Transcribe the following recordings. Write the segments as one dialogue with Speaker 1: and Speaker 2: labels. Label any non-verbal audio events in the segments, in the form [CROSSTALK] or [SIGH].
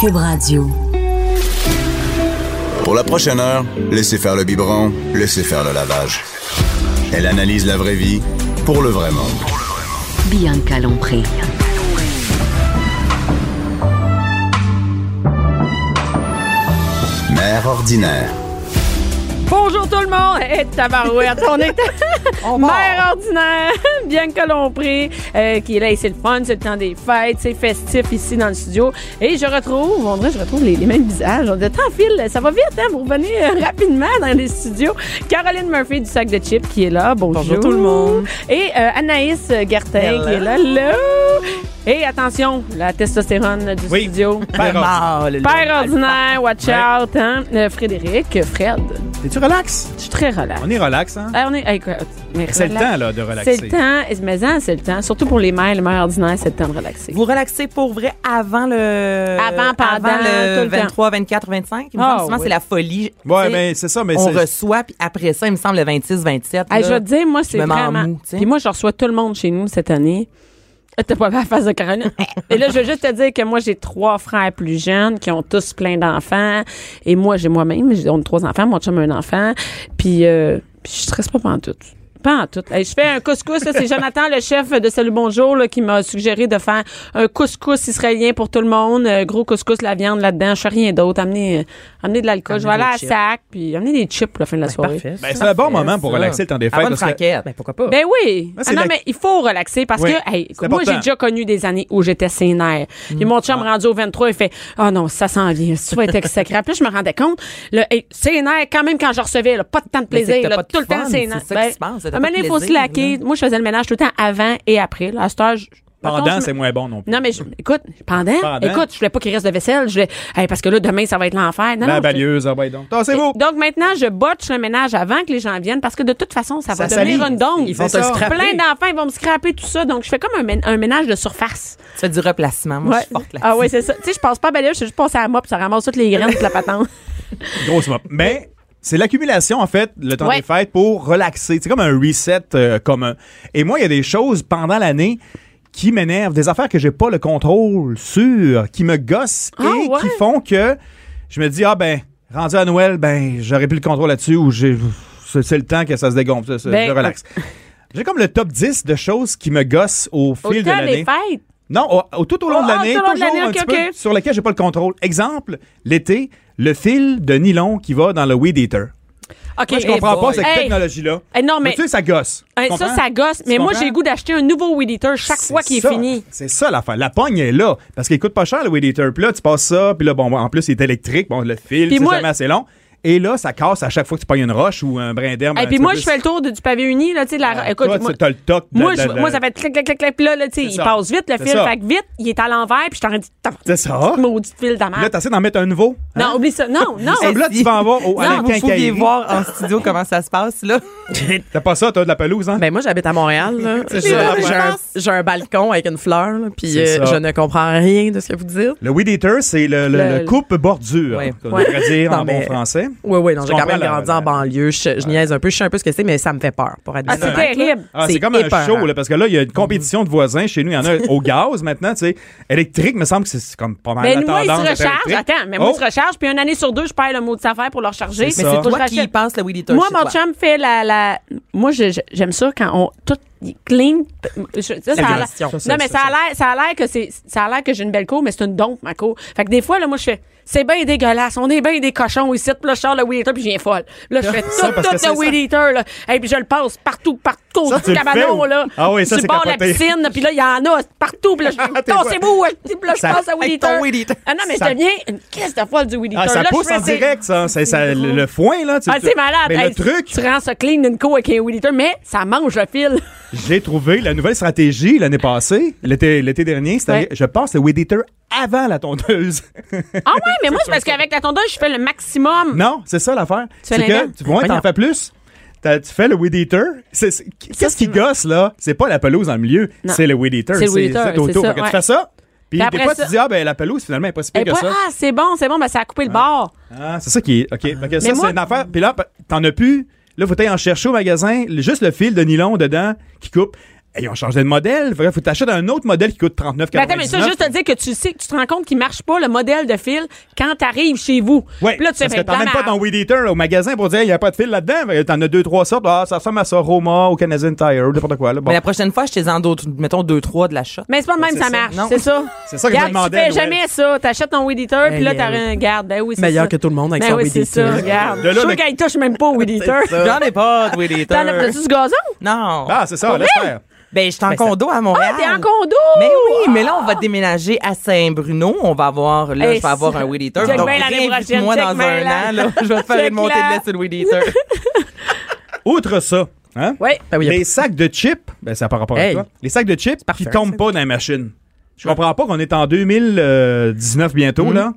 Speaker 1: Cube Radio.
Speaker 2: Pour la prochaine heure, laissez faire le biberon, laissez faire le lavage. Elle analyse la vraie vie pour le vrai monde.
Speaker 1: Bianca Lompré.
Speaker 2: Mère ordinaire.
Speaker 3: Bonjour tout le monde! Et tabarouette, on
Speaker 4: [LAUGHS]
Speaker 3: est mère ordinaire, [LAUGHS] bien que l'on prie, euh, qui est là et c'est le fun, c'est le temps des fêtes, c'est festif ici dans le studio. Et je retrouve, on dirait que je retrouve les, les mêmes visages. On dit, tant file, ça va vite, hein, vous revenez euh, rapidement dans les studios. Caroline Murphy du sac de chips qui est là, bonjour.
Speaker 4: Bonjour tout le monde.
Speaker 3: Et euh, Anaïs Gertin qui est là, là. Et attention, la testostérone du
Speaker 5: Oui.
Speaker 3: studio.
Speaker 5: Père ordinaire.
Speaker 4: le
Speaker 3: Père ordinaire, watch
Speaker 5: Ouais.
Speaker 3: out, hein. Euh, Frédéric, Fred,
Speaker 5: T'es-tu relax?
Speaker 3: je suis très relax.
Speaker 5: On est relax, hein?
Speaker 3: Ah, on est- hey, quoi, mais
Speaker 5: C'est le
Speaker 3: relax-
Speaker 5: temps, là, de relaxer.
Speaker 3: C'est le temps, mais hein, c'est le temps. Surtout pour les mères, les mères ordinaires, c'est le temps de relaxer.
Speaker 4: Vous relaxez pour vrai avant le
Speaker 3: Avant, pendant,
Speaker 4: avant
Speaker 3: tout
Speaker 4: le
Speaker 3: le
Speaker 4: 23, 24, 25. Il me
Speaker 3: Ah,
Speaker 4: semble souvent
Speaker 3: oui.
Speaker 4: c'est la folie. Tu
Speaker 5: Ouais,
Speaker 4: sais,
Speaker 5: mais c'est ça, mais
Speaker 4: on
Speaker 5: c'est.
Speaker 4: reçoit puis après ça il me semble le 26, 27.
Speaker 3: Hey,
Speaker 4: là,
Speaker 3: je vais te dire, moi, c'est
Speaker 4: me mets en
Speaker 3: vraiment...
Speaker 4: mou, tu sais.
Speaker 3: Puis moi, je reçois tout le monde chez nous cette année. Ah, T'as pas vu la face de
Speaker 4: [LAUGHS]
Speaker 3: Caroline? Et là, je veux juste te dire que moi, j'ai trois frères plus jeunes qui ont tous plein d'enfants. Et moi, j'ai moi-même, j'ai on a trois enfants. Mon chum a un enfant. Puis, euh, puis je stresse pas pantoute. Pas en tout. je fais un couscous. là, C'est Jonathan, le chef de Salut Bonjour, là, qui m'a suggéré de faire un couscous israélien pour tout le monde. Euh, gros couscous, la viande là-dedans. Je fais rien d'autre. Amener, euh, amener de l'alcool. Je vais aller
Speaker 4: des
Speaker 3: à la
Speaker 4: chips.
Speaker 3: sac. Puis amener des chips pour la fin de la soirée.
Speaker 6: Parfait.
Speaker 5: Ben, c'est un bon moment pour
Speaker 4: ça.
Speaker 5: relaxer le temps des fêtes.
Speaker 4: avant une
Speaker 5: parce que-
Speaker 4: franquette.
Speaker 6: Ben, pourquoi pas?
Speaker 3: Ben oui.
Speaker 5: Moi,
Speaker 3: Ah
Speaker 5: c'est
Speaker 3: non,
Speaker 5: la-
Speaker 3: mais il faut relaxer parce
Speaker 5: Oui,
Speaker 3: que, hey,
Speaker 5: c'est
Speaker 3: moi, j'ai
Speaker 5: important. Mm.
Speaker 3: déjà connu des années où j'étais sénère. Et mon chum rendu au 23, il fait, ah non, ça s'en vient. Si tu vas être exécrable.
Speaker 5: [LAUGHS]
Speaker 3: Puis là, je me rendais compte, le hey, sénère, quand même, quand je recevais, là, pas de temps de
Speaker 4: Mais c'est que
Speaker 3: plaisir,
Speaker 4: t'as
Speaker 3: là,
Speaker 4: pas de
Speaker 3: tout le temps
Speaker 4: fun,
Speaker 3: sénère.
Speaker 4: c'est ça qui se passe,
Speaker 3: à un
Speaker 4: t'as pas de
Speaker 3: moment donné, il faut se
Speaker 4: plaisir,
Speaker 3: laquer. Moi, je faisais le ménage tout le temps avant et après. Là, à cette heure, je- mettons,
Speaker 5: Pendant,
Speaker 3: je-
Speaker 5: c'est moins bon non plus.
Speaker 3: non, mais je- écoute, pendant,
Speaker 5: Pendant.
Speaker 3: écoute, je voulais pas qu'il reste de vaisselle, je voulais, hey, parce que là, demain, ça va être l'enfer. Non,
Speaker 5: La
Speaker 3: non, je-
Speaker 5: balieuse, ah, ben donc. Tassez-vous!
Speaker 3: donc maintenant, je botche le ménage avant que les gens viennent parce que de toute façon, ça, va
Speaker 5: Ça
Speaker 3: devenir
Speaker 5: salit.
Speaker 3: une dongue.
Speaker 5: Ils vont te le
Speaker 6: scraper.
Speaker 3: Plein d'enfants, ils vont me scraper tout ça. Donc je fais comme un, mén- un ménage de surface.
Speaker 4: Tu fais du replacement. Moi je suis forte là.
Speaker 3: Ah ouais, c'est ça. Tu sais, je passe pas à balayage, je juste passe à la mop, ça ramasse toutes les graines de la
Speaker 5: [LAUGHS]
Speaker 3: patente.
Speaker 5: Grosse mop. Mais. C'est l'accumulation, en fait, le temps
Speaker 3: Ouais.
Speaker 5: des fêtes pour relaxer. C'est comme un reset euh, commun. Et moi, il y a des choses pendant l'année qui m'énervent, des affaires que j'ai pas le contrôle sur, qui me gossent
Speaker 3: Ah,
Speaker 5: et
Speaker 3: ouais.
Speaker 5: qui font que je me dis, ah ben, rendu à Noël, ben, j'aurais plus le contrôle là-dessus ou j'ai- c'est c'est le temps que ça se dégonfle, ça, ça,
Speaker 3: Ben,
Speaker 5: je relaxe. J'ai comme le top 10 de choses qui me gossent au fil
Speaker 3: Au
Speaker 5: de
Speaker 3: temps des
Speaker 5: l'année.
Speaker 3: fêtes.
Speaker 5: Non, au- au- tout au long
Speaker 3: Oh,
Speaker 5: de
Speaker 3: ah,
Speaker 5: l'année,
Speaker 3: tout au long de
Speaker 5: toujours
Speaker 3: l'année,
Speaker 5: un
Speaker 3: ok,
Speaker 5: petit peu
Speaker 3: ok.
Speaker 5: sur lequel j'ai pas le contrôle. Exemple, l'été, le fil de nylon qui va dans le weed eater.
Speaker 3: OK.
Speaker 5: Moi, je comprends
Speaker 3: eh,
Speaker 5: pas cette
Speaker 3: hey,
Speaker 5: technologie-là.
Speaker 3: eh, non, mais-
Speaker 5: Tu sais, ça gosse.
Speaker 3: eh,
Speaker 5: Tu
Speaker 3: ça,
Speaker 5: comprends?
Speaker 3: ça gosse.
Speaker 5: Tu
Speaker 3: Mais moi,
Speaker 5: comprends?
Speaker 3: j'ai le goût d'acheter un nouveau weed eater chaque fois
Speaker 5: C'est
Speaker 3: qu'il est
Speaker 5: ça.
Speaker 3: fini.
Speaker 5: C'est ça l'affaire. La pogne est là. Parce qu'il coûte pas cher, le weed eater. Puis là, tu passes ça. Puis là, bon, en plus, il est électrique. Bon, le fil,
Speaker 3: Puis
Speaker 5: c'est
Speaker 3: moi-
Speaker 5: jamais assez long. Et là, ça casse à chaque fois que tu pognes une roche ou un brin d'herbe.
Speaker 3: Et
Speaker 5: un
Speaker 3: puis
Speaker 5: petit
Speaker 3: moi,
Speaker 5: peu
Speaker 3: je fais le tour de- du pavé uni. Là, tu sais, de la,
Speaker 5: Ah,
Speaker 3: écoute,
Speaker 5: toi,
Speaker 3: moi-
Speaker 5: tu- t'as le toc de-
Speaker 3: moi,
Speaker 5: de-
Speaker 3: je-
Speaker 5: de-
Speaker 3: moi, ça fait clac, clac, clac, clac. Puis là, là, tu sais,
Speaker 5: C'est
Speaker 3: il
Speaker 5: ça.
Speaker 3: passe vite, le
Speaker 5: C'est
Speaker 3: fil.
Speaker 5: ça.
Speaker 3: Fait que vite, il est à l'envers. Puis je t'en dis,
Speaker 5: C'est ça.
Speaker 3: maudit fil de la merde.
Speaker 5: Là, t'essaies d'en mettre un nouveau.
Speaker 3: Non, oublie ça.
Speaker 5: [LAUGHS]
Speaker 3: Non, non.
Speaker 5: Comme là, tu vas en voir au, à la
Speaker 4: Non, vous pouviez
Speaker 5: quincaillerie.
Speaker 4: voir en studio comment ça se passe là.
Speaker 5: T'as pas ça, t'as de la pelouse, hein?
Speaker 6: Ben, moi, j'habite à Montréal.
Speaker 4: [LAUGHS]
Speaker 6: là.
Speaker 5: C'est
Speaker 6: J'ai-
Speaker 5: ça,
Speaker 6: J'ai
Speaker 5: ouais.
Speaker 6: un, j'ai un balcon avec une fleur, là, puis
Speaker 5: C'est
Speaker 6: euh,
Speaker 5: ça.
Speaker 6: je ne comprends rien de ce que vous dites.
Speaker 5: Le weed eater, c'est le, le-
Speaker 3: Le-
Speaker 5: le coupe-bordure,
Speaker 4: Ouais.
Speaker 5: on devrait dire
Speaker 6: Non,
Speaker 5: en
Speaker 6: mais-
Speaker 5: bon français.
Speaker 6: Oui, oui, non,
Speaker 5: Je
Speaker 6: j'ai quand
Speaker 5: comprends
Speaker 6: même
Speaker 5: la-
Speaker 6: grandi
Speaker 5: la-
Speaker 6: en banlieue. Je, je niaise un peu, je sais un peu ce que c'est, mais ça me fait peur, pour être
Speaker 3: Ah, c'est
Speaker 6: honnête.
Speaker 3: terrible.
Speaker 5: Ah,
Speaker 6: C'est
Speaker 5: c'est comme un
Speaker 6: épeurant.
Speaker 5: show, là, parce que là, il y a une compétition de voisins. Chez nous, il y
Speaker 3: [LAUGHS]
Speaker 5: en a au gaz maintenant, tu sais. Électrique, me semble que c'est comme pas mal
Speaker 3: Ben,
Speaker 5: la
Speaker 3: moi, ils se
Speaker 5: tendance d'être
Speaker 3: rechargent.
Speaker 5: électrique.
Speaker 3: Attends, mais moi,
Speaker 5: Oh!
Speaker 3: ils se rechargent, puis une année sur deux, je perds le mot de affaire pour le recharger.
Speaker 5: C'est
Speaker 4: Mais
Speaker 5: ça.
Speaker 4: c'est
Speaker 3: Faut que
Speaker 4: toi
Speaker 3: je
Speaker 4: qui
Speaker 3: rachète.
Speaker 4: passe le weed eater
Speaker 3: Moi,
Speaker 4: chez
Speaker 3: mon
Speaker 4: toi.
Speaker 3: chum fait la. la... Moi, je- je- j'aime ça quand on. Tout est clean. Je- ça, ça a l'air-
Speaker 6: gestion. Ça,
Speaker 3: Non, mais ça a l'air- ça a l'air que c'est. Ça a l'air que j'ai une belle cour, mais c'est une dompe, ma cour. Fait que des fois, là, moi, je fais. C'est bien dégueulasse. On est bien des cochons ici. Puis là, je sors le weed eater, puis je viens folle. Là, je fais tout,
Speaker 5: Ça, parce que
Speaker 3: tout
Speaker 5: c'est
Speaker 3: le weed
Speaker 5: ça.
Speaker 3: eater, là. Et puis je le passe partout, partout.
Speaker 5: Ça,
Speaker 3: du
Speaker 5: tu le
Speaker 3: cabanon,
Speaker 5: fais ou-
Speaker 3: là.
Speaker 5: Ah oui, ça,
Speaker 3: du
Speaker 5: c'est
Speaker 3: bord de la
Speaker 5: capoté. Ah,
Speaker 3: piscine, puis là, il y en a partout.
Speaker 5: [LAUGHS]
Speaker 3: Puis là, je
Speaker 5: T'es
Speaker 3: Tassez-vous, ouais. Puis là, je
Speaker 5: Ça-
Speaker 3: passe à weed
Speaker 4: avec ton
Speaker 3: eater.
Speaker 4: weed eater.
Speaker 3: Ah non, mais je
Speaker 5: Ça-
Speaker 3: deviens une caisse de folle du weed eater.
Speaker 5: Ah, ça
Speaker 3: Là, je
Speaker 5: pousse
Speaker 3: fais
Speaker 5: en
Speaker 3: ces-
Speaker 5: direct, ça. hein. C'est- ça- le, le foin, là. tu-
Speaker 3: ah,
Speaker 5: tu-
Speaker 3: c'est malade.
Speaker 5: Mais
Speaker 3: Hey,
Speaker 5: le truc,
Speaker 3: Tu rends ça clean d'une co avec un weed eater, mais ça mange le
Speaker 5: [LAUGHS]
Speaker 3: fil.
Speaker 5: j'ai trouvé la nouvelle stratégie l'année passée, l'été l'été dernier, c'était
Speaker 3: Ouais.
Speaker 5: je passe le weed eater avant la tondeuse.
Speaker 3: Ah ouais, mais moi, c'est parce qu'avec la tondeuse, je fais le maximum.
Speaker 5: Non, c'est ça l'affaire.
Speaker 3: fais
Speaker 5: C'est que
Speaker 3: l'inverse.
Speaker 5: tu vois, t'en
Speaker 6: Voyons.
Speaker 5: fais plus. T'as- Tu fais le weed eater. C'est- c'est- Qu'est-ce qui gosse, là? C'est pas la pelouse en milieu,
Speaker 3: Non.
Speaker 5: c'est le weed eater.
Speaker 3: C'est le weed eater,
Speaker 5: c'est autour.
Speaker 3: c'est ça,
Speaker 5: Fait que
Speaker 3: ouais.
Speaker 5: Tu fais ça, puis
Speaker 3: Puis
Speaker 5: des
Speaker 3: après
Speaker 5: fois,
Speaker 3: ça-
Speaker 5: tu dis, ah, ben la pelouse, finalement, elle est pas si
Speaker 3: Et
Speaker 5: pire que
Speaker 3: pas,
Speaker 5: ça.
Speaker 3: ah, c'est bon, c'est bon, ben ça a coupé le bord.
Speaker 5: Ah, c'est ça qui est. OK. Fait que ça,
Speaker 3: moi-
Speaker 5: c'est une affaire. Puis là, pa- t'en as plus. Là, faut aller en chercher au magasin. le- Juste le fil de nylon dedans qui coupe. Hey, ils ont changé de modèle. Fait que faut t'acheter un autre modèle qui coûte 39,99.
Speaker 3: Mais attends, mais ça, juste te dire que tu sais que tu te rends compte qu'il marche pas le modèle de fil quand t'arrives chez vous.
Speaker 5: Ouais,
Speaker 3: Puis là, tu fais
Speaker 5: parce
Speaker 3: ben,
Speaker 5: que
Speaker 3: de la
Speaker 5: t'emmènes pas
Speaker 3: merde.
Speaker 5: ton Weed Eater là, au magasin pour dire il n'y a pas de fil là-dedans. Fait que T'en as deux, trois sortes. Ah, ça ressemble à ça, Roma, au Canadian Tire, ou n'importe quoi. Là. Bon.
Speaker 4: Mais la prochaine fois, je te en d'autres, mettons, deux, trois de la shot.
Speaker 3: Mais c'est pas de même, ça marche.
Speaker 4: Non.
Speaker 3: C'est ça.
Speaker 5: [LAUGHS] C'est ça que je me
Speaker 3: Regarde,
Speaker 5: demandais, euh,
Speaker 3: Tu fais
Speaker 5: Noël.
Speaker 3: jamais ça. T'achètes ton weed eater, puis là,
Speaker 6: Aïe,
Speaker 3: t'as
Speaker 6: aïe.
Speaker 3: un garde. Ben oui, c'est
Speaker 6: Meilleur
Speaker 3: ça.
Speaker 6: que tout le monde avec
Speaker 3: ben
Speaker 6: son
Speaker 3: oui,
Speaker 6: weed
Speaker 3: c'est
Speaker 6: eater.
Speaker 3: ça, regarde.
Speaker 5: De là,
Speaker 3: Je suis
Speaker 5: le-
Speaker 3: sûr qu'il touche même pas au weed eater.
Speaker 4: [LAUGHS] J'en ai pas de Willy
Speaker 3: T'en as-tu du gazon?
Speaker 4: Non.
Speaker 5: Ah, c'est ça, laisse faire.
Speaker 4: Ben, je suis en
Speaker 6: Ben, ça-
Speaker 4: condo à Montréal.
Speaker 3: Ah, t'es en condo!
Speaker 4: Mais oui, mais là, on va déménager à Saint-Bruno. On va avoir, là,
Speaker 3: Hey,
Speaker 4: je vais avoir
Speaker 3: ça-
Speaker 4: un Weed Eater.
Speaker 3: Check
Speaker 4: Donc,
Speaker 3: bien l'année prochaine,
Speaker 4: moi
Speaker 3: check
Speaker 4: dans
Speaker 3: bien
Speaker 4: un
Speaker 3: l'année.
Speaker 4: an, là, je vais te faire
Speaker 3: Check
Speaker 4: une montée
Speaker 3: là.
Speaker 4: de lait sur le
Speaker 3: [LAUGHS]
Speaker 4: Weed Eater.
Speaker 5: Outre ça, hein?
Speaker 3: Oui.
Speaker 6: Ben oui, y a
Speaker 5: les
Speaker 6: pas-
Speaker 5: sacs de chips, ben ça par rapport à
Speaker 6: Hey.
Speaker 5: toi. Les sacs de chips qui
Speaker 6: parfait,
Speaker 5: tombent
Speaker 6: ça.
Speaker 5: pas dans la machine. Je comprends pas qu'on est en 2019 bientôt là.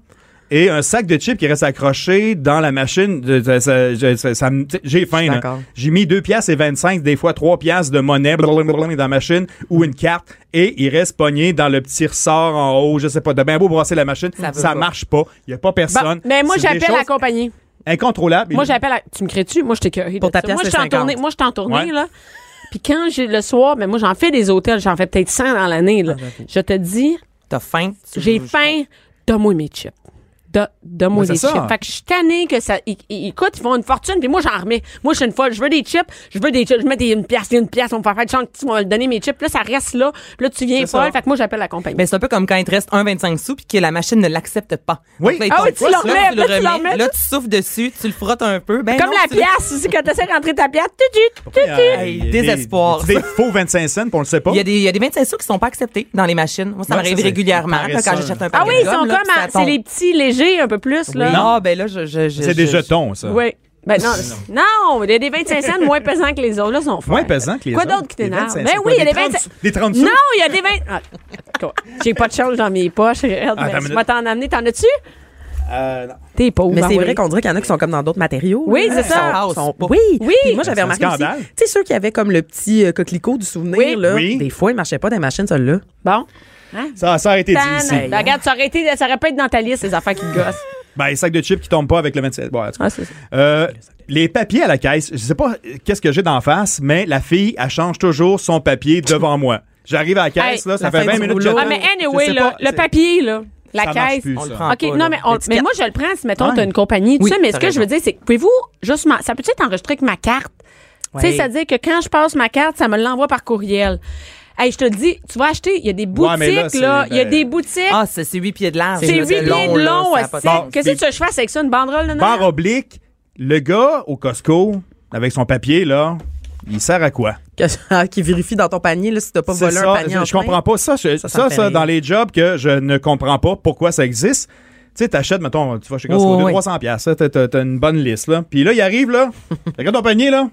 Speaker 5: Et un sac de chips qui reste accroché dans la machine, de- ça- ça- je- ça- ça me- t'sais, j'ai faim. là.
Speaker 6: d'accord.
Speaker 5: J'ai mis 2 piastres et 25, des fois 3 piastres de monnaie blablabla, dans la machine ou une carte et il reste pogné dans le petit ressort en haut, je sais pas, de bien beau brasser la machine, ça,
Speaker 4: Ça veut pas.
Speaker 5: marche pas, il y a pas personne.
Speaker 3: Bah, Mais moi,
Speaker 5: C'est des
Speaker 3: j'appelle
Speaker 5: choses
Speaker 3: la compagnie.
Speaker 5: incontrôlable.
Speaker 3: Moi, j'appelle à... Tu me crées-tu? Moi, je t'ai cueilli de
Speaker 6: Pour ta
Speaker 3: ça.
Speaker 6: pièce,
Speaker 3: Moi, je
Speaker 6: c'est
Speaker 3: suis en
Speaker 6: 50.
Speaker 3: tournée, moi, je suis en tournée,
Speaker 5: Ouais.
Speaker 3: là. Puis quand j'ai le soir, ben moi, j'en fais des hôtels. J'en fais peut-être 100 dans l'année,
Speaker 5: Ah,
Speaker 3: là.
Speaker 5: ben,
Speaker 3: Je te dis,
Speaker 4: T'as faim? Tu-
Speaker 3: j'ai
Speaker 4: je-
Speaker 3: faim. Donne-moi mes chips. Do- Donne-moi
Speaker 5: Ben,
Speaker 3: des
Speaker 5: c'est ça.
Speaker 3: chips. Fait que je suis tannée que ça. Ils, ils- ils coûtent, ils font une fortune, puis moi, j'en remets. Moi, je suis une folle. Je veux des chips, je veux des chips. Je mets des, une pièce, une pièce, on va faire faire de tu vas me donner mes chips. Là, ça reste là. Là, tu viens
Speaker 5: C'est ça.
Speaker 3: folle. Fait que moi, j'appelle la compagnie.
Speaker 4: Ben, c'est un peu comme quand il te reste 1,25 sous puis que la machine ne l'accepte pas.
Speaker 5: Oui.
Speaker 4: Donc, là, il
Speaker 3: Ah oui,
Speaker 4: tombe
Speaker 3: tu
Speaker 4: pas,
Speaker 3: le
Speaker 4: là,
Speaker 3: remets, là, tu le
Speaker 4: remets,
Speaker 3: remets.
Speaker 4: Là, tu souffles dessus, tu le frottes un peu. Ben
Speaker 3: Comme
Speaker 4: non,
Speaker 3: la
Speaker 4: tu le-
Speaker 3: pièce, aussi, quand t'essaies de rentrer ta pièce, tu, tu, tu, tu.
Speaker 5: Hey,
Speaker 4: Hey, désespoir.
Speaker 5: Des, des faux 25 cents, puis on le sait pas.
Speaker 4: Il y, a des, il y a des 25 sous qui sont pas acceptés dans les machines. Moi, ça
Speaker 5: Ouais,
Speaker 4: m'arrive
Speaker 5: ça, c'est
Speaker 4: régulièrement là, quand
Speaker 5: paresseux.
Speaker 4: j'achète un paquet
Speaker 3: Ah oui,
Speaker 4: de
Speaker 3: ils sont
Speaker 4: gomme, là,
Speaker 3: comme.
Speaker 4: puis
Speaker 3: à-
Speaker 4: ça
Speaker 3: C'est
Speaker 4: tombe.
Speaker 3: les petits légers un peu plus, là.
Speaker 4: Non, ben là, je. je, je
Speaker 5: C'est des
Speaker 4: je-
Speaker 5: jetons, ça.
Speaker 3: Oui. Ben non, non, il y a des 25 cents moins pesants que les autres. Là, ils sont forts.
Speaker 5: Moins pesants que les
Speaker 3: Quoi
Speaker 5: autres.
Speaker 3: d'autre qui
Speaker 5: Des
Speaker 3: t'énerve?
Speaker 5: 25,
Speaker 3: Ben
Speaker 5: c'est
Speaker 3: oui, il y a
Speaker 5: quoi,
Speaker 3: des
Speaker 5: des
Speaker 3: 25
Speaker 5: 30 des 30 sous?
Speaker 3: Non, il y a des 20. Ah, quoi. J'ai pas de change dans mes poches. regarde,
Speaker 5: Attends
Speaker 3: mais
Speaker 5: Ah, une
Speaker 3: Je
Speaker 5: minute.
Speaker 3: vais t'en amener. T'en as-tu?
Speaker 5: Euh, non.
Speaker 3: T'es pauvre.
Speaker 6: Mais
Speaker 3: ben
Speaker 6: c'est
Speaker 3: oui.
Speaker 6: vrai qu'on dirait qu'il y en a qui sont comme dans d'autres matériaux.
Speaker 3: Oui,
Speaker 6: là.
Speaker 3: c'est ça.
Speaker 6: Ils sont-
Speaker 4: Ils sont
Speaker 6: sont-
Speaker 4: pas-
Speaker 6: Oui.
Speaker 3: Oui.
Speaker 6: Puis moi, j'avais
Speaker 5: C'est un
Speaker 6: remarqué aussi,
Speaker 5: scandale.
Speaker 6: tu sais, ceux qui avaient comme le petit euh, coquelicot du souvenir,
Speaker 3: Oui.
Speaker 6: là,
Speaker 5: Oui.
Speaker 6: des fois, ils marchaient pas dans les machines, celle-là.
Speaker 3: Bon.
Speaker 5: Ça, ça a été dit ici.
Speaker 3: Tan. Ben, regarde, ça aurait, été, ça aurait pas été dans ta liste, ces affaires qui te gossent.
Speaker 5: Ben, les sacs de chips qui tombent pas avec le 27. Bon, en tout cas.
Speaker 3: Ah, c'est ça.
Speaker 5: Euh, les papiers à la caisse, je sais pas euh, qu'est-ce que j'ai d'en face, mais la fille, elle change toujours son papier devant moi. J'arrive à la caisse,
Speaker 3: Hey,
Speaker 5: là, ça
Speaker 4: la
Speaker 5: fait
Speaker 4: fin
Speaker 5: 20
Speaker 4: du
Speaker 5: minutes que
Speaker 4: rouleau.
Speaker 5: j'attends.
Speaker 3: Ah, mais
Speaker 5: Je
Speaker 3: anyway,
Speaker 5: sais
Speaker 3: là,
Speaker 5: pas,
Speaker 3: le
Speaker 5: c'est-
Speaker 3: papier, là, la
Speaker 5: ça marche
Speaker 3: caisse.
Speaker 5: plus,
Speaker 4: On le
Speaker 5: ça.
Speaker 4: prend
Speaker 3: OK,
Speaker 4: pas,
Speaker 3: non,
Speaker 4: là.
Speaker 3: mais on- mais moi, je le prends si, mettons, t'as une compagnie, tout
Speaker 4: Oui,
Speaker 3: ça, mais ce
Speaker 4: t'as
Speaker 3: que je veux dire, c'est que pouvez-vous juste. m'en- Ça peut-être enregistrer avec ma carte? Tu sais,
Speaker 6: Ouais.
Speaker 3: c'est-à-dire que quand je passe ma carte, ça me l'envoie par courriel. Hey, je te le dis, tu vas acheter, il y a des
Speaker 5: Ouais, mais là,
Speaker 3: boutiques,
Speaker 5: c'est-
Speaker 3: là. Il y a
Speaker 5: ben-
Speaker 3: des boutiques.
Speaker 4: Ah, c'est c'est 8 pieds de large.
Speaker 3: c'est
Speaker 4: là,
Speaker 3: 8 pieds de long,
Speaker 4: là, ça a
Speaker 3: hostie.
Speaker 4: pas de
Speaker 5: Bon,
Speaker 4: sens.
Speaker 3: Qu'est-ce que tu veux que je fasse avec ça, une banderole, là, non?
Speaker 5: Barre oblique, le gars au Costco, avec son papier, là, il sert à quoi?
Speaker 6: Que- qui vérifie dans ton panier là, si t'as pas
Speaker 5: C'est
Speaker 6: volé
Speaker 5: ça,
Speaker 6: un panier.
Speaker 5: je,
Speaker 6: en
Speaker 5: je
Speaker 6: plein.
Speaker 5: comprends pas ça. je- ça,
Speaker 6: Ça, ça
Speaker 5: ça,
Speaker 6: me fait rire.
Speaker 5: dans les jobs que je ne comprends pas pourquoi ça existe. Tu sais, t'achètes, mettons, tu vas chez Costco,
Speaker 4: Oui,
Speaker 5: 200,
Speaker 4: oui.
Speaker 5: 300 pièces, t'as, t'as- t'as une bonne liste, là. Puis là, il arrive, là, regarde ton panier, là.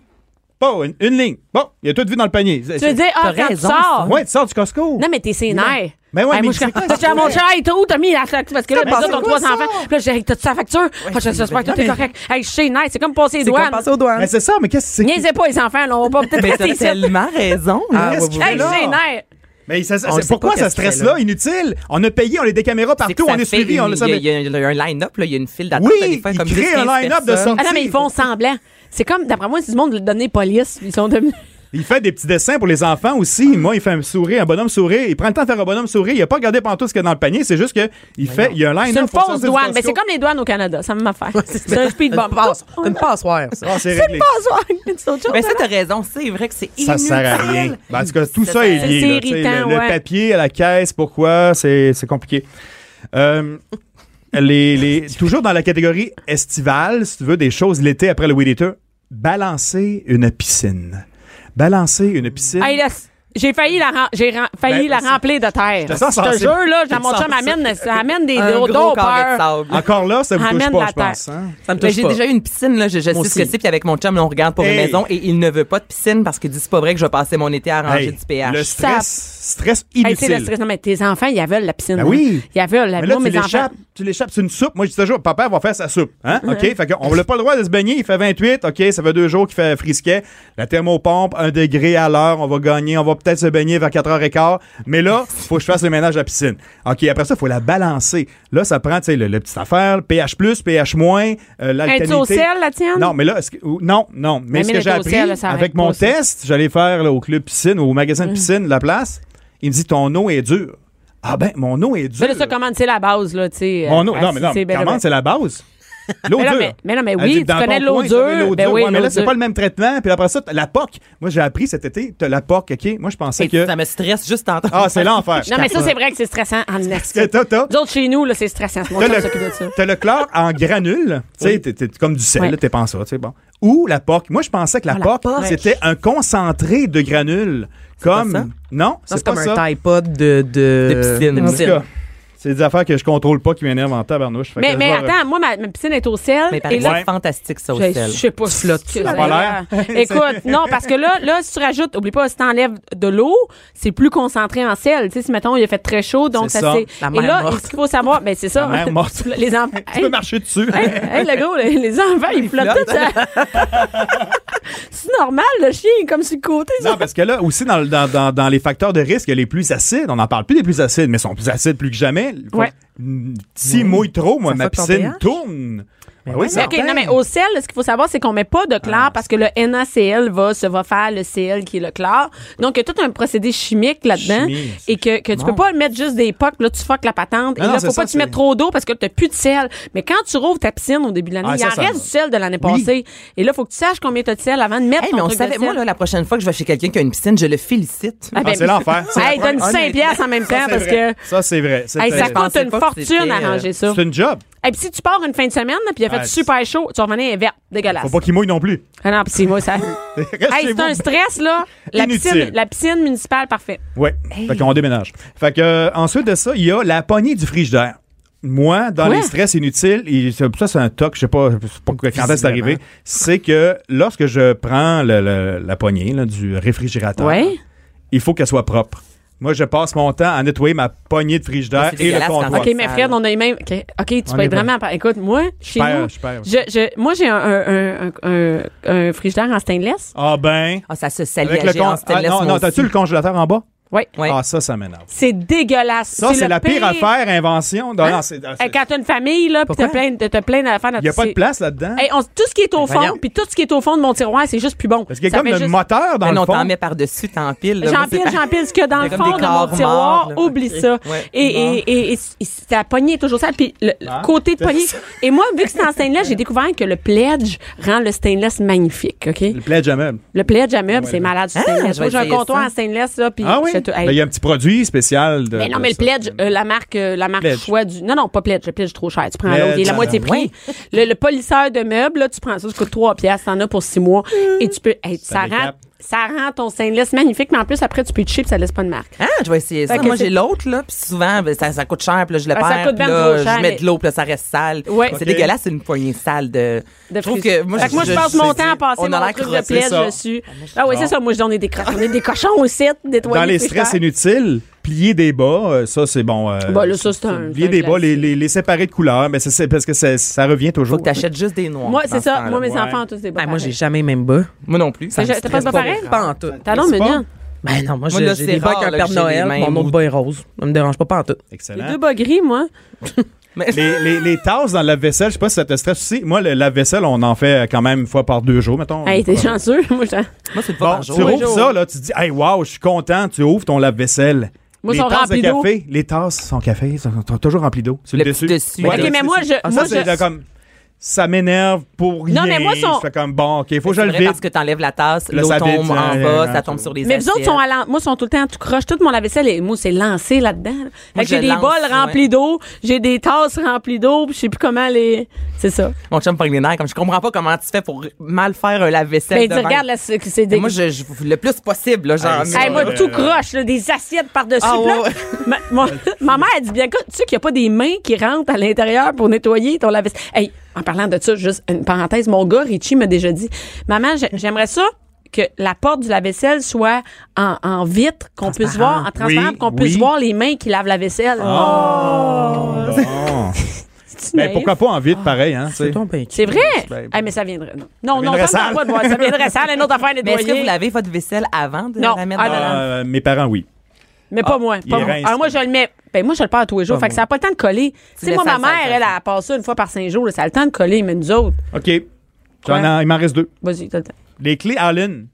Speaker 5: Pas une, une ligne. Bon, il a tout vu dans le panier.
Speaker 3: Tu veux dire, ah,
Speaker 4: T'as
Speaker 3: quand
Speaker 4: raison,
Speaker 3: tu sors.
Speaker 5: Ouais, tu sors du Costco.
Speaker 3: Non, mais t'es sénère.
Speaker 5: Ben ouais, mais
Speaker 3: moi,
Speaker 5: c'est
Speaker 3: je
Speaker 5: quoi,
Speaker 3: Parce que
Speaker 5: c'est
Speaker 3: mon
Speaker 5: vrai?
Speaker 3: cher, et tout, t'as mis la facture. Parce que là,
Speaker 6: C'est
Speaker 3: t'as
Speaker 6: pas
Speaker 3: ton
Speaker 6: ça,
Speaker 3: trois
Speaker 6: quoi,
Speaker 3: enfants. Puis là, j'ai hey, t'as-tu sa facture? Ah, J'espère que t'es correct. Hey, je suis sénère. C'est comme passer les
Speaker 6: C'est comme
Speaker 3: douanes.
Speaker 6: passer aux douanes.
Speaker 5: Mais Ben, c'est ça, mais qu'est-ce que c'est?
Speaker 3: Niaisez pas, les enfants, là. On va pas peut-être [LAUGHS]
Speaker 4: Mais
Speaker 3: rester
Speaker 4: t'as
Speaker 3: ici.
Speaker 4: tellement raison,
Speaker 6: Ah,
Speaker 4: là.
Speaker 6: ouais,
Speaker 5: Qu'est-ce
Speaker 6: ouais,
Speaker 5: qu'il
Speaker 6: ouais.
Speaker 5: fait
Speaker 3: Hey, je
Speaker 5: là?
Speaker 3: suis sénère.
Speaker 5: Mais ça- ça-
Speaker 6: On le
Speaker 5: c'est
Speaker 6: sait
Speaker 5: pourquoi
Speaker 6: pas
Speaker 5: ça
Speaker 6: qu'est-ce qu'il fait,
Speaker 5: stress-là,
Speaker 6: là.
Speaker 5: inutile? On a payé, on a des caméras
Speaker 4: C'est que
Speaker 5: partout,
Speaker 4: ça
Speaker 5: on est
Speaker 4: fait
Speaker 5: suivi,
Speaker 4: une-
Speaker 5: on le
Speaker 4: Il
Speaker 5: savait.
Speaker 4: y a- il y a un line-up, là, il y a une file d'attente.
Speaker 5: Oui,
Speaker 4: ça des fois,
Speaker 5: il
Speaker 4: comme
Speaker 5: crée
Speaker 4: 10,
Speaker 5: un
Speaker 4: 15
Speaker 5: line-up de
Speaker 4: personnes.
Speaker 5: sortie.
Speaker 3: Ah non, mais ils font semblant. C'est comme, d'après moi, c'est du monde de donner police. Ils sont devenus.
Speaker 5: Il fait des petits dessins pour les enfants aussi. Moi, il fait un sourire, un bonhomme sourire. Il prend le temps de faire un bonhomme sourire. Il a pas regardé pantoute ce qu'il y a dans le panier. C'est juste que il fait, il y a un line
Speaker 3: C'est une fausse douane. Mais c'est comme les douanes au Canada. Ça m'a fait. C'est un speed
Speaker 6: Une
Speaker 3: bump.
Speaker 6: passe- une passoire, ça.
Speaker 5: Ah,
Speaker 3: C'est
Speaker 5: c'est
Speaker 3: une
Speaker 5: réglé.
Speaker 3: passoire. [LAUGHS] C'est
Speaker 4: [LAUGHS]
Speaker 3: autre chose. hein.
Speaker 4: Mais Ben, ça, t'as raison. C'est vrai que c'est
Speaker 5: Ça
Speaker 4: inutile.
Speaker 5: sert à rien. Ben, en tout cas, tout ça est
Speaker 3: c'est
Speaker 5: lié. là, tu sais,
Speaker 3: irritant,
Speaker 5: le, le
Speaker 3: ouais.
Speaker 5: papier à la caisse, pourquoi, c'est c'est compliqué. Euh, les, les- toujours dans la catégorie estivale, si tu veux, des choses l'été après le Weed Eater, balancer une piscine. Balancer une piscine.
Speaker 3: Hey, là, j'ai failli la, ren- j'ai ren- failli
Speaker 5: Ben,
Speaker 3: la
Speaker 5: c'est-
Speaker 3: remplir de terre.
Speaker 5: te sens
Speaker 3: Je te
Speaker 5: sensible.
Speaker 3: jure, là, dans
Speaker 5: Je te
Speaker 3: mon
Speaker 5: sens
Speaker 3: chum, amène, ça amène des
Speaker 4: Un
Speaker 3: dos
Speaker 4: gros carré de sable.
Speaker 5: Encore là, ça vous touche
Speaker 3: Ramène
Speaker 5: pas,
Speaker 3: la
Speaker 5: je pense. hein?
Speaker 6: Ça me
Speaker 4: Mais
Speaker 6: touche
Speaker 4: j'ai
Speaker 6: pas.
Speaker 4: déjà eu une piscine, là, je, je sais
Speaker 6: Moi
Speaker 4: ce que
Speaker 6: aussi.
Speaker 4: c'est, puis avec mon chum, là, on regarde pour
Speaker 5: Hey.
Speaker 4: une maison et il ne veut pas de piscine parce qu'il dit c'est pas vrai que je vais passer mon été à ranger
Speaker 5: Hey,
Speaker 4: Ah, du pH.
Speaker 5: le stress, stress
Speaker 3: Hey, tu sais, le
Speaker 5: inutile.
Speaker 3: stress. Non, mais tes enfants, ils veulent la piscine.
Speaker 5: Ben
Speaker 3: hein.
Speaker 5: oui.
Speaker 3: Ils veulent la
Speaker 5: mais là,
Speaker 3: Moi,
Speaker 5: tu
Speaker 3: mes enfants.
Speaker 5: l'échappes. tu l'échappes, c'est une soupe. Moi, je dis toujours, papa va faire sa soupe. Hein? OK? Fait qu'on n'a pas le droit de se baigner. Il fait 28. OK, ça fait deux jours qu'il fait frisquet. La thermopompe, un degré à l'heure. On va gagner. On va peut-être se baigner vers 4h15. Mais là, faut que je fasse le ménage à la piscine. OK, après ça, il faut la balancer. Là, ça prend, tu sais, le, le petit affaire, le pH, pH-, euh, l'alcalinité.
Speaker 3: Es-tu au sel, la tienne? Ben,
Speaker 5: Non, mais là, est-ce que- ou- non, non. Mais,
Speaker 3: Mais
Speaker 5: ce que
Speaker 3: le
Speaker 5: j'ai appris
Speaker 3: dossier, là, ça
Speaker 5: avec
Speaker 3: arrête
Speaker 5: mon
Speaker 3: pas, ça. Hum.
Speaker 5: test, j'allais faire là, au club piscine, au magasin de piscine de la place, il me dit ton eau est dure. Ah ben, mon eau est dure.
Speaker 3: Ça, là, ça, comment c'est la base, là, tu sais.
Speaker 5: Mon eau,
Speaker 3: euh,
Speaker 5: non, mais non,
Speaker 3: c'est bien,
Speaker 5: comment
Speaker 3: ouais.
Speaker 5: c'est la base? L'eau
Speaker 3: [LAUGHS] Mais non,
Speaker 5: dure.
Speaker 3: mais- mais non, mais
Speaker 5: Elle
Speaker 3: oui,
Speaker 5: dit,
Speaker 3: tu
Speaker 5: dans ton
Speaker 3: connais l'eau
Speaker 5: coin, tu connais
Speaker 3: dure.
Speaker 5: l'eau
Speaker 3: Ben
Speaker 5: dure.
Speaker 3: oui,
Speaker 5: Ouais, mais
Speaker 3: l'eau
Speaker 5: là, c'est
Speaker 3: dure.
Speaker 5: pas le même traitement. Puis après ça, t'as la POC. Moi, j'ai appris cet été, t'as la POC, OK? Moi, je pensais que.
Speaker 4: Ça me stresse juste d'entendre.
Speaker 5: Ah, c'est l'enfer.
Speaker 3: ben. Non, mais ça, c'est vrai que c'est stressant
Speaker 5: [LAUGHS]
Speaker 3: en esti.
Speaker 5: que t'as- t'as-
Speaker 3: Nous autres, chez nous, là, c'est stressant. Mon
Speaker 5: T'as
Speaker 3: chum s'occupe de ça.
Speaker 5: le, t'as le chlore en granules, tu sais, t'es- t'es comme du sel,
Speaker 3: Ouais. Ah,
Speaker 5: là, t'es pensé, tu sais, bon. Ou la POC. Moi, je pensais que la, POC, c'était un concentré de granules. Comme.
Speaker 4: pas ça?
Speaker 5: Non,
Speaker 6: Non, c'est
Speaker 5: c'est pas
Speaker 6: comme
Speaker 5: ça.
Speaker 6: un iPod de.
Speaker 4: [LAUGHS] De piscine.
Speaker 5: En tout cas, c'est des affaires que je contrôle pas qui m'énervent en tabarnouche. Fait que
Speaker 3: Mais,
Speaker 5: je euh,
Speaker 3: mais
Speaker 5: vais-
Speaker 3: attends, moi, ma, ma piscine est au sel.
Speaker 4: Mais par
Speaker 3: et là,
Speaker 4: exemple, fantastique, ça, au
Speaker 3: je
Speaker 4: sel.
Speaker 3: je sais pas si
Speaker 6: flottes-tu
Speaker 3: c'est-
Speaker 5: dans l'air?
Speaker 3: [LAUGHS]
Speaker 5: [LAUGHS]
Speaker 3: Écoute, non, parce que là, là, si tu rajoutes, oublie pas, si t'enlèves de l'eau, c'est plus concentré en sel. Tu sais, si mettons, il a fait très chaud, donc
Speaker 5: C'est
Speaker 3: ça,
Speaker 5: ça.
Speaker 3: c'est.
Speaker 6: La
Speaker 3: Et
Speaker 6: mer
Speaker 3: là,
Speaker 6: morte.
Speaker 3: ce qu'il faut savoir, ben, c'est ça.
Speaker 5: La mer morte.
Speaker 3: [LAUGHS] Les enfants.
Speaker 5: Tu peux marcher dessus.
Speaker 3: Hey, hey, le gros, les, les enfants, ils flottent tout ça. [LAUGHS] c'est normal, le chien est comme sur le côté. ça.
Speaker 5: Non, ben, parce que là, aussi, dans, le- dans, dans, dans les facteurs de risque, il y a les plus acides. On n'en parle plus des plus acides, mais ils sont plus acides plus que jamais.
Speaker 3: Ouais.
Speaker 5: Mm, S'il mouille trop, moi,
Speaker 6: Ça
Speaker 5: ma
Speaker 6: fuck ton
Speaker 5: piscine
Speaker 6: pH?
Speaker 5: tourne. Ben oui,
Speaker 6: ouais.
Speaker 5: ça
Speaker 3: OK, non, mais
Speaker 5: tourne.
Speaker 3: au sel, ce qu'il faut savoir, c'est qu'on met pas de
Speaker 5: Ah.
Speaker 3: chlore parce que le NaCl va, se va faire le Cl qui est le chlore. Donc, il y a tout un procédé chimique là-dedans.
Speaker 5: Chimie, c'est-
Speaker 3: Et que, que tu peux pas mettre juste des pocs, là, tu fuck la patente.
Speaker 5: Non,
Speaker 3: et
Speaker 5: non,
Speaker 3: là,
Speaker 5: c'est
Speaker 3: faut
Speaker 5: ça,
Speaker 3: pas que
Speaker 5: c'est-
Speaker 3: tu mettes trop d'eau parce que t'as plus de sel. Mais quand tu rouvres ta piscine au début de l'année,
Speaker 5: Ah,
Speaker 3: il
Speaker 5: ça,
Speaker 3: en
Speaker 5: ça-
Speaker 3: reste du sel de l'année
Speaker 5: Oui.
Speaker 3: passée. Et là, faut que tu saches combien t'as de sel avant de mettre
Speaker 4: Hey,
Speaker 3: ton
Speaker 4: mais on
Speaker 3: truc de
Speaker 4: savait,
Speaker 3: sel.
Speaker 4: moi, là, la prochaine fois que je vais chez quelqu'un qui a une piscine, je le félicite.
Speaker 3: Ah, ben,
Speaker 5: Ah, c'est l'enfer.
Speaker 3: [LAUGHS]
Speaker 5: C'est
Speaker 3: Hey,
Speaker 5: l'enfer.
Speaker 3: donne 5 piastres en même temps
Speaker 5: Ça, c'est
Speaker 3: parce que.
Speaker 5: vrai. Ça, c'est vrai. C'est
Speaker 3: Hey, ça
Speaker 5: euh,
Speaker 3: coûte
Speaker 4: pensais
Speaker 3: une
Speaker 4: pas que
Speaker 3: fortune
Speaker 4: c'était, euh,
Speaker 3: à ranger ça.
Speaker 5: c'est une job.
Speaker 3: Et puis si tu pars une fin de semaine, là, puis il a fait
Speaker 5: Ouais,
Speaker 3: super chaud, tu vas revenir verte, dégueulasse.
Speaker 5: Faut pas qu'il mouille non plus. [LAUGHS]
Speaker 3: Ah non, puis c'est moi, ça.
Speaker 5: Reste
Speaker 3: Hey,
Speaker 5: chez
Speaker 3: c'est
Speaker 5: vous.
Speaker 3: un stress, là. La
Speaker 5: Inutile.
Speaker 3: piscine, la piscine municipale, parfait.
Speaker 5: Ouais. Fait qu'on déménage. Fait que, euh, ensuite de ça, il y a la poignée du frigidaire. Moi, dans
Speaker 3: Quoi?
Speaker 5: les stress inutiles, et ça, ça, c'est un toc, je sais pas, je sais pas quand est-ce que c'est arrivé, c'est que lorsque je prends le- le- la poignée là, du réfrigérateur,
Speaker 3: Ouais.
Speaker 5: il faut qu'elle soit propre. Moi, je passe mon temps à nettoyer ma poignée de frigidaire
Speaker 4: Mais Ah, c'est
Speaker 5: et le
Speaker 4: dégueulasse quand
Speaker 5: comptoir.
Speaker 3: OK, mais Fred, on a les mêmes. OK, OK, tu
Speaker 5: On
Speaker 3: peux
Speaker 5: est
Speaker 3: être vraiment. par- Écoute, moi, chez
Speaker 5: perds,
Speaker 3: nous.
Speaker 5: je perds.
Speaker 3: je- je- moi, j'ai un, un, un- un- un- un frigidaire en stainless.
Speaker 5: Ah ben,
Speaker 4: Ah, ça se salit
Speaker 5: avec
Speaker 4: à
Speaker 5: le con-
Speaker 4: géant stainless,
Speaker 5: Ah, non,
Speaker 4: moi
Speaker 5: non,
Speaker 4: aussi.
Speaker 5: t'as-tu le congélateur en bas?
Speaker 3: Oui.
Speaker 4: Ouais.
Speaker 5: Ah, ça, ça m'énerve.
Speaker 3: C'est dégueulasse.
Speaker 5: Ça, c'est
Speaker 3: le
Speaker 5: la pire affaire, invention.
Speaker 4: Hein?
Speaker 5: Non, non, c'est-
Speaker 3: Hey,
Speaker 5: c'est-
Speaker 3: Quand t'as une famille, là, puis t'as
Speaker 6: Pourquoi?
Speaker 3: plein, de- t'as plein d'affaires.
Speaker 5: il n'y a pas de place hein? là-dedans.
Speaker 3: Hey, on- tout ce qui est au fond,
Speaker 6: voyons.
Speaker 3: puis tout ce qui est au fond de mon tiroir, c'est juste plus bon.
Speaker 5: Parce qu'il y
Speaker 3: Ça
Speaker 5: a comme
Speaker 3: fait
Speaker 5: le
Speaker 3: juste-
Speaker 5: moteur dans
Speaker 4: Mais
Speaker 5: le
Speaker 4: Ben non,
Speaker 5: fond.
Speaker 4: t'en mets par-dessus, t'empiles. là. Moi, c'est
Speaker 3: J'empile,
Speaker 4: pas-
Speaker 3: j'empile ce qu'il y a dans le
Speaker 4: Comme
Speaker 3: fond
Speaker 4: des
Speaker 3: de mon
Speaker 4: corps
Speaker 3: tiroir.
Speaker 4: morts, là.
Speaker 3: Oublie
Speaker 4: Ok.
Speaker 3: ça.
Speaker 4: Ouais.
Speaker 3: Et, et, et, et, et ta poignée est toujours sale. Puis le le
Speaker 5: Ah.
Speaker 3: côté de poignée. Et moi, vu que c'est en stainless, j'ai découvert que le pledge rend le stainless magnifique. OK?
Speaker 5: Le plaid jamais.
Speaker 3: Le pledge à meubles, c'est malade du
Speaker 4: Ah,
Speaker 3: stainless.
Speaker 4: je vais
Speaker 3: Moi, J'ai un
Speaker 4: essayer
Speaker 3: comptoir
Speaker 4: ça.
Speaker 3: en stainless, là. Puis
Speaker 5: Ah oui?
Speaker 3: je fais tout- hey.
Speaker 5: Ben, il y a un petit produit spécial. De,
Speaker 3: mais non, mais le
Speaker 5: de ça.
Speaker 3: pledge, euh, la marque, euh, la marque
Speaker 5: Pledge.
Speaker 3: choix du. Non, non, pas pledge. Le pledge est trop cher. Tu prends
Speaker 5: Pledge,
Speaker 3: l'autre. Il est la
Speaker 5: ah,
Speaker 3: moitié prix. Le, le polisseur de meubles, là, tu prends ça, ça coûte 3 piastres. T'en as pour 6 mois. Et tu peux. hey, ça, rend,
Speaker 5: décape.
Speaker 3: ça rend ton stainless magnifique, mais en plus, après, tu peux te chip, ça laisse pas de marque.
Speaker 4: Ah, je vais essayer ça.
Speaker 3: Fait que
Speaker 4: Moi,
Speaker 3: c'est-
Speaker 4: j'ai l'autre, là, puis souvent, ben, ça, ça coûte cher, puis là, je le
Speaker 3: Ah, ça
Speaker 4: perds,
Speaker 3: coûte
Speaker 4: puis
Speaker 3: ben
Speaker 4: là,
Speaker 3: trop cher,
Speaker 4: je mets
Speaker 3: mais-
Speaker 4: de l'eau, puis là, ça reste sale.
Speaker 3: Ouais.
Speaker 4: C'est
Speaker 5: Ok.
Speaker 4: dégueulasse, c'est une poignée sale de...
Speaker 3: de
Speaker 4: je trouve
Speaker 3: fruits.
Speaker 4: que moi,
Speaker 3: Fait que moi, je, passe mon temps à passer
Speaker 4: on a
Speaker 3: mon
Speaker 4: l'air
Speaker 3: truc de
Speaker 4: crossé,
Speaker 3: plaid
Speaker 5: ça.
Speaker 3: dessus. Ah oui, c'est ça. Moi, je donne des crottes. On est des cochons aussi, nettoyer.
Speaker 5: Dans les
Speaker 3: frigidaires.
Speaker 5: stress inutiles, plier des bas, euh, ça, c'est bon. euh,
Speaker 3: Bah, là, ça, c'est un-
Speaker 5: Plier
Speaker 3: c'est un
Speaker 5: des bas,
Speaker 3: classique.
Speaker 5: les, les, les séparer de couleur, mais c'est- c'est parce que ça, ça revient toujours.
Speaker 4: Faut que t'achètes juste des noirs.
Speaker 3: Moi,
Speaker 4: dans
Speaker 3: c'est
Speaker 4: ce
Speaker 3: ça.
Speaker 4: temps-là.
Speaker 3: Moi, mes
Speaker 5: ouais.
Speaker 3: enfants ont tous des
Speaker 6: Ben,
Speaker 3: bas.
Speaker 6: moi, j'ai jamais même bas.
Speaker 4: Moi non plus.
Speaker 3: Mais je- T'as pas de bas pareil?
Speaker 6: Pas en tout.
Speaker 3: T'as l'air
Speaker 5: c'est pas-
Speaker 3: mignon.
Speaker 6: Ben non, moi,
Speaker 4: Moi,
Speaker 6: j'ai-
Speaker 4: là,
Speaker 6: j'ai
Speaker 4: c'est
Speaker 6: des bas
Speaker 4: rare,
Speaker 6: avec un
Speaker 4: là,
Speaker 6: Père
Speaker 4: que j'ai les
Speaker 6: Noël,
Speaker 4: mêmes
Speaker 6: mon
Speaker 4: ou-
Speaker 6: autre bas est rose. Ça me dérange pas, pas en tout.
Speaker 3: Les
Speaker 5: Excellent.
Speaker 3: deux bas gris, moi.
Speaker 4: Mais-
Speaker 5: Les, les, les tasses dans le lave-vaisselle, je sais pas si ça te stresse aussi. Moi, le lave-vaisselle, on en fait quand même une fois par deux jours, mettons.
Speaker 3: Hey, t'es
Speaker 5: Bon,
Speaker 3: chanceux. [LAUGHS] Moi, j'en-
Speaker 4: Moi, c'est pas par
Speaker 5: tu
Speaker 4: jour.
Speaker 3: Bonjour.
Speaker 5: ouvres ça, là, tu te dis, hey, wow, je suis content, tu ouvres ton lave-vaisselle.
Speaker 3: Moi,
Speaker 5: les
Speaker 3: sont
Speaker 5: tasses de
Speaker 3: remplis d'eau.
Speaker 5: café, les tasses sont café, sont sont toujours remplies d'eau. C'est
Speaker 4: Le petit dessus. Ok,
Speaker 5: le
Speaker 4: mais
Speaker 5: petit
Speaker 3: moi,
Speaker 5: dessus.
Speaker 3: je-
Speaker 5: Ah,
Speaker 3: moi,
Speaker 5: ça, c'est
Speaker 3: je-
Speaker 5: de comme, ça m'énerve pour rien.
Speaker 3: Non, mais moi, sont-
Speaker 5: Je fais comme, bon, OK, faut que je
Speaker 4: C'est
Speaker 5: le
Speaker 4: vrai,
Speaker 5: vide.
Speaker 4: Parce que t'enlèves la tasse,
Speaker 5: Là,
Speaker 4: l'eau
Speaker 5: ça
Speaker 4: tombe
Speaker 5: vide,
Speaker 4: en
Speaker 5: ça-
Speaker 4: bas,
Speaker 5: euh,
Speaker 4: ça tombe sur les
Speaker 3: Mais vous autres
Speaker 4: assiettes.
Speaker 3: sont à l'en- moi sont tout le temps tout croche tout mon lave-vaisselle et moi c'est lancé là-dedans. Fait
Speaker 4: Moi,
Speaker 3: que j'ai
Speaker 4: je
Speaker 3: des
Speaker 4: lance,
Speaker 3: bols
Speaker 4: ouais.
Speaker 3: remplis d'eau, j'ai des tasses remplies d'eau, puis je sais plus comment les c'est ça.
Speaker 4: Mon chum pogne les nerfs, comme je comprends pas comment tu fais pour mal faire un lave-vaisselle
Speaker 3: Ben dis,
Speaker 4: demain.
Speaker 3: regarde là c'est c'est
Speaker 4: Mais
Speaker 3: des
Speaker 4: Moi, je, je- le plus possible, là, genre...
Speaker 5: Hey,
Speaker 4: mais-
Speaker 3: Hey, moi,
Speaker 5: Ouais.
Speaker 3: tout croche, là, des assiettes par-dessus.
Speaker 4: Ah,
Speaker 3: puis là,
Speaker 4: ouais, ouais.
Speaker 3: ma,
Speaker 4: [LAUGHS]
Speaker 3: mon- ma mère, elle dit bien, écoute, tu sais qu'il n'y a pas des mains qui rentrent à l'intérieur pour nettoyer ton lave-vaisselle. Hey, en parlant de ça, juste une parenthèse, mon gars, Richie, m'a déjà dit Maman, j'ai- j'aimerais ça que la porte du lave-vaisselle soit en, en vitre, qu'on puisse voir, en transparent,
Speaker 5: Oui,
Speaker 3: qu'on puisse
Speaker 5: oui.
Speaker 3: [LAUGHS] voir les mains qui lavent la vaisselle.
Speaker 5: Oh.
Speaker 3: petit
Speaker 5: Ben,
Speaker 3: Oh! naïf.
Speaker 5: pourquoi pas en vide,
Speaker 3: Ah.
Speaker 5: pareil, hein? tu sais.
Speaker 6: C'est ton pain.
Speaker 3: C'est vrai?
Speaker 5: Ben,
Speaker 3: Ah, mais ça viendrait. Non, non, non, ça
Speaker 5: viendrait
Speaker 3: me
Speaker 5: sale.
Speaker 3: tente pas de voir. Ça viendrait sale, une autre affaire
Speaker 4: [LAUGHS] Mais est-ce que vous
Speaker 3: nettoyée.
Speaker 4: lavez votre vaisselle avant de
Speaker 3: Non.
Speaker 4: la mettre
Speaker 3: Ah,
Speaker 4: dans
Speaker 3: non, non.
Speaker 5: Euh, mes parents, oui.
Speaker 3: Mais pas moi.
Speaker 5: Ah, il
Speaker 3: Pas moi.
Speaker 5: rince.
Speaker 3: Alors moi, je le mets. Ben moi, je le perds à tous les jours. fait que ça n'a pas le temps de coller. Tu sais,
Speaker 4: laisses
Speaker 3: moi, ma
Speaker 4: ça, ça,
Speaker 3: mère,
Speaker 4: ça.
Speaker 3: elle, a passé une fois par cinq jours. là, ça a le temps de coller, mais nous autres,
Speaker 5: OK. J'en
Speaker 3: Quoi?
Speaker 5: ai- il m'en reste deux.
Speaker 3: vas-y, t'as le temps.
Speaker 5: Les clés Allen.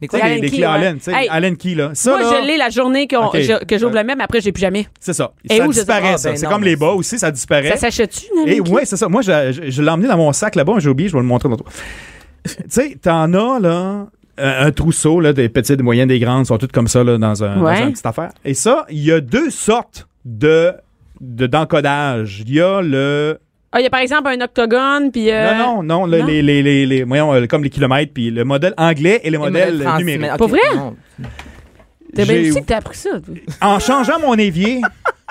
Speaker 4: Les
Speaker 5: Tu sais,
Speaker 3: Allen
Speaker 5: les, les
Speaker 3: key,
Speaker 5: clés
Speaker 3: ouais.
Speaker 5: Allen, tu sais,
Speaker 3: Hey.
Speaker 5: Allen key, là. Ça,
Speaker 3: Moi,
Speaker 5: là,
Speaker 3: je l'ai la journée qu'on-
Speaker 5: Ok.
Speaker 3: je- que j'ouvre le même. Après, j'ai plus jamais.
Speaker 5: c'est ça.
Speaker 3: Et
Speaker 5: ça
Speaker 3: où, je sais
Speaker 5: disparaît,
Speaker 4: pas.
Speaker 5: ça.
Speaker 4: Ah, ben
Speaker 5: c'est
Speaker 4: non,
Speaker 5: comme
Speaker 4: mais
Speaker 5: les bas aussi, ça disparaît.
Speaker 3: Ça s'achète-tu, une
Speaker 5: Et
Speaker 3: amie?
Speaker 5: Eh? ouais, c'est ça. Moi, je, je- je l'ai emmené dans mon sac là-bas, j'ai oublié, je vais le montrer dans toi. tu sais, t'en as, là, euh, un, un trousseau, là, des petites, des moyennes, des grandes, sont toutes comme ça, là, dans un,
Speaker 3: Ouais.
Speaker 5: dans une petite affaire. Et ça, il y a deux sortes de de- d'encodage. Il y a le...
Speaker 3: Ah, il y a par exemple un octogone, puis. euh,
Speaker 5: non, non, non, le-
Speaker 3: non.
Speaker 5: Les, les, les, les- voyons, euh, comme les kilomètres, puis le modèle anglais et le modèle
Speaker 4: modèles
Speaker 5: numérique.
Speaker 4: transmis-
Speaker 3: Pour
Speaker 4: ok,
Speaker 3: vrai?
Speaker 4: non.
Speaker 3: T'as bien
Speaker 5: J'ai-
Speaker 3: aussi que t'as appris ça. toi.
Speaker 5: En changeant mon
Speaker 3: [LAUGHS]
Speaker 5: évier,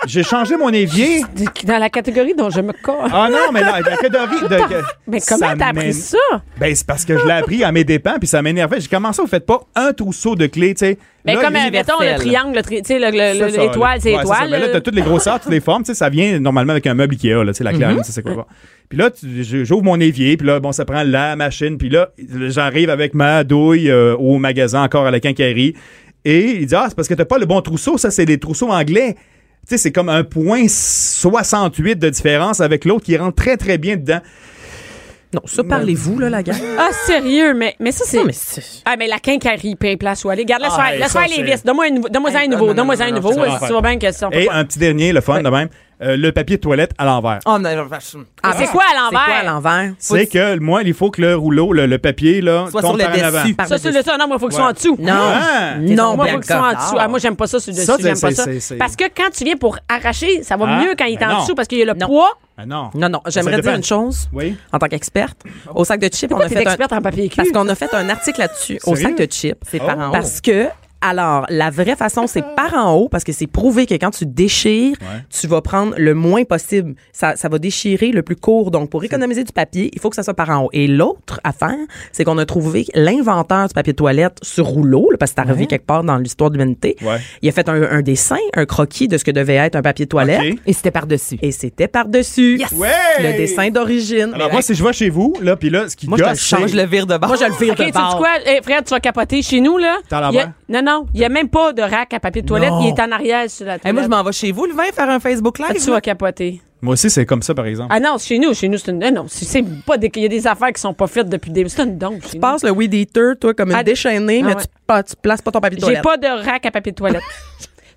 Speaker 5: j'ai changé mon évier.
Speaker 3: Dans la catégorie dont je me colle.
Speaker 5: Eh? Ah non, mais là, que de, de- que-
Speaker 3: Mais
Speaker 5: ça
Speaker 3: comment t'as
Speaker 5: m'én-
Speaker 3: appris ça?
Speaker 5: Ben, c'est parce que je l'ai appris à mes dépens, puis ça m'énervait. J'ai commencé, vous faites pas un trousseau de clés, tu sais.
Speaker 3: Mais
Speaker 5: Là,
Speaker 3: comme,
Speaker 5: il-
Speaker 3: euh, mettons, le
Speaker 4: universel.
Speaker 3: triangle, le tri- tu sais, le-
Speaker 5: C'est
Speaker 3: le-
Speaker 5: ça,
Speaker 3: le- l'étoile, c'est
Speaker 5: Ouais, ça.
Speaker 3: étoile.
Speaker 5: Mais là, t'as toutes les grosseurs, toutes les formes, tu sais, ça vient normalement avec un meuble Ikea, là, tu sais, la clé,
Speaker 3: Mm-hmm.
Speaker 5: à la main, ça, c'est quoi. pas. Puis là, tu- je- j'ouvre mon évier, puis là, bon, ça prend la machine, puis là, j'arrive avec ma douille euh, au magasin, encore à la quincaillerie, et il dit, ah, c'est parce que t'as pas le bon trousseau, ça, c'est des trousseaux anglais. Tu sais, c'est comme un point 68 de différence avec l'autre qui rentre très, très bien dedans.
Speaker 6: Non, ça, parlez-vous, là, la
Speaker 3: [LAUGHS]
Speaker 6: gars.
Speaker 3: Ah, sérieux, mais, mais ça, c'est.
Speaker 6: Non, mais c'est.
Speaker 3: Ah, mais la quincaillerie, paye place où aller. Garde, laisse
Speaker 5: Ah,
Speaker 3: faire,
Speaker 5: hey,
Speaker 3: laisse
Speaker 5: ça,
Speaker 3: faire les
Speaker 5: c'est-
Speaker 3: vis. Donne-moi une- donne-moi un
Speaker 4: Hey,
Speaker 3: nouveau.
Speaker 4: non,
Speaker 3: donne-moi
Speaker 4: non,
Speaker 3: un
Speaker 4: non,
Speaker 3: nouveau.
Speaker 4: non,
Speaker 5: non,
Speaker 3: Si tu vas bien que ça. on peut
Speaker 5: Et
Speaker 3: pas-
Speaker 5: un petit dernier, le fun de même, euh, le papier de toilette à l'envers.
Speaker 4: Oh, non, je-
Speaker 3: Ah, c'est quoi à
Speaker 6: C'est quoi à
Speaker 3: l'envers?
Speaker 6: l'envers?
Speaker 5: C'est que, moi, il faut que le rouleau, le, le papier, là,
Speaker 4: Soit
Speaker 5: tombe
Speaker 4: sur le
Speaker 5: par en avant.
Speaker 4: dessus.
Speaker 3: Ça, c'est le ça. Non, moi, il faut que ce soit
Speaker 5: Ouais.
Speaker 3: en dessous.
Speaker 6: Non.
Speaker 5: Ah!
Speaker 6: Non,
Speaker 3: moi, il faut que ce soit en
Speaker 6: Bianca.
Speaker 3: dessous. Ah, moi, j'aime pas ça sur le
Speaker 5: Ça,
Speaker 3: dessus. J'aime
Speaker 5: c'est-
Speaker 3: pas ça.
Speaker 5: c'est- c'est-
Speaker 3: Parce que quand tu viens pour arracher, ça va
Speaker 5: Ah,
Speaker 3: mieux quand il est
Speaker 5: ben
Speaker 3: en
Speaker 5: non.
Speaker 3: dessous parce qu'il y a le
Speaker 6: Non.
Speaker 3: poids.
Speaker 5: Ben non.
Speaker 6: Non, non,
Speaker 5: Ça
Speaker 6: j'aimerais
Speaker 5: dépend.
Speaker 6: dire une chose.
Speaker 5: Oui.
Speaker 6: En tant qu'experte, au sac de chips, on
Speaker 3: Pourquoi
Speaker 6: a
Speaker 3: t'es
Speaker 6: fait un,
Speaker 3: experte en papier cul?
Speaker 6: parce qu'on a fait un article là-dessus au
Speaker 5: Sérieux?
Speaker 6: sac de chips.
Speaker 4: C'est par en haut.
Speaker 6: Parce que, alors, la vraie façon, c'est par en haut, parce que c'est prouvé que quand tu déchires, tu vas prendre le moins possible. Ça, ça va déchirer le plus court. Donc, pour économiser du papier, il faut que ça soit par en haut. Et l'autre affaire, c'est qu'on a trouvé l'inventeur du papier de toilette sur rouleau, là, parce que c'est arrivé quelque part dans l'histoire de l'humanité.
Speaker 5: Ouais.
Speaker 6: Il a fait un, un dessin, un croquis de ce que devait être un papier de toilette.
Speaker 5: OK.
Speaker 4: Et c'était par-dessus.
Speaker 6: Et c'était par-dessus.
Speaker 5: Ouais!
Speaker 6: Le dessin d'origine.
Speaker 5: Alors, moi, si je vais chez vous, là, puis là, ce qui
Speaker 6: Moi, je te
Speaker 5: gosse,
Speaker 6: le
Speaker 5: c'est...
Speaker 4: Change le vire de bord.
Speaker 6: Moi, je le vire
Speaker 3: OK, tu
Speaker 6: de
Speaker 3: sais
Speaker 6: bord.
Speaker 3: quoi? Eh, Fred, tu vas capoter chez nous, là.
Speaker 5: T'es à l'envers?
Speaker 3: Il y a- Non, non. Il n'y a même pas de rack à papier de toilette. Il est en arrière sur la
Speaker 4: Hey,
Speaker 6: Eh,
Speaker 3: toilette.
Speaker 4: moi, je m'en vais chez vous, le vin, faire un Facebook Live.
Speaker 3: Ah, tu
Speaker 4: là.
Speaker 3: vas capoter.
Speaker 5: Moi aussi, c'est comme ça, par exemple.
Speaker 3: Ah non, chez nous, chez nous, c'est une. ah Non, c'est- c'est pas des. Il y a des affaires qui sont pas faites depuis des. C'est une donc.
Speaker 6: Tu passes le weed eater, toi, comme une
Speaker 3: Ah,
Speaker 6: déchaînée,
Speaker 3: ah
Speaker 6: mais
Speaker 3: ouais.
Speaker 6: tu, pas, tu places pas ton papier de
Speaker 3: J'ai
Speaker 6: toilette.
Speaker 3: pas de rack à papier de toilette.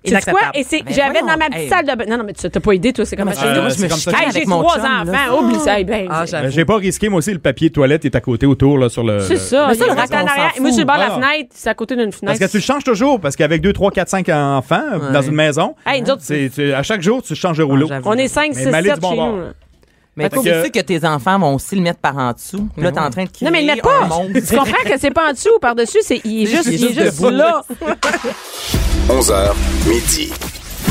Speaker 3: Tu sais quoi?
Speaker 6: Inacceptable.
Speaker 3: Et c'est,
Speaker 4: Ben
Speaker 3: j'avais dans ma
Speaker 4: voyons,
Speaker 3: petite
Speaker 4: hey.
Speaker 3: salle de bain. Non, non, mais tu t'as pas idée, toi, c'est comme
Speaker 4: Moi,
Speaker 3: ça.
Speaker 4: chez nous,
Speaker 5: Euh,
Speaker 4: je me
Speaker 5: c'est comme ça que
Speaker 4: chicane
Speaker 3: j'ai
Speaker 4: avec mon
Speaker 3: trois
Speaker 4: chum, là.
Speaker 3: enfants, oublie ça. Eh ben,
Speaker 6: Ah,
Speaker 3: c'est-
Speaker 5: Ben,
Speaker 6: j'avoue.
Speaker 5: j'ai pas risqué, moi aussi, le papier de toilette est à côté, autour, là, sur le...
Speaker 3: c'est
Speaker 5: le-
Speaker 3: ça,
Speaker 4: Mais
Speaker 3: il y a
Speaker 4: ça,
Speaker 3: le
Speaker 4: le
Speaker 3: rack
Speaker 4: reste,
Speaker 3: en
Speaker 4: on
Speaker 3: arrière.
Speaker 4: s'en
Speaker 3: Et Moi, je suis le bord de la
Speaker 5: Ah.
Speaker 3: fenêtre, c'est à côté d'une
Speaker 5: Parce
Speaker 3: fenêtre.
Speaker 5: que tu le changes toujours, parce qu'avec 2, 3, 4, 5 enfants euh, dans une maison,
Speaker 3: Hey, nous autres,
Speaker 5: c'est- tu- à chaque jour, tu changes le rouleau.
Speaker 6: j'avoue.
Speaker 3: On est 5,
Speaker 5: Mais
Speaker 3: 6, 7
Speaker 5: Malais
Speaker 3: chez
Speaker 5: du bon bord.
Speaker 3: nous. là.
Speaker 4: Mais
Speaker 5: Fait
Speaker 4: tu
Speaker 5: que-
Speaker 4: sais que tes enfants vont aussi le mettre par en dessous. Là, t'es en train de créer
Speaker 3: Non, mais ils le mettent
Speaker 4: un
Speaker 3: pas.
Speaker 4: monde.
Speaker 3: Tu comprends que c'est pas en dessous ou par-dessus, c'est, il est juste, il est juste
Speaker 4: debout.
Speaker 3: là.
Speaker 2: 11h, midi.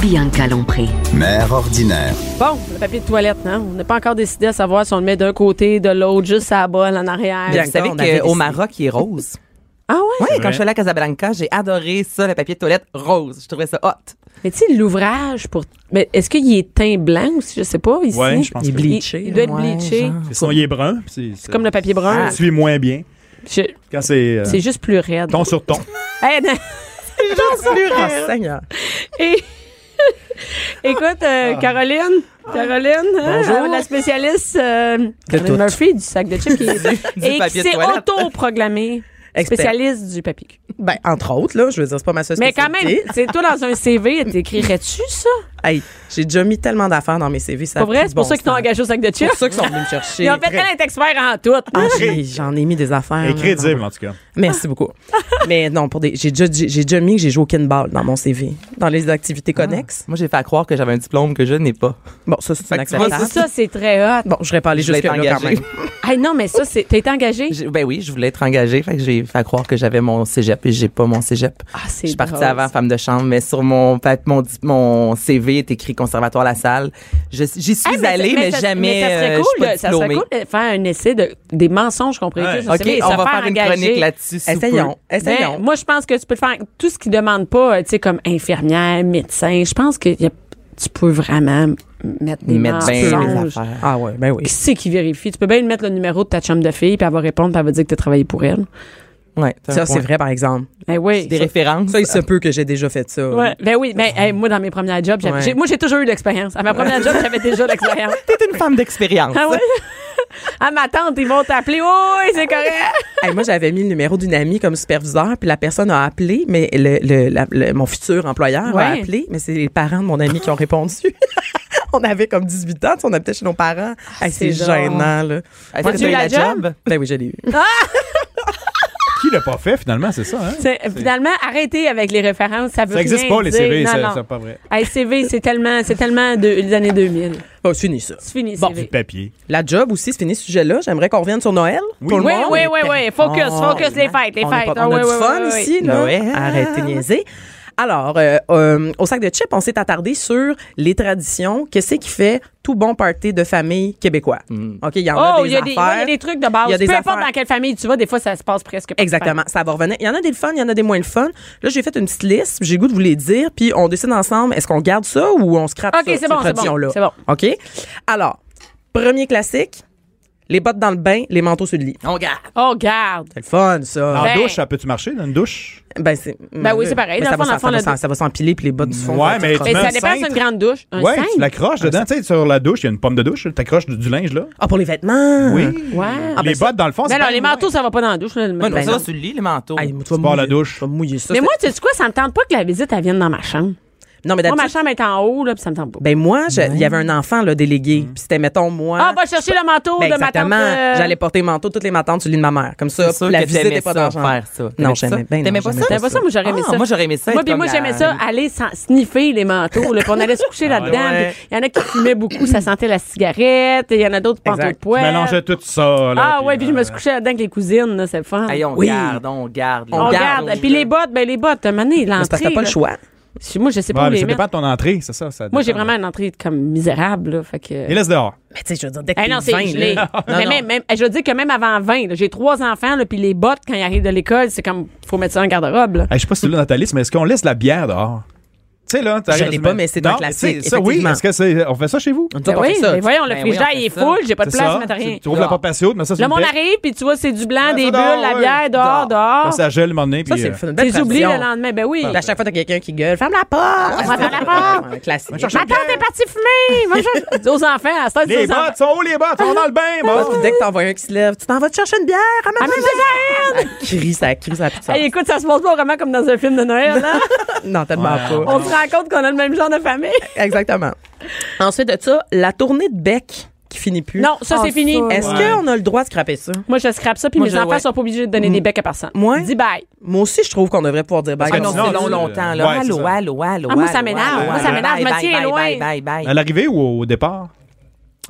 Speaker 1: Bianca Lompré.
Speaker 2: Mère ordinaire.
Speaker 3: [LAUGHS] Bon, le papier de toilette, non? On n'a pas encore décidé à savoir si on le met d'un côté, de l'autre, juste à la balle, en arrière.
Speaker 6: Bien.
Speaker 4: Vous savez
Speaker 6: on avait
Speaker 4: qu'au
Speaker 6: essayé.
Speaker 4: Maroc, il est rose.
Speaker 3: Ah ouais?
Speaker 4: Oui,
Speaker 5: vrai.
Speaker 4: quand je suis allée à Casablanca, j'ai adoré ça, le papier de toilette rose. Je trouvais ça hot.
Speaker 3: Mais tu sais, l'ouvrage pour. Mais est-ce qu'il est teint blanc aussi? Je sais pas. Ici?
Speaker 5: Ouais, je pense
Speaker 3: il,
Speaker 5: que-
Speaker 6: bleaché,
Speaker 3: Il doit être
Speaker 4: ouais,
Speaker 3: bleaché.
Speaker 4: genre.
Speaker 5: Sinon, il est brun, puis c'est...
Speaker 3: Comme le papier brun.
Speaker 6: Ah.
Speaker 5: Tu suis moins bien
Speaker 3: Je-
Speaker 5: quand c'est euh,
Speaker 3: C'est juste plus raide.
Speaker 5: ton sur ton.
Speaker 3: Hey, [LAUGHS] non.
Speaker 6: Ah, Seigneur.
Speaker 3: Et- Écoute, euh,
Speaker 5: Ah.
Speaker 3: Caroline, Caroline, hein, la spécialiste euh, Caroline
Speaker 6: tout.
Speaker 3: Murphy du sac de chips
Speaker 6: [LAUGHS]
Speaker 3: qui est et qui
Speaker 4: papier de
Speaker 3: s'est
Speaker 4: toilette.
Speaker 3: auto-proclamée
Speaker 6: Expert.
Speaker 3: spécialiste du papier. cul.
Speaker 6: Ben, entre autres, là, je veux dire, c'est pas ma
Speaker 3: Mais
Speaker 6: société.
Speaker 3: quand même, c'est toi dans un CV, t'écrirais-tu
Speaker 6: [LAUGHS]
Speaker 3: ça?
Speaker 6: Hey, j'ai déjà mis tellement d'affaires dans mes CV,
Speaker 3: Pas
Speaker 6: ça a
Speaker 3: vrai?
Speaker 6: plus
Speaker 3: C'est
Speaker 6: bon
Speaker 3: pour ça qu'ils t'ont
Speaker 6: sens.
Speaker 3: engagé au sac de
Speaker 6: C'est
Speaker 3: chips.
Speaker 6: pour ça qu'ils sont venus me chercher.
Speaker 3: Ils ont fait qu'elle est expert en tout.
Speaker 6: Ah, j'ai- j'en ai mis des affaires. là.
Speaker 5: Incrédible, en tout cas.
Speaker 6: Merci beaucoup. Mais non, pour des, j'ai déjà, j'ai j'ai déjà mis que j'ai joué au kinball dans mon CV, dans les activités connexes.
Speaker 4: Moi, j'ai fait à croire que j'avais un diplôme que je n'ai
Speaker 5: [LAUGHS]
Speaker 4: pas.
Speaker 6: Bon, ça c'est
Speaker 4: Fait que tu vois,
Speaker 6: inacceptable.
Speaker 3: Ça, c'est très hot.
Speaker 6: Bon, je vais parler
Speaker 4: Je voulais
Speaker 6: jusque
Speaker 4: être
Speaker 6: là quand
Speaker 4: engagée.
Speaker 6: même.
Speaker 3: Ah non, mais ça, c'est. T'as été engagée?
Speaker 4: J'ai- Ben oui, [LAUGHS] je voulais être engagée. Fait que j'ai fait à croire que j'avais mon cégep et j'ai pas mon cégep.
Speaker 3: Ah, c'est
Speaker 4: Je suis partie
Speaker 3: drôle,
Speaker 4: avant
Speaker 3: ça.
Speaker 4: femme de chambre, mais sur mon, pa- mon, di- mon CV est écrit conservatoire La Salle. Je- J'y suis
Speaker 3: Hey, Eh, mais-
Speaker 4: allée, mais,
Speaker 3: ça-
Speaker 4: jamais.
Speaker 3: mais ça serait
Speaker 4: euh,
Speaker 3: cool,
Speaker 4: je suis pas
Speaker 3: de- ça serait
Speaker 4: diplômée.
Speaker 3: cool de faire un essai de, des mensonges qu'on précise.
Speaker 5: Ouais.
Speaker 3: au CV et
Speaker 4: OK,
Speaker 3: se
Speaker 4: on va faire une
Speaker 3: engager.
Speaker 4: chronique là-dessus. sous peu.
Speaker 6: Essayons, essayons.
Speaker 3: Ben, moi, je pense que tu peux le faire tout ce qui demande pas, euh, tu sais, comme infirmière, médecin. Je pense que y a- tu peux vraiment mettre des
Speaker 4: Mettre bien les
Speaker 3: mensonges.
Speaker 4: affaires.
Speaker 6: Ah ouais, ben oui.
Speaker 3: Qui c'est qui vérifie? Tu peux bien lui mettre le numéro de ta chambre de fille, puis elle va répondre, puis elle va dire que tu as travaillé pour elle.
Speaker 4: Ben, Ouais, t'as un
Speaker 6: Ça,
Speaker 4: point.
Speaker 6: c'est vrai, par exemple.
Speaker 3: Eh oui.
Speaker 4: Des références.
Speaker 6: Ça, il se peut que j'ai déjà fait ça.
Speaker 3: Ouais, ben oui, mais hey, moi, dans mes premières jobs, j'avais-
Speaker 6: Ouais.
Speaker 3: j'ai- moi, j'ai toujours eu l'expérience. À ma première job, j'avais déjà
Speaker 4: [LAUGHS]
Speaker 3: l'expérience.
Speaker 4: T'es une femme d'expérience.
Speaker 3: Ah ouais? [LAUGHS] À ma tante, ils vont t'appeler. Oui, c'est correct.
Speaker 6: Hey, moi, j'avais mis le numéro d'une amie comme superviseur, puis la personne a appelé, mais le, le- la- le- mon futur employeur a
Speaker 3: Ouais.
Speaker 6: appelé, mais c'est les parents de mon ami qui ont répondu. [LAUGHS] on avait comme 18 ans, tu sais, on habitait chez nos parents. Hey, c'est
Speaker 3: c'est
Speaker 6: gênant, là.
Speaker 4: Ah, Est-ce
Speaker 6: Ouais.
Speaker 4: que
Speaker 3: As-tu eu
Speaker 4: t'as eu
Speaker 3: la
Speaker 4: la
Speaker 3: job?
Speaker 4: job?
Speaker 6: Ben oui, je l'ai eu.
Speaker 5: Qui l'a pas fait, finalement, c'est ça, hein?
Speaker 3: C'est- Finalement, arrêtez avec les références. Ça veut
Speaker 5: Ça existe
Speaker 3: rien
Speaker 5: pas, les
Speaker 3: dire.
Speaker 5: CV,
Speaker 3: Non,
Speaker 5: ça-
Speaker 3: non.
Speaker 5: c'est pas vrai.
Speaker 3: Hey, CV, c'est tellement, c'est tellement de, les années 2000.
Speaker 6: Bon, c'est fini, ça.
Speaker 3: C'est fini,
Speaker 6: Bon,
Speaker 5: Du
Speaker 3: CV.
Speaker 5: papier.
Speaker 6: La job aussi, c'est fini ce sujet-là. J'aimerais qu'on revienne sur Noël.
Speaker 5: Oui.
Speaker 6: Tout le
Speaker 3: Oui,
Speaker 6: monde.
Speaker 3: oui, oui, oui. Focus,
Speaker 6: Oh,
Speaker 3: focus, les fêtes, les
Speaker 6: on a
Speaker 3: fêtes.
Speaker 6: pas- on a
Speaker 3: Ah,
Speaker 6: du
Speaker 3: oui, oui,
Speaker 6: fun
Speaker 3: oui, oui.
Speaker 6: ici, là.
Speaker 3: hein?
Speaker 4: Noël.
Speaker 6: Arrêtez de niaiser. Alors, euh, euh, au sac de chips, on s'est attardé sur les traditions. Qu'est-ce qui fait tout bon party de famille québécois?
Speaker 4: Mm.
Speaker 6: OK, il y en
Speaker 3: Oh,
Speaker 6: a des
Speaker 3: il y, a des- ouais, il y
Speaker 6: affaires.
Speaker 3: a des trucs de base.
Speaker 6: Il y a des
Speaker 3: Peu importe
Speaker 6: affaires.
Speaker 3: dans quelle famille tu vas, des fois, ça se passe presque pas.
Speaker 6: Exactement, ça va revenir. Il y en a des le fun, il y en a des moins le fun. Là, j'ai fait une petite liste, j'ai le goût de vous les dire, puis on décide ensemble, est-ce qu'on garde ça ou on scrape
Speaker 3: OK,
Speaker 6: ça,
Speaker 3: c'est
Speaker 6: ces
Speaker 3: bon, c'est bon,
Speaker 6: traditions-là?
Speaker 3: c'est bon.
Speaker 6: OK? Alors, premier classique, les bottes dans le bain, les manteaux sur le lit.
Speaker 4: On garde. Ah,
Speaker 3: Oh, garde.
Speaker 6: C'est le fun, ça.
Speaker 5: En
Speaker 3: Ben-
Speaker 5: douche, ça peut-tu marcher dans une douche?
Speaker 6: Ben, c'est,
Speaker 3: Ben oui, c'est pareil.
Speaker 6: Mais
Speaker 3: Dans
Speaker 6: ça,
Speaker 3: le
Speaker 6: va,
Speaker 3: fond, dans le
Speaker 6: s'en- ça,
Speaker 3: fond,
Speaker 6: va,
Speaker 3: le-
Speaker 6: s'en- ça va s'empiler, puis les bottes du fond.
Speaker 5: Ouais,
Speaker 6: vont
Speaker 5: mais
Speaker 6: être
Speaker 5: tu
Speaker 3: Mais
Speaker 5: mets
Speaker 6: crottées.
Speaker 5: un
Speaker 3: ça dépend si c'est une
Speaker 5: cintre.
Speaker 3: grande douche. Un
Speaker 5: ouais,
Speaker 3: cintre?
Speaker 5: tu l'accroches dedans, tu sais, sur la douche, il y a une pomme de douche, t'accroches du, du linge, là.
Speaker 6: Ah, pour les vêtements.
Speaker 5: Oui.
Speaker 3: Ouais. Ah, ben,
Speaker 5: les bottes, dans le fond,
Speaker 3: Mais
Speaker 5: c'est
Speaker 3: alors,
Speaker 5: pas
Speaker 3: les
Speaker 5: loin.
Speaker 3: manteaux, ça va pas dans la douche. là, le-
Speaker 4: Ouais, non,
Speaker 3: Ben
Speaker 4: ça
Speaker 3: non.
Speaker 4: va sur le lit, les manteaux.
Speaker 6: Hey, moi, tu vas
Speaker 5: Tu pars à la
Speaker 6: mouiller-
Speaker 5: douche.
Speaker 6: tu vas mouiller ça.
Speaker 3: Mais
Speaker 6: ça-
Speaker 3: moi, tu sais quoi, ça me tente pas que la visite, elle vienne dans ma chambre.
Speaker 6: non, mais
Speaker 3: Moi, ma
Speaker 6: d'habitude,
Speaker 3: chambre est en haut, là, puis ça me tente pas.
Speaker 6: ben moi, je- il y avait un enfant là, délégué, puis c'était mettons moi.
Speaker 3: Ah, va chercher le manteau
Speaker 6: Ben,
Speaker 3: de ma tante.
Speaker 6: exactement.
Speaker 3: euh,
Speaker 6: J'allais porter manteau toutes les matantes sur le lit de ma mère. Comme ça,
Speaker 4: C'est sûr
Speaker 6: la
Speaker 4: que
Speaker 6: visite
Speaker 4: t'aimais
Speaker 6: n'est pas
Speaker 4: ça,
Speaker 6: dans la chambre.
Speaker 4: faire ça.
Speaker 6: Non,
Speaker 4: T'aimais
Speaker 6: j'aimais
Speaker 4: ça?
Speaker 6: bien.
Speaker 4: T'aimais pas ça?
Speaker 3: T'avais pas ça, moi, j'aurais aimé
Speaker 4: Ah,
Speaker 3: ça.
Speaker 4: moi, j'aurais aimé ça
Speaker 3: Moi,
Speaker 4: être
Speaker 3: puis moi,
Speaker 4: comme
Speaker 3: j'aimais
Speaker 4: la-
Speaker 3: ça, aller s'en- sniffer les manteaux. Là, puis on allait se coucher là-dedans.
Speaker 6: Ouais.
Speaker 3: puis Il y en a qui fumaient beaucoup, ça sentait la cigarette. Il y en a d'autres, pantoute
Speaker 6: Exact.
Speaker 3: de poêle.
Speaker 5: Tu mélangeais tout ça, là. euh,
Speaker 3: Ah, ouais, puis je me suis couchée là-dedans avec les cousines, là, c'est le fun.
Speaker 4: Hey, on
Speaker 6: Oui.
Speaker 4: garde, on garde.
Speaker 3: on garde. Puis les bottes, ben les bottes, t'as mané,
Speaker 6: Mais c'est parce que
Speaker 3: l'entrée.
Speaker 6: t'as pas le
Speaker 3: là.
Speaker 6: choix.
Speaker 3: Si- Moi, je sais pas
Speaker 5: Ouais,
Speaker 3: où
Speaker 5: mais
Speaker 3: les
Speaker 5: ça dépend
Speaker 3: mettre.
Speaker 5: de ton entrée, c'est ça. ça
Speaker 3: Moi, j'ai
Speaker 5: dépend,
Speaker 3: vraiment
Speaker 5: là.
Speaker 3: une entrée comme misérable, là. Fait que.
Speaker 5: Et laisse dehors.
Speaker 6: Mais tu sais, je veux dire, dès que
Speaker 3: Eh
Speaker 6: t'es
Speaker 3: non, c'est
Speaker 6: 20,
Speaker 3: gelé. [LAUGHS]
Speaker 6: là-
Speaker 3: Mais même, même- je veux dire que même avant 20, là, j'ai trois enfants, là, puis les bottes, quand ils arrivent de l'école, c'est comme, faut mettre ça en garde-robe. là.
Speaker 5: Hey, je sais pas si c'est là dans ta liste, mais est-ce qu'on laisse la bière dehors? Tu sais, là, t'arrives
Speaker 6: Je l'ai
Speaker 5: à-
Speaker 6: pas, mais c'est un
Speaker 5: Non,
Speaker 6: classique,
Speaker 5: tu sais, Ça, oui,
Speaker 6: effectivement.
Speaker 5: est-ce que c'est. On fait ça chez vous?
Speaker 6: Nous
Speaker 3: Ben
Speaker 6: autres, on
Speaker 3: oui,
Speaker 6: fait ça.
Speaker 3: mais voyons, le
Speaker 4: Ben oui, on
Speaker 3: frigidaire,
Speaker 4: fait
Speaker 3: il est
Speaker 4: ça.
Speaker 3: full, j'ai pas de
Speaker 5: C'est
Speaker 3: place,
Speaker 5: ça?
Speaker 3: je mettre rien.
Speaker 5: Tu, tu trouves la
Speaker 4: Dehors.
Speaker 5: pâte à mais ça, c'est
Speaker 3: Là,
Speaker 5: une
Speaker 3: mon
Speaker 5: belle-
Speaker 3: arrive, puis tu vois, c'est du blanc,
Speaker 5: Ah,
Speaker 3: des
Speaker 5: ça
Speaker 3: bulles,
Speaker 5: dehors,
Speaker 3: la
Speaker 5: ouais.
Speaker 3: bière, dehors,
Speaker 5: Là,
Speaker 3: dehors.
Speaker 5: ça gèle le moment donné,
Speaker 6: Ça,
Speaker 5: puis. euh,
Speaker 6: c'est le fun. Une belle
Speaker 3: Tu oublies
Speaker 6: tradition.
Speaker 3: le lendemain. Ben oui.
Speaker 6: Puis à chaque fois, t'as quelqu'un qui gueule. Ferme la porte!
Speaker 3: ferme la porte!
Speaker 6: Un Classique.
Speaker 5: Va
Speaker 3: Ma
Speaker 5: chercher-
Speaker 3: tante est partie fumer! Va [LAUGHS] chercher- Dis aux enfants, à ce temps, dis
Speaker 5: Les
Speaker 3: aux enfants.
Speaker 5: bottes sont où, les bottes? On dans le bain,
Speaker 6: Ah,
Speaker 5: bon.
Speaker 6: puis dès que t'en vois un qui se lève, tu t'en vas te chercher une bière.
Speaker 3: Ah, mais c'est la haine!
Speaker 6: Ça crie, ça crie, ça pue de sens.
Speaker 3: Hey, écoute, ça se passe pas vraiment comme dans un film de Noël, [LAUGHS] hein?
Speaker 6: Non, tellement pas.
Speaker 3: On se rend compte qu'on a le même genre de famille.
Speaker 6: Exactement. Ensuite de ça, la tournée de bec qui finit plus.
Speaker 3: Non, ça, c'est fini.
Speaker 6: Est-ce
Speaker 5: Ouais.
Speaker 6: qu'on a le droit de scraper ça?
Speaker 3: [LAUGHS] Moi, je Mm. scrape ça, puis
Speaker 6: Moi,
Speaker 3: mes
Speaker 6: je-
Speaker 3: enfants
Speaker 6: ouais.
Speaker 3: sont pas obligés de donner des becs à personne.
Speaker 6: Moi?
Speaker 3: Dis bye.
Speaker 6: Moi aussi, je trouve qu'on devrait pouvoir dire bye.
Speaker 4: Ah
Speaker 5: que
Speaker 4: non,
Speaker 5: sinon,
Speaker 4: c'est long,
Speaker 5: tu-
Speaker 4: longtemps,
Speaker 5: Ouais,
Speaker 4: là.
Speaker 5: c'est
Speaker 4: Allô,
Speaker 5: ça.
Speaker 4: allô, allô,
Speaker 3: Ah, moi,
Speaker 4: allô,
Speaker 3: ça m'énerve.
Speaker 4: allô,
Speaker 3: Moi,
Speaker 4: allô,
Speaker 3: ça m'énerve.
Speaker 4: bye,
Speaker 3: Je me
Speaker 4: bye,
Speaker 3: tiens
Speaker 4: bye,
Speaker 3: loin.
Speaker 4: bye, bye, bye.
Speaker 5: À l'arrivée ou au départ?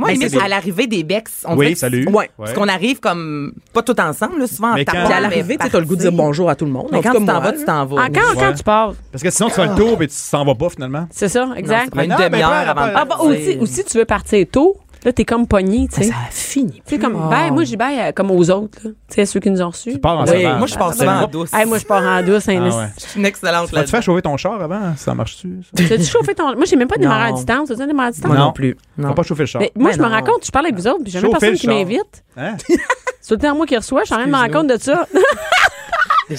Speaker 4: Moi,
Speaker 6: Ben,
Speaker 4: limite,
Speaker 6: c'est des-
Speaker 4: à l'arrivée des bex, on
Speaker 5: Oui,
Speaker 4: dirait que-
Speaker 5: salut.
Speaker 4: Ouais.
Speaker 5: Ouais.
Speaker 4: Parce qu'on arrive comme, pas tout ensemble, là, souvent
Speaker 5: Mais
Speaker 4: en tapant.
Speaker 5: quand-
Speaker 6: Puis à
Speaker 5: Ouais,
Speaker 6: l'arrivée, tu
Speaker 4: mais
Speaker 6: sais, t'as le goût de dire
Speaker 4: parti.
Speaker 6: bonjour à tout le monde.
Speaker 4: Mais
Speaker 6: En
Speaker 4: quand
Speaker 6: tout
Speaker 4: tu
Speaker 6: cas,
Speaker 4: t'en
Speaker 6: moi,
Speaker 4: vas, tu t'en vas.
Speaker 3: Encore,
Speaker 5: Ouais.
Speaker 3: quand tu pars.
Speaker 5: Parce que sinon, tu fais le tour et tu s'en vas pas, finalement.
Speaker 3: C'est ça,
Speaker 4: Non, ça
Speaker 3: exact.
Speaker 4: prend une
Speaker 5: Non, mais
Speaker 4: demi-heure
Speaker 5: pas-
Speaker 4: avant de
Speaker 5: pas-
Speaker 3: Ah, bah, ou, si, ou si tu veux partir tôt, là, t'es comme pogné, tu sais.
Speaker 6: Ça finit.
Speaker 3: Tu sais, comme, bye, moi, je dis bye euh, comme aux autres, là. Tu sais, à ceux qui nous ont reçus.
Speaker 5: Tu pars en
Speaker 4: Oui,
Speaker 5: savane.
Speaker 4: moi, je pars
Speaker 5: C'est
Speaker 4: souvent en
Speaker 5: bon.
Speaker 4: douce.
Speaker 3: Hey, moi, je pars en douce, hein,
Speaker 5: Ah ouais.
Speaker 4: je suis une excellente
Speaker 5: Vas-tu faire
Speaker 4: là-dedans.
Speaker 5: chauffer ton char avant? Ça marche-tu? ça?
Speaker 6: [LAUGHS]
Speaker 3: T'as-tu chauffé ton. Moi, j'ai même pas de
Speaker 6: Non.
Speaker 3: démarré à distance. T'as-tu un démarré à distance?
Speaker 6: Moi non,
Speaker 5: Non.
Speaker 6: plus.
Speaker 5: Faut
Speaker 6: Non.
Speaker 5: pas chauffer le char.
Speaker 3: Mais moi,
Speaker 6: Mais
Speaker 3: je me
Speaker 6: non.
Speaker 3: rends compte, je parle avec vous autres, puis j'ai jamais
Speaker 5: Chauffer
Speaker 3: personne
Speaker 5: le
Speaker 3: qui
Speaker 5: char.
Speaker 3: m'invite.
Speaker 5: Hein?
Speaker 3: C'est tout le temps moi qui reçois, je suis en train de me rendre compte de ça. [LAUGHS]
Speaker 6: [LAUGHS]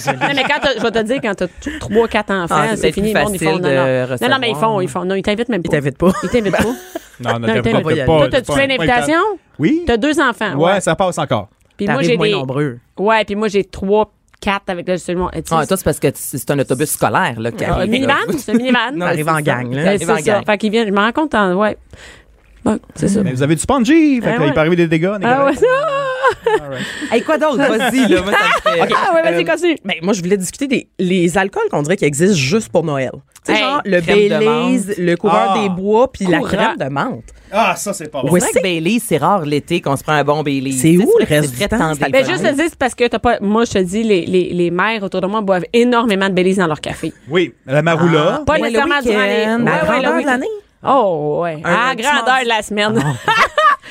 Speaker 3: non, mais quand t'as- je vais te dire, quand t'as 3, 4 enfants,
Speaker 6: Ah, c'est
Speaker 3: c'est
Speaker 6: peut-être
Speaker 3: fini,
Speaker 6: plus
Speaker 3: le monde, ils font.
Speaker 6: facile
Speaker 3: Non, non.
Speaker 6: de
Speaker 3: non, non, mais ils
Speaker 6: recevoir.
Speaker 3: font, ils font. Non, ils t'invitent même
Speaker 6: Il
Speaker 3: pas.
Speaker 6: t'invite pas.
Speaker 3: Ils t'invitent pas.
Speaker 5: Non, non,
Speaker 3: Non,
Speaker 5: t'as
Speaker 3: t'as-
Speaker 5: pas-
Speaker 3: t'as-
Speaker 5: t'as
Speaker 3: Toi,
Speaker 5: pas.
Speaker 3: t'as-tu
Speaker 5: pas-
Speaker 3: fait
Speaker 5: pas
Speaker 3: une
Speaker 5: le temps.
Speaker 3: invitation?
Speaker 5: Oui.
Speaker 3: T'as deux enfants.
Speaker 5: Ouais, ça passe encore.
Speaker 3: Puis moi,
Speaker 6: T'arrives
Speaker 3: j'ai
Speaker 6: moins
Speaker 3: des.
Speaker 6: nombreux.
Speaker 3: Ouais, puis moi, j'ai 3, 4 avec le seulement.
Speaker 4: Ah, toi, c'est parce que tu- c'est un autobus scolaire, là, Ah, qui
Speaker 3: Un
Speaker 4: arrive.
Speaker 3: minivan? C'est un minivan?
Speaker 6: Non, arrive en gang.
Speaker 3: Ben,
Speaker 6: là.
Speaker 3: c'est
Speaker 4: arrive en
Speaker 3: ça.
Speaker 4: gang.
Speaker 3: Fait qu'ils viennent, je me rends compte, en- ouais. Bon, c'est ça.
Speaker 5: Mais vous avez du spongy. Fait
Speaker 3: Ah
Speaker 5: que là,
Speaker 3: ouais.
Speaker 5: il peut arriver des dégâts. on est
Speaker 3: Ah ouais,
Speaker 5: correct.
Speaker 3: ça.
Speaker 4: Hey, quoi d'autre? [LAUGHS] Vas-y, là. Moi, [LAUGHS] ça me fait-
Speaker 3: Ah ouais, vas-y,
Speaker 6: Euh,
Speaker 3: continue.
Speaker 6: Ben, moi, je voulais discuter des les alcools qu'on dirait qui existent juste pour Noël. Tu sais,
Speaker 3: Hey,
Speaker 6: genre le
Speaker 4: crème de
Speaker 6: Baileys,
Speaker 4: menthe.
Speaker 6: le coureur
Speaker 5: Ah.
Speaker 6: des bois, puis la
Speaker 3: Courant.
Speaker 6: crème de menthe.
Speaker 5: Ah, ça, c'est pas bon.
Speaker 6: Ouais,
Speaker 4: C'est vrai que Bailey, c'est rare l'été qu'on se prend un bon Bailey.
Speaker 6: C'est
Speaker 4: Tu sais,
Speaker 6: où le
Speaker 4: vrai que
Speaker 6: reste
Speaker 4: c'est
Speaker 6: du
Speaker 4: très
Speaker 6: temps?
Speaker 4: tendé.
Speaker 3: Ben, juste le dire, c'est parce que t'as pas. Moi, je te dis, les, les, les mères autour de moi boivent énormément de Belize dans leur café.
Speaker 5: Oui, la maroula.
Speaker 3: Pas
Speaker 4: Ouais, le
Speaker 3: nécessairement durant les.
Speaker 4: week-end,
Speaker 6: Mais
Speaker 3: Ouais,
Speaker 6: à
Speaker 3: ouais,
Speaker 6: grandeur
Speaker 3: le
Speaker 6: de
Speaker 3: week-end.
Speaker 6: l'année.
Speaker 3: Oh, ouais.
Speaker 4: Un
Speaker 3: à la
Speaker 4: lundi,
Speaker 3: grandeur de la semaine.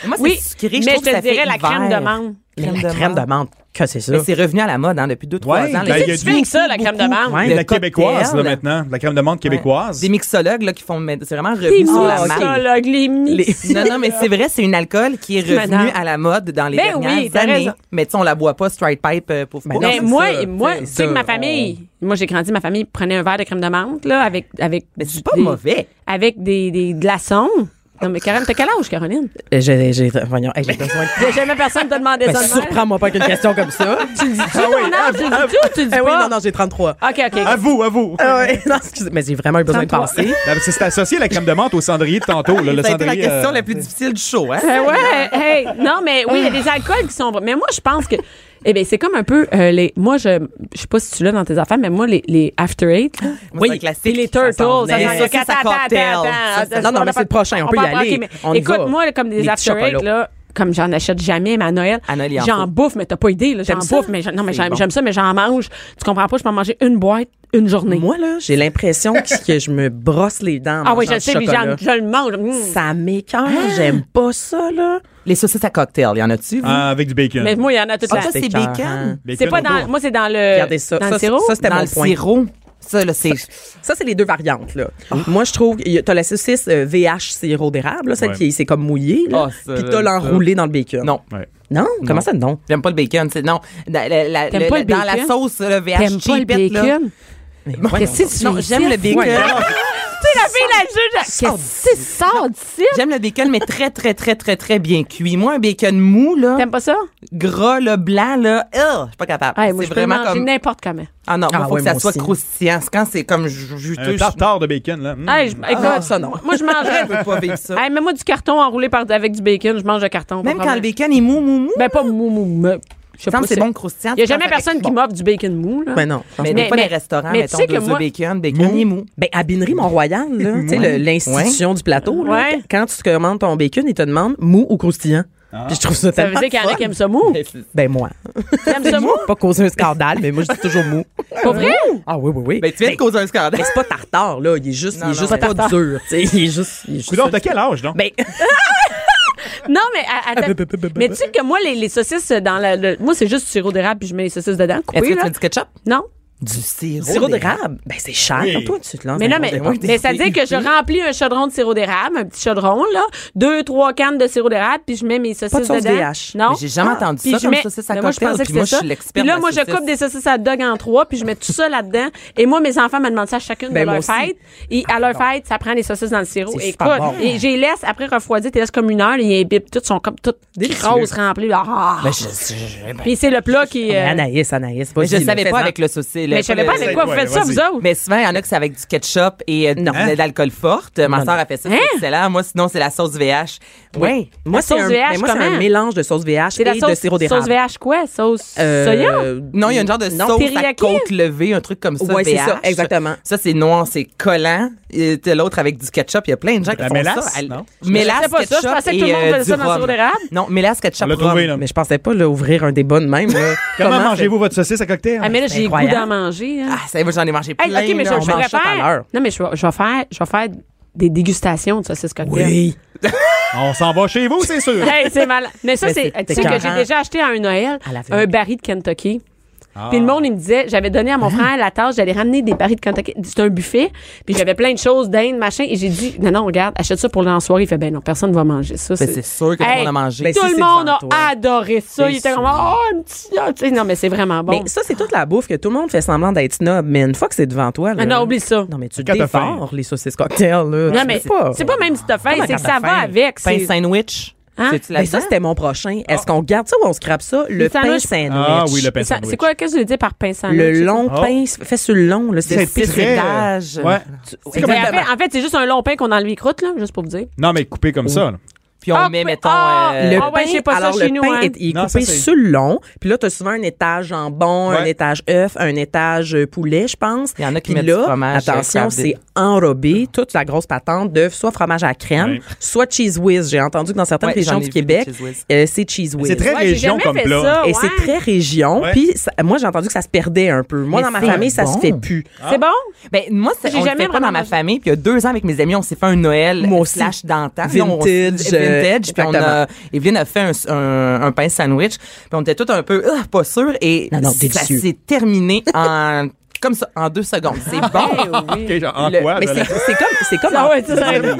Speaker 4: Moi, c'est
Speaker 3: oui.
Speaker 4: sucré.
Speaker 3: mais [LAUGHS]
Speaker 4: trouve
Speaker 3: je
Speaker 4: que
Speaker 3: te
Speaker 4: ça
Speaker 3: dirais
Speaker 4: fait
Speaker 3: la
Speaker 4: hiver.
Speaker 3: crème de menthe.
Speaker 6: Mais
Speaker 4: Crème
Speaker 6: la
Speaker 4: de
Speaker 6: crème de
Speaker 4: menthe.
Speaker 6: menthe. Que c'est ça.
Speaker 4: Mais c'est revenu à la mode hein, depuis deux, trois
Speaker 5: Ouais,
Speaker 4: ans.
Speaker 5: ben,
Speaker 4: Les-
Speaker 5: il y a
Speaker 3: Tu fais avec ça, la crème de menthe.
Speaker 5: Il y a
Speaker 4: le
Speaker 5: de la
Speaker 4: cocktail,
Speaker 5: québécoise, là,
Speaker 4: là.
Speaker 5: maintenant. De La crème de menthe québécoise.
Speaker 4: Des mixologues là, qui font. mais C'est vraiment
Speaker 3: Les
Speaker 4: revenu sur la marque.
Speaker 3: mixologues, les
Speaker 6: [LAUGHS]
Speaker 4: Les-
Speaker 3: mix.
Speaker 4: Non, non, mais c'est vrai, c'est une alcool qui est revenue
Speaker 3: Madame.
Speaker 4: à la mode dans les
Speaker 3: Ben oui,
Speaker 4: dernières
Speaker 3: t'as
Speaker 4: années.
Speaker 3: raison.
Speaker 4: Mais tu sais, on la boit pas straight pipe euh, pour
Speaker 6: Ben
Speaker 4: pour-
Speaker 6: non,
Speaker 3: Mais
Speaker 6: c'est
Speaker 3: moi,
Speaker 6: ça,
Speaker 3: moi,
Speaker 4: c'est
Speaker 3: tu sais que
Speaker 4: ça,
Speaker 3: ma famille, moi j'ai grandi, ma famille prenait un verre de crème de menthe là, avec avec
Speaker 4: Mais
Speaker 3: du-
Speaker 4: c'est pas
Speaker 3: des-
Speaker 4: mauvais.
Speaker 3: avec des, des glaçons. Non mais Caroline, t'as quel âge, Caroline
Speaker 6: Euh, J'ai, j'ai, voyons,
Speaker 3: [LAUGHS]
Speaker 6: hey, j'ai besoin de.
Speaker 3: J'ai Jamais personne te demandé
Speaker 6: Ben,
Speaker 3: ça. de même.
Speaker 6: surprends-moi pas avec une question comme ça. tu
Speaker 4: Ah
Speaker 6: le dis
Speaker 3: [LAUGHS] Tu dis ton âge, tu le dis tout, tu le dis
Speaker 6: oui,
Speaker 3: pas? Ah,
Speaker 6: non, non, j'ai 33.
Speaker 3: Ok, ok.
Speaker 5: À vous, à vous.
Speaker 6: Ah ouais, non, excusez, mais j'ai vraiment eu besoin de
Speaker 3: 33.
Speaker 5: [LAUGHS]
Speaker 6: penser.
Speaker 5: Ah, parce que C'est associé la crème de menthe au cendrier de tantôt. là, le
Speaker 4: Ça a été la
Speaker 5: cendrier,
Speaker 4: question
Speaker 5: euh,
Speaker 4: la plus difficile du show. Hein?
Speaker 3: Ben ouais, hey, non, mais oui, il y a des alcools qui sont. Mais moi, je pense que. Eh bien, c'est comme un peu euh, les. Moi, je. Je sais pas si tu l'as dans tes affaires, mais moi, les, les After Eight.
Speaker 6: [GASPS]
Speaker 3: là.
Speaker 4: Oui,
Speaker 3: Puis
Speaker 4: classique,
Speaker 3: les
Speaker 4: ça
Speaker 3: Turtles.
Speaker 4: s'en
Speaker 3: ça,
Speaker 4: venait.
Speaker 3: s'en-
Speaker 4: Les saucisses à
Speaker 3: attends, attends,
Speaker 4: cocktail.
Speaker 3: attends,
Speaker 4: Ça,
Speaker 3: attends,
Speaker 6: ça- non, non,
Speaker 3: on
Speaker 6: mais
Speaker 3: va-
Speaker 6: c'est le prochain, on peut y
Speaker 3: parle-
Speaker 6: aller.
Speaker 3: ok, mais
Speaker 6: On y va.
Speaker 3: écoute, moi, là, comme des
Speaker 6: Les petits
Speaker 3: After Eight,
Speaker 6: chocolats.
Speaker 3: là. Comme j'en achète jamais, mais à Noël,
Speaker 4: À Noël, il en
Speaker 3: j'en
Speaker 4: faut.
Speaker 3: bouffe, mais t'as pas idée. là. J'en
Speaker 4: T'aimes ça?
Speaker 3: bouffe, mais j'en- non, mais
Speaker 4: C'est
Speaker 3: j'aime
Speaker 4: bon.
Speaker 3: j'aime ça, mais j'en mange. Tu comprends pas, je peux en manger une boîte une journée.
Speaker 6: Moi, là, j'ai l'impression que, que je me brosse les dents. en
Speaker 3: ah oui,
Speaker 6: mangeant
Speaker 3: je le
Speaker 6: du
Speaker 3: sais, puis
Speaker 6: chocolat.
Speaker 3: j'en- je le mange. Mm.
Speaker 6: Ça m'écoeure, j'aime pas ça,
Speaker 3: Euh,
Speaker 6: là.
Speaker 4: Les saucisses à cocktail, y en a-tu? vous?
Speaker 5: ah, avec du bacon.
Speaker 3: Mais moi, il y en a tout
Speaker 4: Ah,
Speaker 3: la-
Speaker 4: ça, c'est
Speaker 6: écœurant.
Speaker 4: bacon.
Speaker 5: Bacon
Speaker 3: C'est pas
Speaker 5: autour.
Speaker 3: dans. Moi, c'est dans le.
Speaker 6: Regardez ça.
Speaker 3: Dans
Speaker 6: ça,
Speaker 3: le sirop.
Speaker 6: ça, c'était
Speaker 4: Dans
Speaker 6: mon
Speaker 4: le
Speaker 6: point.
Speaker 4: sirop. Ça, là, c'est.
Speaker 6: Ça, c'est les deux variantes. Là.
Speaker 4: Ah.
Speaker 6: Moi, je trouve, y a- t'as la saucisse euh, VH sirop d'érable, là, celle
Speaker 5: Ouais.
Speaker 6: qui c'est comme mouillé, là,
Speaker 4: Ah, ça,
Speaker 6: puis
Speaker 4: ça.
Speaker 6: t'as l'enroulé dans le bacon.
Speaker 4: Non.
Speaker 5: Ouais.
Speaker 6: Non? Comment ça, non?
Speaker 4: J'aime pas le bacon. c'est- Non. La- la- la-
Speaker 3: T'aimes
Speaker 4: le-
Speaker 3: pas
Speaker 4: le-
Speaker 3: le
Speaker 4: dans la
Speaker 3: bacon?
Speaker 4: sauce, le
Speaker 3: T'aimes
Speaker 4: VH
Speaker 3: pas le
Speaker 4: cheapette, là.
Speaker 3: bacon?
Speaker 4: Qu'est-ce
Speaker 3: que tu
Speaker 4: Non,
Speaker 3: fais
Speaker 4: j'aime le
Speaker 3: ici?
Speaker 4: bacon.
Speaker 3: Tu sais, la fille, la juge.
Speaker 6: Ah,
Speaker 3: Qu'est-ce que ça, d'ici?
Speaker 4: J'aime le bacon, mais très, très, très, très, très bien cuit. Moi, un bacon mou, là,
Speaker 3: T'aimes pas ça?
Speaker 4: gras, là, blanc, là, ah, je suis pas capable.
Speaker 3: Ouais, moi,
Speaker 4: c'est
Speaker 3: je peux
Speaker 4: vraiment
Speaker 3: manger
Speaker 4: comme.
Speaker 3: n'importe comment.
Speaker 4: Ah non, moi,
Speaker 6: Ah
Speaker 4: faut
Speaker 6: ouais,
Speaker 4: que ça
Speaker 6: moi
Speaker 4: soit
Speaker 6: aussi.
Speaker 4: croustillant. C'est Quand c'est comme ju- juteux,
Speaker 5: Un
Speaker 4: je
Speaker 5: tartare de bacon, là. Mm.
Speaker 3: Hey, je- écoute,
Speaker 4: Ah, ça, non.
Speaker 3: Moi, je
Speaker 4: [LAUGHS]
Speaker 3: mangerais.
Speaker 4: peux pas vivre ça.
Speaker 3: Hey, Mets-moi du carton enroulé par, avec du bacon. Je mange le carton. pas
Speaker 4: Même
Speaker 3: de
Speaker 4: quand le
Speaker 3: problème.
Speaker 4: bacon est mou, mou, mou,
Speaker 3: Ben, pas mou, mou, mou. Je sais
Speaker 4: il me semble
Speaker 3: pas.
Speaker 4: que c'est bon croustillant.
Speaker 3: Il n'y a
Speaker 4: tu
Speaker 3: jamais
Speaker 4: manges avec-
Speaker 3: personne qui
Speaker 4: Bon.
Speaker 3: m'offre du bacon mou, là.
Speaker 6: Ben non.
Speaker 3: Mais-
Speaker 4: Mais, mais pas
Speaker 3: mais-
Speaker 4: les restaurants,
Speaker 3: mais tu
Speaker 4: mettons,
Speaker 3: sais que
Speaker 4: deux
Speaker 3: moi-
Speaker 4: œufs bacon, bacon, il est mou.
Speaker 6: Ben, à Binerie Mont-Royal, là, tu sais, le- l'institution du plateau, là,
Speaker 3: Ouais.
Speaker 6: quand tu commandes ton bacon, ils te demandent mou ou croustillant.
Speaker 5: Ah.
Speaker 6: Puis je trouve ça
Speaker 3: Ça veut
Speaker 6: tellement
Speaker 3: dire qu'il y en a
Speaker 6: fun.
Speaker 3: qui aiment ça mou.
Speaker 6: Ben, moi.
Speaker 3: T'aimes ça mou?
Speaker 6: Pas causer un scandale, mais moi, je dis toujours mou.
Speaker 3: [LAUGHS] Pour vrai?
Speaker 6: Ah oui, oui, oui.
Speaker 4: Ben, tu viens de causer un
Speaker 6: Mais
Speaker 4: scandale.
Speaker 6: c'est pas tartare, là. Il est juste,
Speaker 4: Non,
Speaker 6: il est
Speaker 4: non,
Speaker 6: juste
Speaker 4: mais-
Speaker 6: pas dur. tu sais. Il est juste. Il est juste
Speaker 5: Coudonc, t'as quel âge, donc?
Speaker 6: Ben,
Speaker 3: Non, mais à- attends.
Speaker 4: [LAUGHS]
Speaker 3: Mais tu sais que moi, les, les saucisses dans la- le. Moi, c'est juste du sirop d'érable puis je mets les saucisses dedans,
Speaker 4: Est-ce
Speaker 3: coupées,
Speaker 4: que tu
Speaker 3: là.
Speaker 4: as du ketchup?
Speaker 3: Non?
Speaker 4: Du sirop.
Speaker 6: sirop
Speaker 4: d'érable.
Speaker 6: d'érable, ben c'est cher.
Speaker 5: Oui.
Speaker 6: Toi, tu te lances.
Speaker 3: Mais
Speaker 6: dans
Speaker 3: là,
Speaker 6: le
Speaker 3: mais,
Speaker 6: monde
Speaker 3: mais ça veut dire que je remplis un chaudron de sirop d'érable, un petit chaudron, là, deux, trois cannes de sirop d'érable, puis je mets mes saucisses
Speaker 6: Pas de sauce
Speaker 3: dedans.
Speaker 6: DH.
Speaker 3: Non. Ah!
Speaker 4: Mais j'ai jamais entendu
Speaker 3: Puis
Speaker 4: ça
Speaker 3: je
Speaker 4: comme
Speaker 3: mets-
Speaker 4: saucisse à
Speaker 3: Mais moi, je
Speaker 4: cocktail,
Speaker 3: pensais que
Speaker 4: puis moi,
Speaker 3: c'était
Speaker 4: je
Speaker 3: ça.
Speaker 4: suis l'expert
Speaker 3: Puis là,
Speaker 4: de la
Speaker 3: moi, je
Speaker 4: saucisse.
Speaker 3: coupe des saucisses à dog en trois, puis je mets tout ça là-dedans. Et moi, mes enfants me demandent ça à chacune
Speaker 6: Ben,
Speaker 3: de
Speaker 6: moi
Speaker 3: leur
Speaker 6: aussi.
Speaker 3: fête. Et à leur
Speaker 4: Ah,
Speaker 3: fête, ça prend les saucisses dans le sirop.
Speaker 6: C'est
Speaker 3: Et
Speaker 6: super
Speaker 3: écoute,
Speaker 6: bon.
Speaker 3: et j'ai laisse après refroidir, t'es laisse comme une heure, et ils bipent toutes, sont comme toutes
Speaker 6: Délicieux.
Speaker 3: grosses, remplies. Ah!
Speaker 4: Ben, je- je- ben,
Speaker 3: Puis c'est le plat qui. euh,
Speaker 6: Anaïs, Anaïs,
Speaker 4: Mais
Speaker 6: vas-y,
Speaker 4: je
Speaker 6: là,
Speaker 4: ne savais
Speaker 6: fais-en.
Speaker 4: pas avec le saucisson.
Speaker 3: Mais je savais pas avec quoi vous
Speaker 5: Ouais,
Speaker 3: faites ça,
Speaker 5: vas-y.
Speaker 3: vous autres.
Speaker 4: Mais souvent, il y en a que c'est avec du ketchup et euh, du- de l'alcool forte. Ma soeur a fait ça, c'est
Speaker 3: Hein?
Speaker 4: excellent. Moi, sinon, c'est la sauce VH.
Speaker 6: Oui. Moi,
Speaker 3: La
Speaker 6: c'est
Speaker 3: sauce VH,
Speaker 6: un, mais moi, c'est
Speaker 3: comment?
Speaker 6: un mélange de sauce VH
Speaker 3: C'est
Speaker 6: et
Speaker 3: la
Speaker 6: de
Speaker 3: sauce,
Speaker 6: sirop d'érable.
Speaker 3: sauce VH quoi? Sauce
Speaker 6: Euh,
Speaker 3: soya?
Speaker 4: Non, il y a une genre de
Speaker 6: Non,
Speaker 4: sauce à
Speaker 3: teriyaki?
Speaker 4: côte levée, un truc comme ça.
Speaker 6: Ouais, c'est
Speaker 4: VH.
Speaker 6: ça, exactement.
Speaker 4: Ça, c'est noir, c'est collant. Et t'as l'autre avec du ketchup. Il y a plein de gens qui
Speaker 5: La
Speaker 4: font
Speaker 5: mélasse,
Speaker 4: ça. Elle-
Speaker 5: non?
Speaker 4: Mélasse,
Speaker 3: Je sais pas ça,
Speaker 4: ketchup
Speaker 3: je pensais que
Speaker 4: et,
Speaker 3: tout le monde
Speaker 4: euh,
Speaker 3: faisait ça dans le
Speaker 4: du
Speaker 3: sirop
Speaker 4: rhum.
Speaker 3: d'érable.
Speaker 4: Non, mélasse, ketchup,
Speaker 5: On l'a trouvé,
Speaker 4: rhum.
Speaker 5: là.
Speaker 6: Mais je pensais pas là, ouvrir un débat de même. là.
Speaker 5: Comment,
Speaker 6: [LAUGHS] Comment
Speaker 5: mangez-vous votre saucisse à cocktail?
Speaker 3: Ah, mais là, j'ai le goût
Speaker 6: incroyable.
Speaker 3: d'en manger. hein.
Speaker 4: Ah, ça y est, j'en ai mangé plein.
Speaker 3: Hey, OK, mais je,
Speaker 4: là, on
Speaker 3: je
Speaker 4: mange
Speaker 3: pourrais
Speaker 4: ça tout à
Speaker 3: faire...
Speaker 4: l'heure.
Speaker 3: Non, mais je vais, je vais faire, je vais faire des dégustations de saucisses cocktail.
Speaker 6: Oui.
Speaker 5: On s'en va chez vous, c'est sûr.
Speaker 3: [LAUGHS] Hey, c'est mal. Mais ça,
Speaker 6: Mais
Speaker 3: c'est.
Speaker 6: c'est
Speaker 3: Tu sais que j'ai
Speaker 6: écœurant.
Speaker 3: déjà acheté à un Noël
Speaker 6: À l'aveugle.
Speaker 3: un baril de Kentucky.
Speaker 5: Ah.
Speaker 3: Puis le monde, il me disait, j'avais donné à
Speaker 6: Hein?
Speaker 3: mon frère la tâche j'allais ramener des barils de Kentucky. C'est un buffet. Puis j'avais plein de choses, d'Inde, machin. Et j'ai dit, non, non, regarde, achète ça pour la soirée. Il fait, ben non, personne va manger ça.
Speaker 4: Ben, c'est sûr que tout le monde a mangé.
Speaker 6: Ben,
Speaker 3: Tout
Speaker 6: si
Speaker 3: le
Speaker 6: c'est
Speaker 3: monde
Speaker 6: devant
Speaker 3: a
Speaker 6: toi.
Speaker 3: adoré ça.
Speaker 6: C'est
Speaker 3: Il était comme,
Speaker 6: sûr.
Speaker 3: oh, un petit. ah, tu sais, Non, mais c'est vraiment bon.
Speaker 6: Mais ça, c'est toute la bouffe que tout le monde fait semblant d'être snob. Mais une fois que c'est devant toi, là,
Speaker 3: Ah non, oublie ça.
Speaker 6: Non, mais tu
Speaker 5: Quand t'as
Speaker 6: défores les saucisses cocktails. Là.
Speaker 3: Non,
Speaker 6: Tu
Speaker 3: mais
Speaker 6: peux pas.
Speaker 3: c'est pas même si t'as faim,
Speaker 6: Comment
Speaker 3: c'est que
Speaker 6: quand
Speaker 3: ça va
Speaker 6: t'as faim?
Speaker 3: avec.
Speaker 4: Pain
Speaker 3: c'est-
Speaker 4: sandwich.
Speaker 3: Hein?
Speaker 4: C'est-tu
Speaker 6: Mais
Speaker 4: là-dedans?
Speaker 6: ça, c'était mon prochain. Est-ce qu'on garde ça ou on scrape ça? Le,
Speaker 3: Le
Speaker 6: pain
Speaker 3: sandwich.
Speaker 6: sandwich.
Speaker 5: Ah oui, le pain
Speaker 3: Ça-
Speaker 5: sandwich.
Speaker 3: C'est quoi, qu'est-ce que tu veux dire par pain
Speaker 4: Ah
Speaker 3: sandwich?
Speaker 6: Le long
Speaker 5: Oh.
Speaker 6: pain fait sur le long. là, C'est
Speaker 5: C'est
Speaker 6: c'est-
Speaker 5: très- euh,
Speaker 4: d'âge.
Speaker 5: Ouais.
Speaker 3: Mais
Speaker 6: Exactement.
Speaker 3: en fait, en fait, c'est juste un long pain qu'on enlève les croûtes, là, juste pour vous dire.
Speaker 5: Non, mais coupé comme ça. là.
Speaker 4: Puis on
Speaker 3: Ah,
Speaker 4: met,
Speaker 3: coupé-
Speaker 4: mettons.
Speaker 3: ah,
Speaker 4: euh,
Speaker 6: Le
Speaker 3: Ah ouais,
Speaker 6: pain,
Speaker 3: je sais pas ça
Speaker 6: alors
Speaker 3: chez
Speaker 6: le
Speaker 3: nous,
Speaker 6: pain
Speaker 3: hein.
Speaker 6: est, il est
Speaker 5: Non,
Speaker 6: coupé
Speaker 5: ça, c'est-
Speaker 6: sur le long. Puis là, t'as souvent un étage jambon, un
Speaker 5: Ouais.
Speaker 6: étage œuf, un étage euh, poulet, je pense.
Speaker 4: Il y en a qui
Speaker 6: Puis
Speaker 4: mettent
Speaker 6: là,
Speaker 4: du fromage, euh,
Speaker 6: Attention,
Speaker 4: crabbe.
Speaker 6: c'est enrobé, toute la grosse patente d'œuf, soit fromage à la crème,
Speaker 5: Ouais.
Speaker 6: soit cheese whiz. J'ai entendu que dans certaines
Speaker 4: Ouais, j'en
Speaker 6: régions
Speaker 4: ai
Speaker 6: du
Speaker 4: vu
Speaker 6: Québec,
Speaker 4: des cheese whiz.
Speaker 6: euh, c'est cheese whiz.
Speaker 5: C'est très
Speaker 3: Ouais, j'ai
Speaker 5: région
Speaker 3: jamais
Speaker 5: comme
Speaker 3: fait
Speaker 5: plat.
Speaker 3: ça,
Speaker 6: Et
Speaker 3: ouais.
Speaker 6: c'est très région.
Speaker 5: Ouais.
Speaker 6: Puis ça- moi, j'ai entendu que ça se perdait un peu. Moi,
Speaker 4: Mais
Speaker 6: dans ma
Speaker 4: c'est
Speaker 6: famille, ça se
Speaker 4: bon.
Speaker 6: fait plus.
Speaker 5: Ah.
Speaker 3: C'est bon?
Speaker 4: Ben, moi, c'est,
Speaker 3: J'ai
Speaker 4: on le
Speaker 3: jamais
Speaker 4: fait pas
Speaker 3: vraiment
Speaker 4: dans ma
Speaker 3: mangé.
Speaker 4: famille. Puis il y a deux ans, avec mes amis, on s'est fait un Noël
Speaker 6: Moi aussi.
Speaker 4: slash d'antan.
Speaker 6: Vintage, euh,
Speaker 4: Puis Ah, on- vintage. Puis on
Speaker 6: exactement.
Speaker 4: a, Evelyne a fait un, un, un pain sandwich. Puis on était tous un peu ah, pas sûrs. Et
Speaker 6: Non, non,
Speaker 4: ça
Speaker 6: délicieux.
Speaker 4: s'est terminé en
Speaker 6: [LAUGHS]
Speaker 4: comme ça, en deux secondes. C'est
Speaker 6: Ah,
Speaker 5: Ah. Eh
Speaker 4: bon.
Speaker 5: OK, genre, en
Speaker 4: Le-
Speaker 5: quoi?
Speaker 6: Mais
Speaker 5: là,
Speaker 6: c'est
Speaker 5: là?
Speaker 6: c'est comme, c'est comme
Speaker 3: Ah
Speaker 6: en-
Speaker 3: ouais, ça, ça arrive.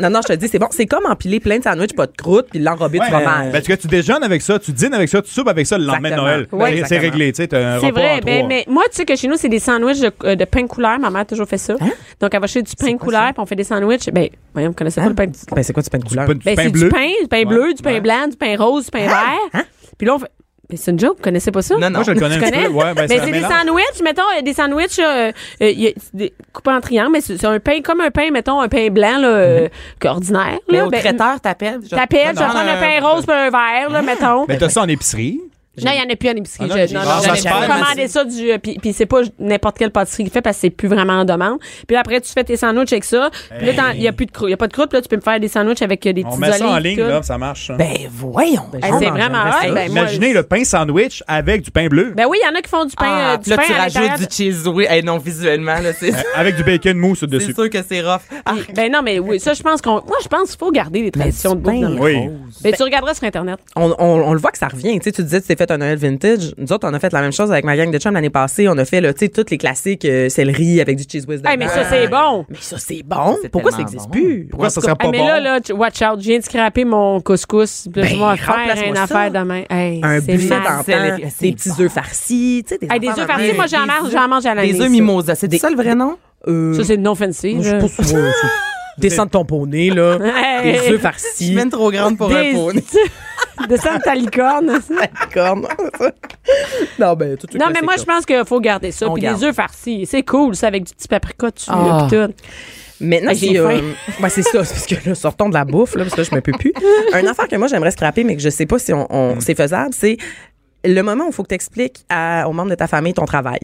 Speaker 6: non, non, je te dis, c'est bon. C'est comme empiler plein de sandwichs, pas de croûte, puis l'enrober de
Speaker 5: Ouais, Ben,
Speaker 6: fromage.
Speaker 5: parce que tu déjeunes avec ça, tu dînes avec ça, tu soupes avec ça le lendemain de
Speaker 6: Exactement.
Speaker 5: Noël. Ben,
Speaker 6: Ouais,
Speaker 5: C'est- c'est
Speaker 6: exactement.
Speaker 5: réglé, tu sais, t'as un
Speaker 3: C'est
Speaker 5: repas
Speaker 3: vrai,
Speaker 5: en
Speaker 3: ben,
Speaker 5: trois.
Speaker 3: mais moi, tu sais que chez nous, c'est des sandwichs de, euh, de pain de couleur. Ma mère a toujours fait ça. Donc, elle va chez du pain de couleur, puis on fait des sandwichs. Ben, voyons, vous connaissez pas le pain de
Speaker 6: Ben, c'est quoi, tu pas de couleur?
Speaker 5: Pas du
Speaker 3: Ben,
Speaker 5: pain
Speaker 3: c'est
Speaker 5: bleu.
Speaker 3: du pain, du pain bleu, du pain blanc, du pain rose, du pain vert. Puis là, on fait. Ben, c'est une joke, vous connaissez pas ça?
Speaker 4: Non, non.
Speaker 5: Moi, je le connais
Speaker 3: Tu
Speaker 5: un petit
Speaker 3: connais?
Speaker 5: peu. Ouais, ben,
Speaker 3: mais
Speaker 5: un
Speaker 3: c'est des
Speaker 5: mélange.
Speaker 3: sandwichs, mettons, euh, des sandwichs euh, euh, y a- des- coupés en triangle, mais c'est c'est un pain, comme un pain, mettons, un pain blanc, là, euh, qu'ordinaire.
Speaker 4: Mais
Speaker 3: là,
Speaker 4: au
Speaker 3: ben,
Speaker 4: traiteur, t'appelles. je-
Speaker 3: T'appelles,
Speaker 4: Non,
Speaker 3: tu vas
Speaker 4: non,
Speaker 3: prendre
Speaker 4: non,
Speaker 3: un pain
Speaker 4: non,
Speaker 3: rose puis un vert, là, mettons.
Speaker 5: Mais t'as ça en épicerie.
Speaker 3: Non, il n'y en a plus à l'épicerie.
Speaker 5: Ah non,
Speaker 3: Je- non,
Speaker 5: j'ai-
Speaker 3: non,
Speaker 5: ah, ça
Speaker 3: j'ai
Speaker 5: se perd,
Speaker 3: commandé ça du. euh, Puis, puis c'est pas n'importe quelle pâtisserie qui fait parce que c'est plus vraiment en demande. Puis là, après, tu fais tes sandwichs avec ça. Puis là, t'en- il n'y a plus de croûte. Il n'y a pas de croûte. puis Là, tu peux me faire des sandwichs avec euh, des
Speaker 5: On
Speaker 3: petits
Speaker 5: met ça en
Speaker 3: olives,
Speaker 5: ligne,
Speaker 3: tout.
Speaker 5: là, ça marche. hein.
Speaker 6: Ben, voyons.
Speaker 3: Eh,
Speaker 6: on
Speaker 3: c'est
Speaker 6: mange
Speaker 3: vraiment
Speaker 6: jamais ça.
Speaker 3: hot. Ben, moi,
Speaker 5: Imaginez le pain sandwich avec du pain bleu.
Speaker 3: Ben oui, il y en a qui font du pain.
Speaker 4: Ah,
Speaker 3: euh, du
Speaker 4: là,
Speaker 3: pain
Speaker 4: tu
Speaker 3: à l'intérieur
Speaker 4: rajoutes du cheese oui. Hey, non, visuellement, là, c'est
Speaker 5: euh, Avec du bacon mousse
Speaker 4: c'est
Speaker 5: dessus.
Speaker 4: sûr que c'est rough. Ah,
Speaker 3: de- Ben non, mais oui, ça, je pense qu'on. Moi, je pense qu'il faut garder les traditions de
Speaker 6: du pain.
Speaker 3: bouffe. dans le-
Speaker 5: Oui.
Speaker 3: Mais tu regarderas sur Internet.
Speaker 6: on, on- on le voit que ça revient. Tu, sais, tu disais, tu t'es fait un Noël vintage. Nous autres, on a fait la même chose avec ma gang de chum l'année passée. On a fait, là, tu sais, toutes les classiques euh, céleri avec du cheese whiz
Speaker 3: Hey, mais ça, c'est bon.
Speaker 6: Mais ça, c'est bon.
Speaker 4: C'est
Speaker 6: Pourquoi ça
Speaker 4: tellement
Speaker 6: n'existe
Speaker 4: bon.
Speaker 6: plus?
Speaker 5: Pourquoi ça
Speaker 6: En tout
Speaker 5: serait
Speaker 6: cas,
Speaker 5: Ah, pas
Speaker 3: Hey, Ah, mais
Speaker 5: bon?
Speaker 3: là, là, tu- watch out. Je viens de scraper mon couscous. Puis là,
Speaker 6: Ben,
Speaker 3: je vais faire
Speaker 6: remplace-moi
Speaker 3: une
Speaker 6: ça.
Speaker 3: affaire demain. Hey,
Speaker 6: un
Speaker 3: c'est
Speaker 6: buffet
Speaker 3: mal.
Speaker 6: en
Speaker 4: C'est-
Speaker 6: pain,
Speaker 4: c'est
Speaker 6: des petits œufs farcis, tu sais, des
Speaker 3: Hey, des
Speaker 6: affaires
Speaker 3: œufs
Speaker 6: de même.
Speaker 3: farcis, moi, j'en mange, j'en mange à l'année.
Speaker 4: des œufs
Speaker 3: ça.
Speaker 4: mimosa, c'est des...
Speaker 6: C'est ça le vrai nom? Euh,
Speaker 3: Ça, c'est non fancy.
Speaker 6: je
Speaker 3: là.
Speaker 6: sais pas si- ouais, ça- [LAUGHS] Descends de ton poney, là.
Speaker 3: Hey.
Speaker 6: Des œufs farcis.
Speaker 4: Semaine trop grande pour
Speaker 3: Des-
Speaker 4: un poney.
Speaker 3: Descends [LAUGHS] de ta licorne.
Speaker 6: Comme- [LAUGHS] non, ben, tout de suite,
Speaker 3: non,
Speaker 6: là,
Speaker 3: mais
Speaker 6: c'est
Speaker 3: moi,
Speaker 6: ça.
Speaker 3: je pense qu'il faut garder ça.
Speaker 6: On
Speaker 3: Puis
Speaker 6: garde.
Speaker 3: les œufs farcis, c'est cool, ça, avec du petit paprika dessus. là,
Speaker 4: Ah.
Speaker 3: puis tout.
Speaker 6: Maintenant,
Speaker 3: Ah, j'ai
Speaker 6: j'ai. euh,
Speaker 3: faim.
Speaker 6: ouais, c'est ça, c'est parce que là, sortons de la bouffe, là, parce que là, je me peux
Speaker 3: [LAUGHS]
Speaker 6: plus. Un affaire que moi, j'aimerais scraper, mais que je sais pas si on, on-
Speaker 5: Mm.
Speaker 6: c'est faisable, c'est le moment où il faut que tu expliques à- aux membres de ta famille ton travail.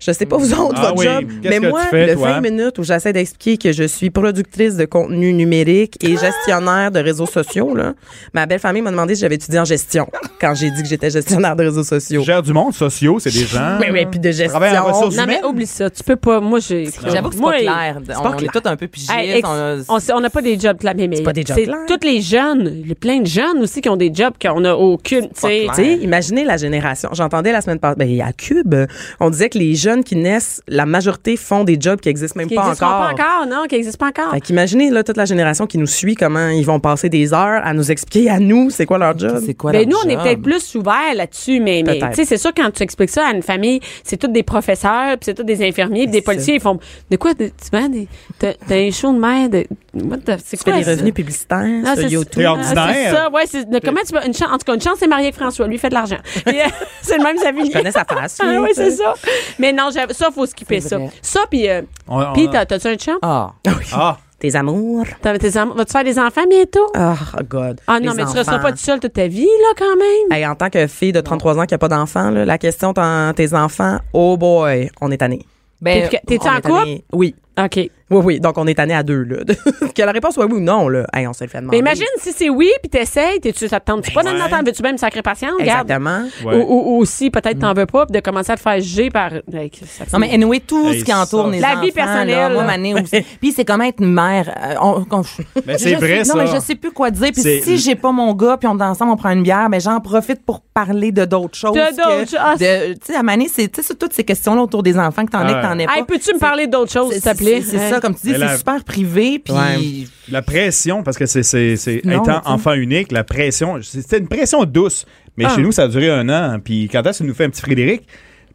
Speaker 6: Je sais pas vous autres,
Speaker 5: Ah
Speaker 6: votre
Speaker 5: oui.
Speaker 6: job,
Speaker 5: Qu'est-ce
Speaker 6: mais
Speaker 5: que
Speaker 6: moi,
Speaker 5: tu fais,
Speaker 6: le
Speaker 5: toi?
Speaker 6: 20 minutes où j'essaie d'expliquer que je suis productrice de contenu numérique et
Speaker 3: Ah!
Speaker 6: gestionnaire de réseaux sociaux, là, ma belle famille m'a demandé si j'avais étudié en gestion quand j'ai dit que j'étais gestionnaire de réseaux sociaux.
Speaker 5: Gère du monde, sociaux, c'est des gens.
Speaker 6: Oui, oui, puis de gestion.
Speaker 5: Travaille en ressources
Speaker 3: Non, mais
Speaker 5: humaines.
Speaker 3: oublie ça. Tu peux pas. Moi, j'ai.
Speaker 4: J'avoue que c'est
Speaker 3: Moi,
Speaker 4: pas clair. On,
Speaker 6: pas
Speaker 4: on
Speaker 6: clair.
Speaker 4: est tous un peu pigistes.
Speaker 3: Hey, ex-
Speaker 4: on a-
Speaker 3: on s- on n'a pas des jobs clairs, mais mais
Speaker 6: pas des jobs
Speaker 3: c'est
Speaker 6: clairs.
Speaker 3: toutes les jeunes, il y a plein de jeunes aussi qui ont des jobs qu'on n'a aucune. Tu sais,
Speaker 4: clair.
Speaker 6: Tu sais, imaginez la génération. J'entendais la semaine passée, ben, à Cube, on disait que les jeunes qui naissent, la majorité font des jobs qui n'existent même
Speaker 3: qui
Speaker 6: pas,
Speaker 3: n'existent pas
Speaker 6: encore.
Speaker 3: encore, non, qui n'existent pas encore.
Speaker 6: Fait qu'imaginez, là, toute la génération qui nous suit, comment ils vont passer des heures à nous expliquer à nous c'est quoi leur job.
Speaker 4: C'est quoi
Speaker 3: Ben,
Speaker 4: leur
Speaker 3: nous, on est
Speaker 4: job?
Speaker 3: peut-être plus ouverts là-dessus, mais, mais
Speaker 6: Peut-être.
Speaker 3: tu sais, c'est sûr, quand tu expliques ça à une famille, c'est tous des professeurs, puis c'est tous des infirmiers, puis des policiers, ils font De quoi de- Tu vends des. T'as t'as un show de merde. de- what the- C'est
Speaker 6: Tu fais
Speaker 3: quoi
Speaker 6: des
Speaker 3: ça?
Speaker 6: revenus publicitaires
Speaker 3: Ah,
Speaker 6: sur
Speaker 3: c'est
Speaker 6: YouTube.
Speaker 5: C'est
Speaker 3: Ah,
Speaker 5: ordinaire.
Speaker 3: c'est ça, ouais. c'est- de- Comment tu vas. Une chance, en tout cas, une chance, c'est marié avec François. Lui, il fait de
Speaker 6: [LAUGHS]
Speaker 3: l'argent. Puis, euh, c'est le même Savigny.
Speaker 6: Je connais sa face, lui,
Speaker 3: [LAUGHS] Ah, oui,
Speaker 6: tu sais.
Speaker 3: c'est ça. Mais non, j'av- ça, faut skipper
Speaker 4: C'est
Speaker 3: ça.
Speaker 4: vrai.
Speaker 3: Ça, puis. euh,
Speaker 5: On- on-
Speaker 3: puis, t'as- t'as-tu un champ?
Speaker 4: Ah.
Speaker 5: Ah,
Speaker 6: Tes amours.
Speaker 3: T'as- tes enfants- Vas-tu faire des enfants bientôt?
Speaker 6: Oh, God.
Speaker 3: Ah non,
Speaker 6: Les
Speaker 3: mais tu resteras
Speaker 6: enfants.
Speaker 3: pas tout seul toute ta vie, là, quand même.
Speaker 6: Hey, en tant que fille de 33 ans qui n'a pas d'enfant, là, la question de tes enfants, oh boy, on est tanné.
Speaker 4: Ben,
Speaker 3: T'es- T'es-tu
Speaker 6: On
Speaker 3: en
Speaker 6: est
Speaker 3: couple?
Speaker 6: tanné. Oui.
Speaker 3: OK.
Speaker 6: Oui, oui. Donc, on est tanné à deux, là. [LAUGHS] que la réponse soit oui ou non, là. Hey, on se le fait demander.
Speaker 3: Mais imagine si c'est oui, puis t'essayes, t'es-tu, ça te tente-tu pas d'en entendre? Veux-tu même sacré patience? Regarde.
Speaker 6: Exactement.
Speaker 5: ouais.
Speaker 3: Ou, ou- ou si peut-être
Speaker 5: Mm.
Speaker 3: t'en veux pas, puis de commencer à te faire juger par. Hey, ça-
Speaker 4: Non, mais anyway, tout
Speaker 5: Hey,
Speaker 4: ce qui
Speaker 5: ça.
Speaker 4: entoure les
Speaker 3: La
Speaker 4: enfants,
Speaker 3: vie personnelle,
Speaker 4: là, moi,
Speaker 3: là.
Speaker 4: mané
Speaker 3: [LAUGHS]
Speaker 4: aussi. Puis c'est comme être mère. euh, on- qu'on-
Speaker 5: [LAUGHS] Mais c'est
Speaker 4: je
Speaker 5: vrai,
Speaker 4: sais- Non,
Speaker 5: ça.
Speaker 4: mais je sais plus quoi dire. Puis
Speaker 5: C'est-
Speaker 4: si j'ai pas mon gars, puis on est ensemble, on prend une bière, mais j'en profite pour parler de d'autres choses.
Speaker 3: De d'autres
Speaker 4: que-
Speaker 3: choses.
Speaker 4: de- Tu sais, à mané, c'est tu sais, c'est toutes ces questions-là autour des enfants que t'en es, que t'en es pas.
Speaker 3: Hey, peux-tu me parler d'autre chose,
Speaker 4: C'est-
Speaker 3: Ah, s'il te plaît? Hein?
Speaker 4: c'est- C'est
Speaker 3: Hey.
Speaker 4: ça, comme tu dis,
Speaker 5: Mais la-
Speaker 4: c'est super privé, puis...
Speaker 6: Ouais.
Speaker 5: La pression, parce que c'est, c'est, c'est
Speaker 4: Non,
Speaker 5: étant
Speaker 4: tu sais.
Speaker 5: enfant unique, la pression, c'était une pression douce. Mais
Speaker 3: Ah.
Speaker 5: chez nous, ça a duré un an. Puis quand est-ce que nous fait un petit Frédéric?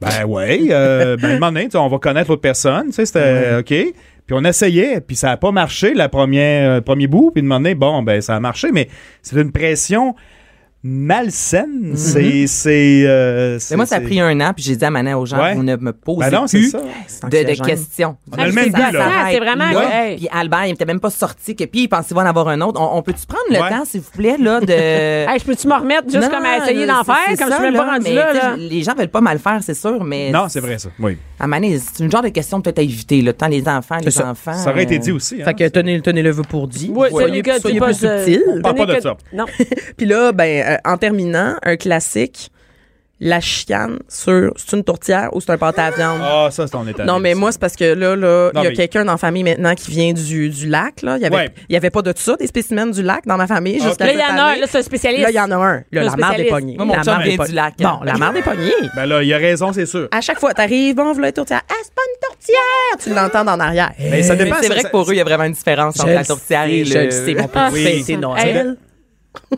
Speaker 5: Ben ouais, euh, ben, à un moment donné, tu sais, on va connaître l'autre personne, tu sais, c'était OK. Puis on essayait, puis ça n'a pas marché la première, le premier bout, puis de un moment donné, bon, ben ça a marché, mais c'est une pression malsaine. C'est, c'est, euh, c'est-
Speaker 4: Mais moi, ça a
Speaker 5: c'est-
Speaker 4: pris un an, puis j'ai dit à Manet aux gens,
Speaker 5: Ouais.
Speaker 4: vous ne me posez
Speaker 5: Ben non, c'est
Speaker 4: plus
Speaker 5: ça.
Speaker 4: de, de
Speaker 6: anxiogène.
Speaker 4: questions.
Speaker 5: On a le même
Speaker 4: Ça
Speaker 5: but, là.
Speaker 4: s'arrête.
Speaker 3: C'est vraiment-
Speaker 4: Ouais.
Speaker 3: Hey.
Speaker 4: Puis Albert, il n'était même pas sorti, que puis il pensait en avoir un autre. On, on peut-tu prendre le
Speaker 5: Ouais.
Speaker 4: temps, s'il vous plaît, là, de...
Speaker 3: [LAUGHS] Hey, je peux-tu me remettre juste
Speaker 4: euh, Non,
Speaker 3: comme à essayer
Speaker 4: là,
Speaker 3: d'en
Speaker 4: c'est-
Speaker 3: faire,
Speaker 4: c'est
Speaker 3: comme
Speaker 4: ça,
Speaker 3: je suis même pas
Speaker 4: là,
Speaker 3: rendu
Speaker 4: mais,
Speaker 3: là,
Speaker 4: tu sais,
Speaker 3: là?
Speaker 4: Les gens veulent pas mal faire, c'est sûr, mais.
Speaker 5: Non, c'est vrai, ça. Oui.
Speaker 4: À Mané, c'est une genre de question peut-être à éviter, le temps, les enfants, les
Speaker 6: ça.
Speaker 4: enfants.
Speaker 5: Ça aurait été
Speaker 4: euh,
Speaker 5: dit aussi. hein.
Speaker 6: Fait que tenez, tenez-le vous pour dit.
Speaker 3: Ouais,
Speaker 6: soyez
Speaker 3: celui que
Speaker 6: soyez
Speaker 3: tu
Speaker 6: plus
Speaker 3: poses, euh,
Speaker 6: subtil.
Speaker 5: Parle pas
Speaker 3: tenez
Speaker 5: de
Speaker 3: que-
Speaker 5: ça.
Speaker 3: Non.
Speaker 6: Puis là, ben, euh, en terminant, un classique. la chicane sur c'est une tourtière ou c'est un pâté à viande.
Speaker 5: Ah, ça, c'est ton état.
Speaker 6: Non, mais moi, c'est parce que là, là,
Speaker 5: Non,
Speaker 6: il y a
Speaker 5: mais-
Speaker 6: quelqu'un dans la famille maintenant qui vient du, du lac, là. Il y avait,
Speaker 5: Ouais. Ah,
Speaker 6: il y avait pas de ça, des spécimens du lac dans ma famille. jusqu'à
Speaker 3: Là, il y en
Speaker 6: cette
Speaker 3: a un,
Speaker 6: année.
Speaker 3: là, c'est un spécialiste.
Speaker 6: Là, il y en a un. Là,
Speaker 3: Un
Speaker 6: la mère des
Speaker 3: spécialiste.
Speaker 6: poignées.
Speaker 4: Moi, mon
Speaker 6: la
Speaker 4: chum
Speaker 6: mère des
Speaker 4: vient
Speaker 6: poignées.
Speaker 4: du lac.
Speaker 6: Bon, la mère des poignées.
Speaker 5: Ben là, il a raison, c'est sûr.
Speaker 6: À chaque fois, t'arrives, bon, voilà une tourtière. Ah, c'est pas une tourtière! Tu l'entends en arrière.
Speaker 5: Mais ça dépend.
Speaker 4: Mais c'est
Speaker 5: ça-
Speaker 4: vrai que
Speaker 5: ça-
Speaker 4: pour eux, il y a vraiment une différence entre
Speaker 6: Je
Speaker 4: la
Speaker 6: le
Speaker 4: tourtière
Speaker 6: sais,
Speaker 4: et le...
Speaker 6: je le sais, mon
Speaker 4: [LAUGHS]
Speaker 3: Ah,
Speaker 5: Oui.
Speaker 6: petit. C'est Noël.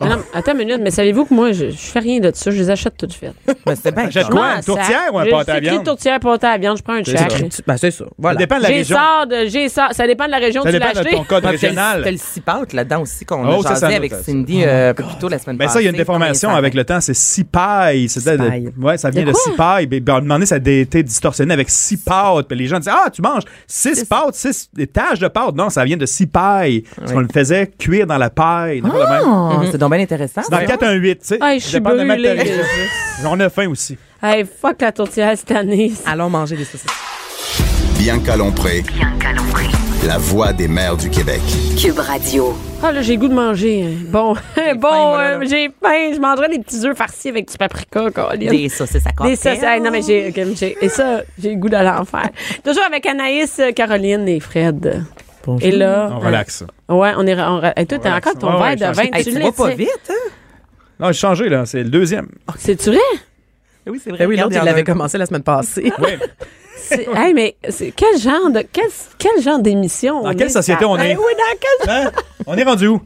Speaker 3: Non, mais attends une minute, mais savez-vous que moi, je, je fais rien de ça. Je les achète toutes faites.
Speaker 4: Mais c'est bien
Speaker 5: Achète
Speaker 4: con.
Speaker 5: quoi, Ah une tourtière ou un pâté à
Speaker 3: Je sais
Speaker 5: viande?
Speaker 3: qui hein? tourtière, pâté à viande, je prends un chèque.
Speaker 6: Tu- Ben, c'est ça.
Speaker 5: Ça
Speaker 6: Voilà.
Speaker 5: dépend de la
Speaker 3: J'ai
Speaker 5: région.
Speaker 3: sort de, j'ai sort, ça dépend de la région où
Speaker 5: Ça
Speaker 3: tu l'as
Speaker 5: dépend de
Speaker 3: acheté.
Speaker 5: ton code
Speaker 4: Ah, t'as le- T'as
Speaker 5: régional.
Speaker 4: le six pâtes là-dedans aussi qu'on
Speaker 5: Oh,
Speaker 4: a
Speaker 5: ça,
Speaker 4: jasé
Speaker 5: ça me-
Speaker 4: avec
Speaker 5: ça-
Speaker 4: Cindy euh, plus tôt la semaine
Speaker 5: Ben
Speaker 4: passée.
Speaker 5: ça, il y a une déformation
Speaker 4: Dans les
Speaker 5: avec le temps, c'est six pailles. C'est
Speaker 6: Cipaille.
Speaker 5: ouais, ça vient de,
Speaker 3: De quoi?
Speaker 5: six pailles. Ben, ben, à un moment donné, ça a été distorsionné avec six pâtes. Puis les gens disaient Ah, tu manges six pâtes, six étages de pâtes. Non, ça vient de six pailles. Parce qu'on le faisait cuire dans la paille. n'importe le même.
Speaker 4: Ah, C'est donc bien intéressant.
Speaker 5: C'est dans
Speaker 4: ça.
Speaker 5: 4 1 8, tu sais.
Speaker 3: Ah, je suis
Speaker 5: dépendamment de ta
Speaker 3: brûlée.
Speaker 5: région. On a faim aussi.
Speaker 3: Hey, fuck la tourtière cette année.
Speaker 6: Allons manger des saucisses.
Speaker 2: Bianca Lompré,
Speaker 1: Bianca Lompré.
Speaker 2: la voix des mères du Québec.
Speaker 1: Cube Radio.
Speaker 3: Ah, là, j'ai le goût de manger. hein. Bon, [LAUGHS] bon, euh, j'ai faim. Je mangerai des petits œufs farcis avec du paprika, Colin.
Speaker 4: Des saucisses à
Speaker 3: Des
Speaker 4: cocktail.
Speaker 3: sauces- hey, non, mais j'ai, ok, j'ai- et ça, j'ai le goût d'aller en faire. Toujours avec Anaïs, euh, Caroline et Fred. Et là.
Speaker 5: On relaxe.
Speaker 3: euh, Ouais, on est, on, hey, toi, t'as
Speaker 5: relaxe.
Speaker 3: encore ton
Speaker 5: Ouais, ouais,
Speaker 3: verre de
Speaker 5: je suis
Speaker 3: vin,
Speaker 4: Hey,
Speaker 3: tu
Speaker 4: tu
Speaker 3: l'as,
Speaker 4: vas pas
Speaker 3: tu sais.
Speaker 4: vite, hein?
Speaker 5: Non, j'ai changé, là. C'est le deuxième.
Speaker 3: C'est-tu vrai?
Speaker 4: Oui, c'est vrai.
Speaker 6: Ben oui, l'autre, il
Speaker 4: regarde,
Speaker 6: l'avait
Speaker 4: y en a un.
Speaker 6: commencé la semaine
Speaker 3: Ah,
Speaker 6: passée.
Speaker 5: Oui.
Speaker 3: C'est- hey, mais c'est- quel genre de, quel, quel genre d'émission?
Speaker 5: Dans
Speaker 3: on
Speaker 5: quelle
Speaker 3: est,
Speaker 5: société
Speaker 3: ça?
Speaker 5: on est?
Speaker 3: Eh oui, dans quelle
Speaker 5: Hein? On est rendu où?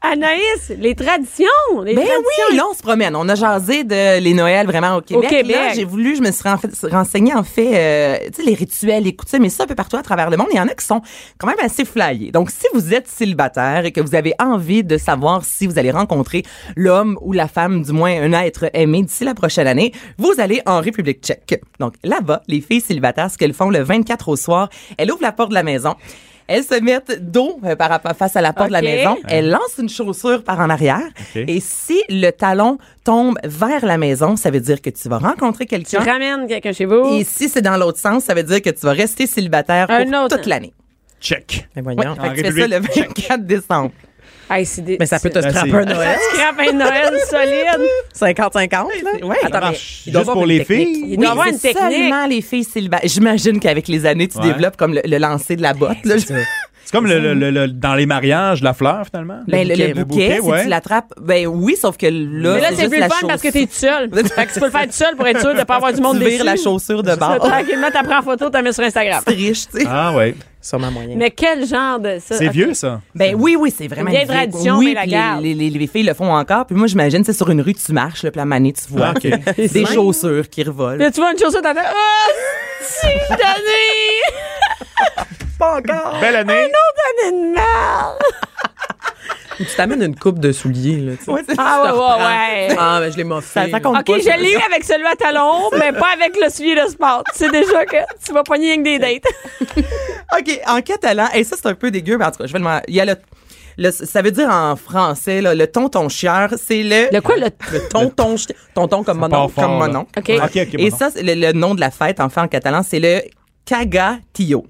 Speaker 3: Anaïs, les traditions, les
Speaker 4: Ben
Speaker 3: traditions.
Speaker 4: oui, là, on se promène. On a jasé de les Noëls vraiment au Québec.
Speaker 3: Québec.
Speaker 4: Là, j'ai voulu, je me suis renf- renseignée, en fait, euh, tu sais, les rituels, les coutumes, mais ça, un peu partout à travers le monde. Il y en a qui sont quand même assez flyés. Donc, si vous êtes célibataire et que vous avez envie de savoir si vous allez rencontrer l'homme ou la femme, du moins un être aimé d'ici la prochaine année, vous allez en République tchèque. Donc, là-bas, les filles célibataires, ce qu'elles font le 24 au soir, elles ouvrent la porte de la maison. Elles se mettent dos euh, par rapport- face à la porte
Speaker 3: Ok.
Speaker 4: de la maison. Elles lancent une chaussure par en arrière.
Speaker 5: Hein? OK.
Speaker 4: Et si le talon tombe vers la maison, ça veut dire que tu vas rencontrer
Speaker 3: Tu
Speaker 4: quelqu'un.
Speaker 3: ramènes quelqu'un chez vous.
Speaker 4: Et si c'est dans l'autre sens, ça veut dire que tu vas rester célibataire
Speaker 3: Un
Speaker 4: pour
Speaker 3: autre.
Speaker 4: toute l'année.
Speaker 5: Check.
Speaker 6: Mais
Speaker 4: Oui,
Speaker 6: voyons.
Speaker 5: En
Speaker 4: tu fais ça le
Speaker 5: République tchèque.
Speaker 4: 24 décembre.
Speaker 3: Hey, c'est des-
Speaker 6: Mais ça peut te
Speaker 4: Ah,
Speaker 5: Ben,
Speaker 6: scraper
Speaker 5: c'est-
Speaker 6: un Noël.
Speaker 3: [LAUGHS] Tu scrapes un Noël solide.
Speaker 6: 50-50, là.
Speaker 4: Ouais.
Speaker 5: Ça
Speaker 6: Attends, mais
Speaker 5: marche
Speaker 6: il doit
Speaker 5: juste
Speaker 6: avoir
Speaker 5: pour
Speaker 6: une
Speaker 5: les
Speaker 6: technique.
Speaker 5: filles.
Speaker 3: Il doit y avoir une
Speaker 4: c'est
Speaker 3: technique.
Speaker 4: seulement les filles célibataires. J'imagine qu'avec les années, tu
Speaker 5: Ouais.
Speaker 4: développes comme le, le lancer de la botte. là. [LAUGHS]
Speaker 5: C'est comme le, le- le- le- dans les mariages, la fleur, finalement.
Speaker 4: Ben, le, le bouquet,
Speaker 5: Le bouquet,
Speaker 4: si
Speaker 5: ouais.
Speaker 4: tu l'attrapes, ben oui, sauf que là,
Speaker 3: Mais là, c'est
Speaker 4: juste
Speaker 3: plus le
Speaker 4: la
Speaker 3: fun parce que
Speaker 4: chaussure.
Speaker 3: t'es tout seul. fait que tu peux le faire tout seul pour être sûr de pas avoir du monde
Speaker 4: Tu vires
Speaker 3: déçu.
Speaker 4: la chaussure de
Speaker 3: Ça,
Speaker 4: bord. [LAUGHS]
Speaker 3: Tranquillement, t'as pris en photo, t'as mis sur Instagram.
Speaker 4: C'est riche, tu sais.
Speaker 5: Ah, ouais.
Speaker 6: Sûrement moyen.
Speaker 3: Mais quel genre de ça?
Speaker 5: C'est vieux, ça.
Speaker 4: Ben oui, oui, c'est vraiment
Speaker 3: Une vieille
Speaker 4: une vieille-
Speaker 3: tradition,
Speaker 4: oui,
Speaker 3: mais la
Speaker 4: puis
Speaker 3: garde.
Speaker 4: Les, les, les- les filles le font encore. Puis moi, j'imagine, c'est sur une rue, tu marches, le plan mané, tu vois.
Speaker 5: Ah, OK.
Speaker 4: que- des chaussures qui
Speaker 3: [LAUGHS]
Speaker 4: revolent.
Speaker 3: Là, tu vois une chaussure, t'as fait. Ah! [LAUGHS] si, d'année!
Speaker 4: Pas encore.
Speaker 5: Belle année.
Speaker 3: Oh, T'en es une merde!
Speaker 6: Tu t'amènes une coupe de souliers, là. tu sais.
Speaker 3: Ah, ouais, ouais, ouais.
Speaker 6: Ah, mais je l'ai moffé.
Speaker 4: Ça- ça compte.
Speaker 3: OK, je l'ai eu avec celui à talons, mais pas avec le suivi de sport. C'est déjà que tu vas pogner rien que des dates.
Speaker 4: Ah, OK, en catalan, et ça, c'est un peu dégueu, mais en tout cas, je vais le. Il y a le. le- ça veut dire en français, là, le tonton chieur, c'est [LAUGHS] le.
Speaker 3: Le quoi, le.
Speaker 6: Le tonton, ch'ti- tonton comme mon
Speaker 5: part
Speaker 6: oncle,
Speaker 5: fort,
Speaker 6: comme mon
Speaker 5: là.
Speaker 6: oncle.
Speaker 3: OK.
Speaker 5: OK, OK.
Speaker 4: Et
Speaker 5: bon.
Speaker 4: ça, c'est le, le nom de la fête, en fait, en catalan, c'est le cagatillo.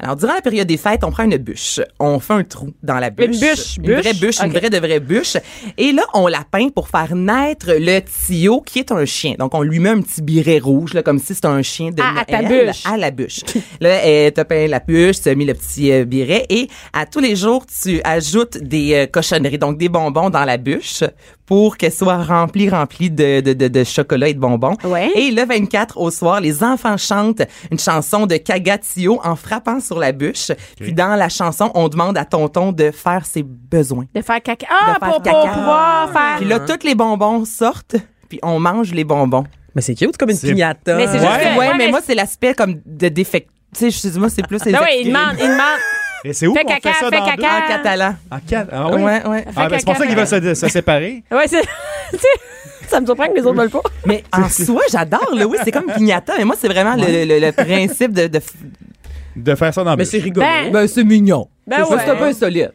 Speaker 4: Alors, durant la période des fêtes, on prend une bûche. On fait un trou dans la bûche.
Speaker 3: Une bûche,
Speaker 4: Une
Speaker 3: bûche.
Speaker 4: vraie bûche, une
Speaker 3: Ok.
Speaker 4: vraie de vraie bûche. Et là, on la peint pour faire naître le tio, qui est un chien. Donc, on lui met un petit biret rouge, là, comme si c'était un chien de
Speaker 3: Ah, à ta
Speaker 4: Noël,
Speaker 3: bûche.
Speaker 4: À la bûche. [LAUGHS] là, euh, t'as peint la bûche, t'as mis le petit euh, biret. Et à tous les jours, tu ajoutes des euh, cochonneries, donc des bonbons dans la bûche pour qu'elle soit remplie, remplie de, de, de, de chocolat et de bonbons.
Speaker 3: Ouais.
Speaker 4: Et le 24 au soir, les enfants chantent une chanson de Cagatio en frappant sur la bûche. Puis dans la chanson, on demande à Tonton de faire ses besoins.
Speaker 3: De faire caca. Ah,
Speaker 4: De faire
Speaker 3: pour, pour
Speaker 4: caca.
Speaker 3: pouvoir faire.
Speaker 4: Puis là, tous les bonbons sortent, puis on mange les bonbons.
Speaker 6: Mais c'est cute comme une
Speaker 5: C'est-
Speaker 6: piñata.
Speaker 3: Mais c'est juste
Speaker 5: Ouais.
Speaker 3: que-
Speaker 4: Ouais,
Speaker 3: ouais,
Speaker 4: mais,
Speaker 3: mais
Speaker 4: moi, c'est l'aspect comme de défect. Tu sais, je sais, moi, c'est
Speaker 3: [LAUGHS]
Speaker 4: plus... les
Speaker 3: Ah oui, il
Speaker 4: extrémes.
Speaker 3: demande, il demande.
Speaker 5: Et c'est où
Speaker 3: Fais
Speaker 5: qu'on fait
Speaker 3: caca,
Speaker 5: ça
Speaker 3: fais
Speaker 5: dans
Speaker 3: caca.
Speaker 4: En catalan.
Speaker 5: deux- En quatre. Ah,
Speaker 4: Ouais,
Speaker 5: ouais.
Speaker 4: ouais.
Speaker 5: Ah, ben, c'est pour ça qu'ils veulent se, se séparer.
Speaker 3: Ouais, c'est. [LAUGHS] tu sais, ça me surprend que les autres veulent pas.
Speaker 4: Mais en soi, j'adore, là. Oui, c'est comme piñata. Mais moi, c'est vraiment le, le- le principe de... de f-
Speaker 5: De faire ça dans la
Speaker 6: Mais
Speaker 5: bûche.
Speaker 6: c'est rigolo.
Speaker 3: Ben,
Speaker 4: c'est mignon.
Speaker 3: Ben ouais.
Speaker 4: insolite.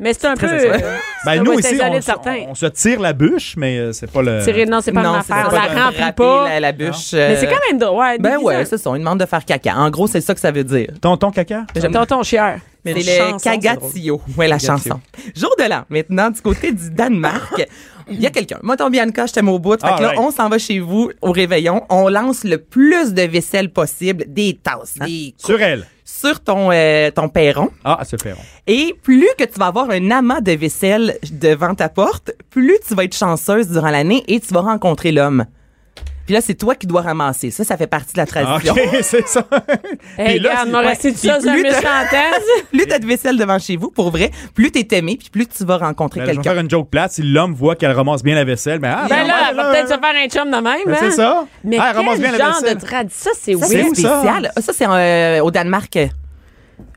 Speaker 3: Mais c'est un peu. euh,
Speaker 5: Ben,
Speaker 3: c'est-
Speaker 5: nous
Speaker 3: ouais, c'est
Speaker 5: ici,
Speaker 3: solide,
Speaker 5: on, se-
Speaker 3: certain.
Speaker 5: on se tire la bûche, mais euh, c'est pas le.
Speaker 3: Tirer- non, c'est pas
Speaker 4: non,
Speaker 3: mon
Speaker 4: c'est
Speaker 3: affaire. On
Speaker 4: ça,
Speaker 3: la
Speaker 4: de
Speaker 3: remplit
Speaker 4: frapper
Speaker 3: pas.
Speaker 4: La, la bûche.
Speaker 3: Mais
Speaker 4: euh,
Speaker 3: c'est quand même drôle. Ouais,
Speaker 4: Ben
Speaker 3: déguisant.
Speaker 4: ouais, c'est ça. On lui demande de faire caca. En gros, c'est ça que ça veut dire.
Speaker 5: Tonton caca?
Speaker 3: Tonton chieur.
Speaker 4: C'est
Speaker 6: une chanson,
Speaker 4: le
Speaker 6: c'est
Speaker 4: Cagatio. Ouais, la chanson. Jour de l'an, maintenant, du côté du Danemark. Il y a quelqu'un. Moi, ton Bianca, je t'aime au bout. Fait
Speaker 5: Ah,
Speaker 4: que là,
Speaker 5: right.
Speaker 4: on s'en va chez vous au réveillon. On lance le plus de vaisselle possible, des tasses,
Speaker 3: Ah.
Speaker 4: des coupes,
Speaker 5: Sur elle.
Speaker 4: sur ton, euh, ton perron.
Speaker 5: Ah, c'est Ferron.
Speaker 4: Et plus que tu vas avoir un amas de vaisselle devant ta porte, plus tu vas être chanceuse durant l'année et tu vas rencontrer l'homme. Puis là, c'est toi qui dois ramasser. Ça, ça fait partie de la tradition.
Speaker 5: Ah, OK, [LAUGHS] c'est ça.
Speaker 3: Hey, Eh,
Speaker 5: Puis là,
Speaker 3: regarde,
Speaker 5: c'est-
Speaker 3: m'a resté tout
Speaker 4: Puis
Speaker 3: ça, c'est un
Speaker 4: plus de- [LAUGHS]
Speaker 3: méchantesse.
Speaker 4: [LAUGHS] Plus t'as de vaisselle devant chez vous, pour vrai, plus t'es aimé, puis plus tu vas rencontrer
Speaker 5: Ben, je vais
Speaker 4: quelqu'un.
Speaker 5: faire une joke plate. Si l'homme voit qu'elle ramasse bien la vaisselle, ben, ah,
Speaker 3: Ben
Speaker 5: non,
Speaker 3: là, elle va peut-être se faire un chum de même.
Speaker 5: Ben,
Speaker 3: hein?
Speaker 5: c'est ça.
Speaker 3: Mais
Speaker 5: Ah, elle ramasse
Speaker 3: quel
Speaker 5: bien la
Speaker 3: genre
Speaker 5: vaisselle.
Speaker 3: de trad... Ça, c'est
Speaker 4: Ça,
Speaker 5: Oui,
Speaker 4: c'est
Speaker 3: weird.
Speaker 5: ça.
Speaker 4: spécial. Ah, Ça, c'est euh, au Danemark.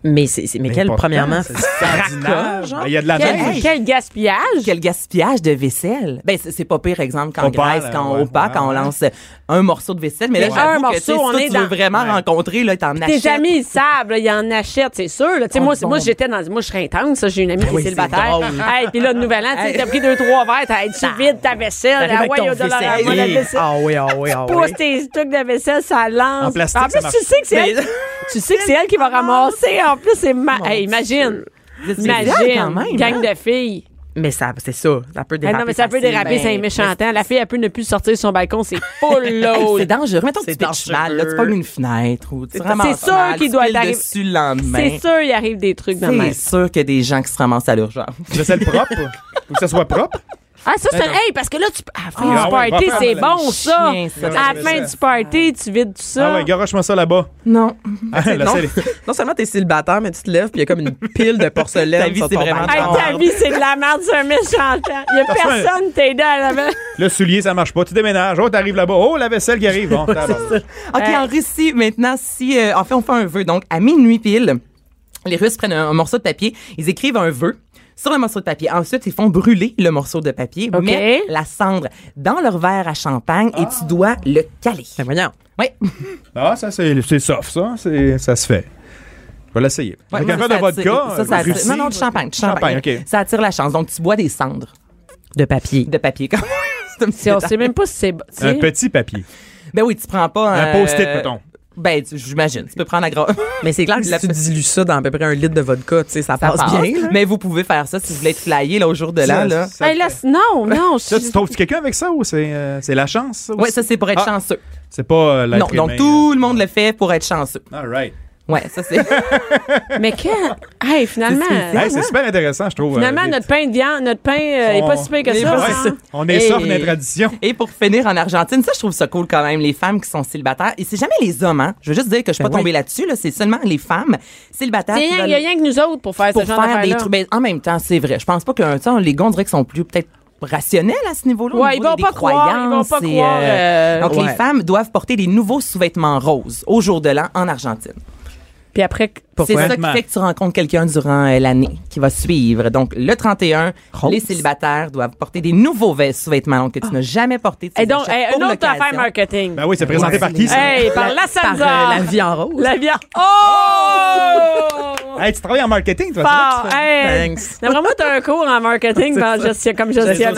Speaker 6: Mais, c'est, c'est- mais quelle,
Speaker 5: Important,
Speaker 6: premièrement,
Speaker 5: c'est extraordinaire.
Speaker 6: genre.
Speaker 5: Ben, Il y a de la
Speaker 3: Quel,
Speaker 5: neige.
Speaker 3: quel gaspillage.
Speaker 4: Quel gaspillage de vaisselle. Ben, c'est c'est pas pire, exemple, qu'en
Speaker 5: Au père,
Speaker 4: Grèce, quand,
Speaker 5: ouais,
Speaker 4: au pas,
Speaker 5: ouais,
Speaker 4: quand on
Speaker 5: ouais.
Speaker 4: lance un morceau de vaisselle. Mais là,
Speaker 3: Mais
Speaker 4: j'avoue
Speaker 3: un
Speaker 4: que,
Speaker 3: morceau,
Speaker 4: tu sais, si
Speaker 3: on
Speaker 4: toi,
Speaker 3: est
Speaker 4: tu
Speaker 3: dans-
Speaker 4: veux vraiment
Speaker 5: Ouais.
Speaker 4: rencontrer, là, t'en
Speaker 3: Tes
Speaker 4: achètes.
Speaker 3: amis, ils savent, là, ils en achètent, c'est sûr. là. Tu sais,
Speaker 4: Oh,
Speaker 3: moi, c'est-
Speaker 4: bon.
Speaker 3: moi j'étais dans. Moi, je serais intense. ça. J'ai une amie qui
Speaker 4: oui,
Speaker 3: est
Speaker 4: c'est
Speaker 3: célibataire.
Speaker 4: drôle.
Speaker 3: Hey, puis là, de nouvel an, tu sais,
Speaker 4: Hey.
Speaker 3: t'as pris deux, trois verres, t'as hey, tu vides ta vaisselle.
Speaker 6: T'arrives
Speaker 3: Ah
Speaker 6: avec
Speaker 3: ouais,
Speaker 6: ton
Speaker 3: il y a de l'or à
Speaker 6: vaisselle.
Speaker 3: moi, la
Speaker 6: Oui.
Speaker 3: vaisselle.
Speaker 6: Ah oui, ah oui, ah oui.
Speaker 3: Pousse tes trucs de vaisselle, ça lance.
Speaker 5: En plastique, ça
Speaker 3: plus,
Speaker 5: marche
Speaker 3: tu sais que c'est elle, tu sais que c'est elle qui va ramasser. En plus, c'est ma... hey, imagine.
Speaker 4: bizarre quand
Speaker 3: Imagine,
Speaker 4: même,
Speaker 3: gang
Speaker 4: hein?
Speaker 3: de filles.
Speaker 6: Mais ça, c'est ça. Ça peut
Speaker 3: Ah
Speaker 6: déraper.
Speaker 3: non, mais ça peut
Speaker 6: facile.
Speaker 3: déraper, c'est un
Speaker 6: Ben,
Speaker 3: méchant temps. La fille, elle peut ne plus sortir de son balcon, c'est full
Speaker 4: [LAUGHS] Hey,
Speaker 3: load.
Speaker 4: c'est dangereux. Mettons que
Speaker 6: C'est
Speaker 4: tu pitches
Speaker 6: dangereux.
Speaker 4: mal, là, tu pognes une fenêtre ou tu ramasses
Speaker 3: sûr
Speaker 4: mal,
Speaker 3: qu'il
Speaker 4: tu
Speaker 3: doit
Speaker 4: piles
Speaker 3: t'arriver-
Speaker 4: dessus le lendemain.
Speaker 3: C'est sûr, il arrive des trucs dans le
Speaker 4: C'est sûr qu'il y a des gens qui se ramassent à l'urgence.
Speaker 5: Vaisselle propre. Faut que ça soit propre.
Speaker 3: Ah, ça, c'est un. Hey, parce que là, tu. À la fin
Speaker 5: Ben Ah
Speaker 3: du
Speaker 5: ouais,
Speaker 3: party,
Speaker 5: va faire
Speaker 3: c'est
Speaker 5: le
Speaker 3: bon, ça.
Speaker 4: chien, ça.
Speaker 3: À la
Speaker 5: Ouais,
Speaker 3: fin
Speaker 5: ça.
Speaker 3: du party, tu vides tout
Speaker 5: Ah
Speaker 3: ça.
Speaker 5: ouais, garoche-moi ça
Speaker 4: [LAUGHS]
Speaker 5: là-bas.
Speaker 4: Non.
Speaker 5: Ah, la
Speaker 6: non,
Speaker 5: scène-
Speaker 6: non seulement t'es célibataire, mais tu te lèves, puis il y a comme une pile de porcelaine
Speaker 4: Ta vie,
Speaker 6: sur
Speaker 4: c'est
Speaker 6: ton
Speaker 4: vraiment
Speaker 3: Hey,
Speaker 5: Ah
Speaker 6: balcon.
Speaker 3: ta vie, c'est de la merde, c'est un méchant temps. Il y a
Speaker 5: Parce que-
Speaker 3: personne qui t'aide à la
Speaker 5: Le soulier, ça marche pas. Tu déménages. Oh, t'arrives là-bas. Oh, la vaisselle qui arrive. Bon, tabarnak.
Speaker 4: [LAUGHS] OK,
Speaker 3: Hey.
Speaker 4: en Russie, maintenant, si... euh, en fait, on fait un vœu. Donc, à minuit pile, les Russes prennent un, un morceau de papier, ils écrivent un vœu sur le morceau de papier. Ensuite, ils font brûler le morceau de papier,
Speaker 3: OK.
Speaker 4: mettent la cendre dans leur verre à champagne et tu dois le caler.
Speaker 6: Ben voyons.
Speaker 4: Oui.
Speaker 5: Ah, ça, c'est c'est soft, ça. C'est- Ça se fait. Je vais l'essayer.
Speaker 4: Ouais,
Speaker 5: Avec
Speaker 4: moi,
Speaker 5: un verre
Speaker 4: Ah, ça
Speaker 5: de
Speaker 4: attire-
Speaker 5: vodka.
Speaker 4: ça, ça
Speaker 5: euh,
Speaker 4: attire-
Speaker 5: Russie.
Speaker 4: Non, non, de champagne. de champagne.
Speaker 5: Champagne, OK.
Speaker 4: Ça attire la chance. Donc, tu bois des cendres
Speaker 6: De papier.
Speaker 4: de papier. quand même. [LAUGHS] C'est un petit
Speaker 3: On
Speaker 4: détail.
Speaker 3: sait même pas si c'est.
Speaker 5: Un petit papier.
Speaker 4: Ben oui, tu prends pas
Speaker 5: Un post-it, mettons.
Speaker 4: Ben, tu- j'imagine. Tu peux prendre la grosse.
Speaker 6: [LAUGHS] Mais c'est
Speaker 4: [LAUGHS]
Speaker 6: clair que si
Speaker 4: La-
Speaker 6: tu dilues ça dans à peu près un litre de vodka, tu sais, ça, passe, bien. là.
Speaker 4: Mais vous pouvez faire ça si vous voulez être flyé là, au jour de l'an. Là.
Speaker 5: Ça-
Speaker 3: non, non.
Speaker 5: Ça, tu trouves quelqu'un avec ça ou c'est euh, c'est la chance? Ça,
Speaker 4: Ouais,
Speaker 5: aussi?
Speaker 4: ça, c'est pour être
Speaker 5: Ah,
Speaker 4: chanceux.
Speaker 5: C'est pas euh, l'être
Speaker 4: Non, donc
Speaker 5: humain,
Speaker 4: tout le Ah, monde le fait pour être chanceux.
Speaker 5: euh. All right.
Speaker 4: Ouais, ça,
Speaker 6: [LAUGHS]
Speaker 4: c'est. [LAUGHS]
Speaker 3: Mais quand. Hey, finalement.
Speaker 5: Hey, c'est Oh. super intéressant, je trouve.
Speaker 3: Finalement,
Speaker 5: euh,
Speaker 3: notre pain de viande, notre pain euh, est
Speaker 5: on-
Speaker 3: pas si pire que
Speaker 5: Ouais,
Speaker 3: ça.
Speaker 5: ouais,
Speaker 3: hein?
Speaker 5: c'est- On est
Speaker 4: Hey.
Speaker 5: soft dans la tradition.
Speaker 4: Et pour finir en Argentine, ça, je trouve ça cool quand même, les femmes qui sont célibataires. Et c'est jamais les hommes, hein. Je veux juste dire que je suis pas
Speaker 6: Ben oui.
Speaker 4: tombée là-dessus, là. C'est seulement les femmes célibataires.
Speaker 3: C'est
Speaker 4: qui
Speaker 3: rien- Il
Speaker 4: veulent-
Speaker 3: y a rien que nous autres pour faire
Speaker 4: pour
Speaker 3: ce genre
Speaker 4: faire des
Speaker 3: d'affaires-là.
Speaker 4: trucs. Ben, en même temps, c'est vrai. Je pense pas que tu sais, les gars, on dirait qu'ils sont plus peut-être rationnels à ce niveau-là. au
Speaker 3: Ouais,
Speaker 4: niveau
Speaker 3: ils vont
Speaker 4: des
Speaker 3: pas croire, ils vont
Speaker 4: croyances
Speaker 3: pas
Speaker 4: et, euh,
Speaker 3: croire, euh,
Speaker 4: donc,
Speaker 6: ouais.
Speaker 4: les femmes doivent porter des nouveaux sous-vêtements roses au jour de l'an en Argentine.
Speaker 3: Puis après,
Speaker 4: C'est ça qui
Speaker 5: Vêtements.
Speaker 4: fait que tu rencontres quelqu'un durant euh, l'année qui va suivre. Donc, le 31, les célibataires doivent porter des nouveaux vêt- sous-vêtements donc, que tu n'as jamais porté. Tu
Speaker 3: Ah. Et
Speaker 4: les
Speaker 3: donc,
Speaker 4: achètes
Speaker 3: hey,
Speaker 4: pour
Speaker 3: une autre
Speaker 4: l'occasion.
Speaker 3: affaire marketing.
Speaker 5: Ben oui, c'est présenté par qui, ça?
Speaker 3: Hey, par la
Speaker 6: Par
Speaker 3: Sansa.
Speaker 6: euh, la vie en rose.
Speaker 3: La viande.
Speaker 5: [LAUGHS]
Speaker 3: Oh!
Speaker 5: Hey, tu travailles en marketing, toi?
Speaker 3: Fort,
Speaker 5: tu fais-
Speaker 3: hey.
Speaker 6: Thanks.
Speaker 3: D'après moi, t'as un cours en marketing dans gestion, comme gestionnaire.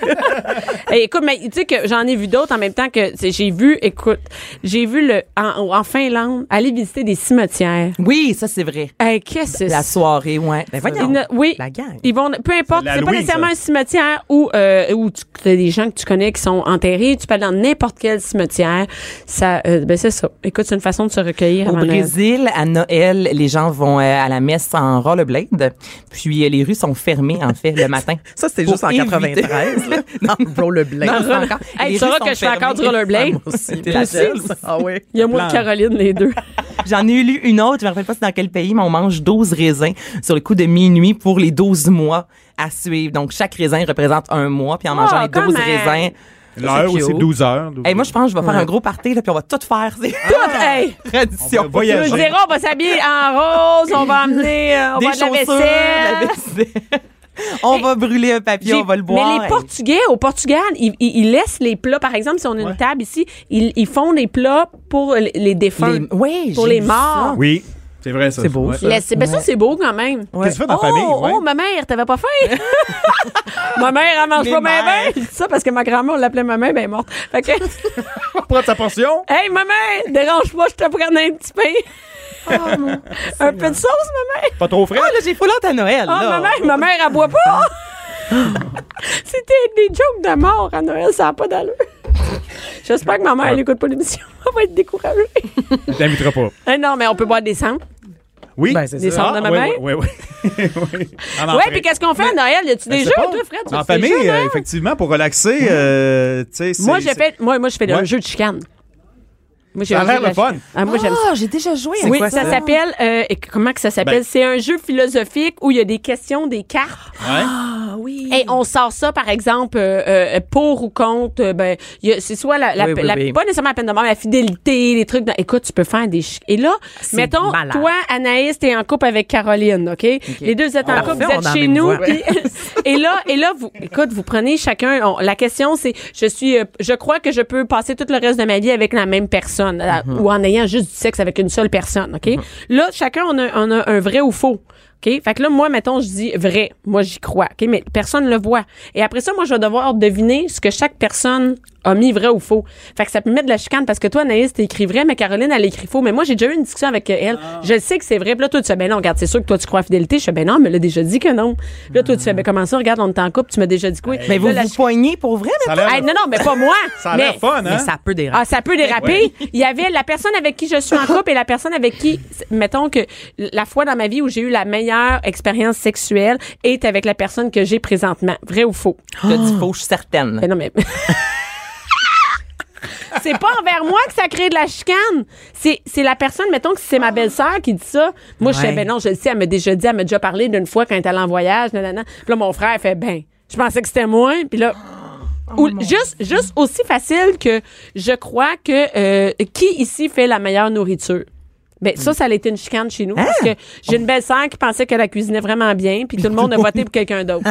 Speaker 3: [LAUGHS] Hey, écoute, mais tu sais que j'en ai vu d'autres en même temps que tu sais, j'ai vu, écoute, j'ai vu le en, en Finlande aller visiter des cimetières.
Speaker 4: Oui, ça, c'est vrai.
Speaker 3: Hey, qu'est-ce que c'est?
Speaker 4: La soirée, ouais. Ben,
Speaker 6: voyons.
Speaker 3: Ils ne- oui.
Speaker 6: La gang.
Speaker 3: Ils vont, peu importe,
Speaker 5: C'est
Speaker 3: c'est pas
Speaker 5: l'Halloween,
Speaker 3: nécessairement
Speaker 5: ça.
Speaker 3: un cimetière où, euh, où tu as des gens que tu connais qui sont enterrés. Tu peux aller dans n'importe quel cimetière. Ça, euh, ben c'est ça. Écoute, c'est une façon de se recueillir.
Speaker 4: Au
Speaker 3: avant Noël.
Speaker 4: Brésil, à Noël, les gens vont euh, à la messe en rollerblade. Puis euh, les rues sont fermées, en fait,
Speaker 3: [LAUGHS]
Speaker 4: le matin.
Speaker 6: Ça, c'était
Speaker 4: Pour
Speaker 6: juste en
Speaker 4: éviter-
Speaker 6: 93, là. Non,
Speaker 4: [LAUGHS]
Speaker 6: rollerblade.
Speaker 4: Non, c'est encore-
Speaker 3: Hey,
Speaker 4: les
Speaker 3: tu
Speaker 4: rues
Speaker 3: sauras
Speaker 4: sont
Speaker 3: que je fais encore du
Speaker 4: fermées.
Speaker 3: rollerblade.
Speaker 6: Ah, Moi aussi,
Speaker 4: T'es
Speaker 6: la
Speaker 4: la
Speaker 6: seule.
Speaker 4: seule.
Speaker 6: Ah oui.
Speaker 3: Il y a moi et
Speaker 5: plan.
Speaker 3: Caroline, les deux.
Speaker 4: J'en ai lu une autre, je me rappelle pas c'est dans quel pays, mais on mange 12 raisins sur le coup de minuit pour les 12 mois à suivre. Donc, chaque raisin représente un mois, puis en mangeant les
Speaker 3: Oh, quand
Speaker 4: 12
Speaker 3: même.
Speaker 4: raisins.
Speaker 5: L'heure
Speaker 6: C'est
Speaker 5: aussi,
Speaker 6: cute.
Speaker 5: 12 heures. 12
Speaker 4: Hey, moi, je pense que je vais faire
Speaker 6: Ouais.
Speaker 4: un gros party, là, puis on va tout faire. C'est Ah!
Speaker 3: Hey!
Speaker 5: On va
Speaker 4: [LAUGHS] tradition.
Speaker 3: Tu
Speaker 5: voyager.
Speaker 3: nous diras, on Ah. va s'habiller en rose, on va emmener, euh, on
Speaker 4: Des
Speaker 3: va de la
Speaker 4: chaussures,
Speaker 3: vaisselle.
Speaker 4: la vaisselle. [LAUGHS] on va brûler un papier,
Speaker 3: J'ai-
Speaker 4: on va le boire.
Speaker 3: Mais les
Speaker 4: Hey.
Speaker 3: Portugais, au Portugal, ils, ils- ils laissent les plats. Par exemple, si on a une table ici, ils, ils font des plats pour les, les défunts.
Speaker 4: Les- ouais,
Speaker 3: pour
Speaker 4: j'ai
Speaker 3: les
Speaker 4: vu
Speaker 3: morts.
Speaker 4: ça.
Speaker 5: Oui. C'est vrai, ça.
Speaker 6: C'est beau,
Speaker 5: Ouais.
Speaker 6: ça.
Speaker 3: Laissez- Ben ça, c'est beau quand même.
Speaker 5: Qu'est-ce que tu fais dans la
Speaker 3: oh,
Speaker 5: famille? Ouais.
Speaker 3: oh, ma mère, t'avais pas faim? [LAUGHS] ma mère, elle mange
Speaker 4: Les
Speaker 3: pas ma mère.
Speaker 4: mères.
Speaker 3: Je dis ça parce que ma grand-mère, on l'appelait ma mère, ben elle est morte. Fait que, [LAUGHS]
Speaker 5: Prends ta portion.
Speaker 3: hey, maman, dérange-moi, je te prends un petit pain.
Speaker 4: Oh,
Speaker 3: [LAUGHS] un peu de sauce, ma mère.
Speaker 5: Pas trop frais.
Speaker 4: Ah, là, j'ai foulante à Noël.
Speaker 3: Oh,
Speaker 4: là.
Speaker 3: ma mère, ma mère, elle boit pas. [GASPS] C'était des jokes de mort à Noël, ça n'a pas d'allure. J'espère que ma mère, elle écoute pas l'émission. [LAUGHS] Elle va être découragée.
Speaker 5: Je t'inviterai pas.
Speaker 3: Eh non, mais on peut boire des cendres.
Speaker 5: Oui.
Speaker 6: Ben, c'est
Speaker 3: Des
Speaker 6: ça.
Speaker 3: cendres de ma
Speaker 5: oui,
Speaker 3: mère.
Speaker 5: oui, [LAUGHS] oui. oui. En
Speaker 3: Ouais,
Speaker 5: entrée.
Speaker 3: puis qu'est-ce qu'on fait à Noël? Y a-tu
Speaker 5: Je
Speaker 3: des
Speaker 5: sais
Speaker 3: jeux,
Speaker 5: pas.
Speaker 3: toi, Fred? Tu
Speaker 5: En
Speaker 3: fais des
Speaker 5: famille,
Speaker 3: jeux,
Speaker 5: euh,
Speaker 3: hein?
Speaker 5: effectivement, pour relaxer, euh, tu sais, c'est-
Speaker 3: Moi, j'ai
Speaker 5: c'est-
Speaker 3: fait, moi, moi, je fais le
Speaker 5: Ouais.
Speaker 3: jeu de chicane. Moi, j'ai
Speaker 5: Ça a
Speaker 3: un jeu
Speaker 5: l'air
Speaker 3: de la
Speaker 5: le fun.
Speaker 3: chicane. Ah, moi, j'aime ça.
Speaker 7: Ah, j'ai déjà joué à
Speaker 3: Oui,
Speaker 7: quoi,
Speaker 3: ça
Speaker 7: ça?
Speaker 3: s'appelle. euh, et comment que ça s'appelle?
Speaker 5: Ben-
Speaker 3: C'est un jeu philosophique où il y a des questions, des cartes.
Speaker 5: Ouais.
Speaker 7: Ah,
Speaker 3: Et on sort ça, par exemple, euh, euh, pour ou contre. euh, ben, il y a- c'est soit la, la-
Speaker 6: Oui, oui,
Speaker 3: la-
Speaker 6: oui.
Speaker 3: pas nécessairement la peine de mort, la fidélité, les trucs. dans- écoute, tu peux faire des. chi- Et là, mettons,
Speaker 6: malade.
Speaker 3: toi, Anaïs, t'es en couple avec Caroline, ok? Les deux vous êtes
Speaker 5: Oh.
Speaker 3: en
Speaker 6: Parfait,
Speaker 3: couple, vous
Speaker 6: on est
Speaker 3: êtes
Speaker 6: en
Speaker 3: chez
Speaker 6: même
Speaker 3: nous.
Speaker 6: voie. [LAUGHS]
Speaker 3: puis- et là, et là, vous, écoute, vous prenez chacun. on- la question, c'est, je suis, euh, je crois que je peux passer tout le reste de ma vie avec la même personne, euh,
Speaker 6: Mm-hmm.
Speaker 3: ou en ayant juste du sexe avec une seule personne, ok? Là, chacun on a, on a un vrai ou faux. OK? Fait que là, moi, mettons, je dis vrai. Moi, j'y crois. OK? Mais personne ne le voit. Et après ça, moi, je vais devoir deviner ce que chaque personne a mis vrai ou faux. Fait que ça peut mettre de la chicane parce que toi, Anaïs, t'as écrit vrai, mais Caroline, elle écrit faux. Mais moi, j'ai déjà eu une discussion avec euh, elle.
Speaker 5: Ah.
Speaker 3: Je le sais que c'est vrai. Puis là, toi, tu fais, ben non, regarde, c'est sûr que toi, tu crois à la fidélité. Je fais, ben non, mais là, déjà dit que non. Puis là, toi, tu fais, ben comment ça, regarde, on est en couple, tu m'as déjà dit que oui.
Speaker 4: Mais vous
Speaker 3: Là, la
Speaker 4: vous
Speaker 3: chi-
Speaker 4: poignez pour vrai,
Speaker 5: Ça a
Speaker 4: mais
Speaker 5: l'air
Speaker 3: Hey, non, non, mais pas moi.
Speaker 5: [LAUGHS] ça a
Speaker 3: Mais-
Speaker 5: l'air fun, hein?
Speaker 6: Mais ça peut déraper.
Speaker 3: ah, ça peut déraper. Il y avait la personne avec qui je suis en couple et la personne avec qui, mettons que la fois dans ma vie où j'ai eu la meilleure expérience sexuelle est avec la personne que j'ai présentement. Vrai ou faux?
Speaker 4: Je dis faux, je suis certaine.
Speaker 3: Ben non, mais. [LAUGHS] c'est pas envers moi que ça crée de la chicane. C'est, c'est la personne, mettons que c'est ma belle-sœur qui dit ça. Moi, je
Speaker 6: Ouais.
Speaker 3: sais, ben non, je le sais, elle m'a déjà dit, elle m'a déjà parlé d'une fois quand elle est allée en voyage, nanana. Puis là, mon frère fait, ben, je pensais que c'était moi. Puis là. ou- juste, juste aussi facile que je crois que euh, qui ici fait la meilleure nourriture? Ben, ça, ça a été une chicane chez nous. Parce que j'ai une belle-sœur qui pensait qu'elle la cuisinait vraiment bien, puis tout le monde a voté pour quelqu'un d'autre.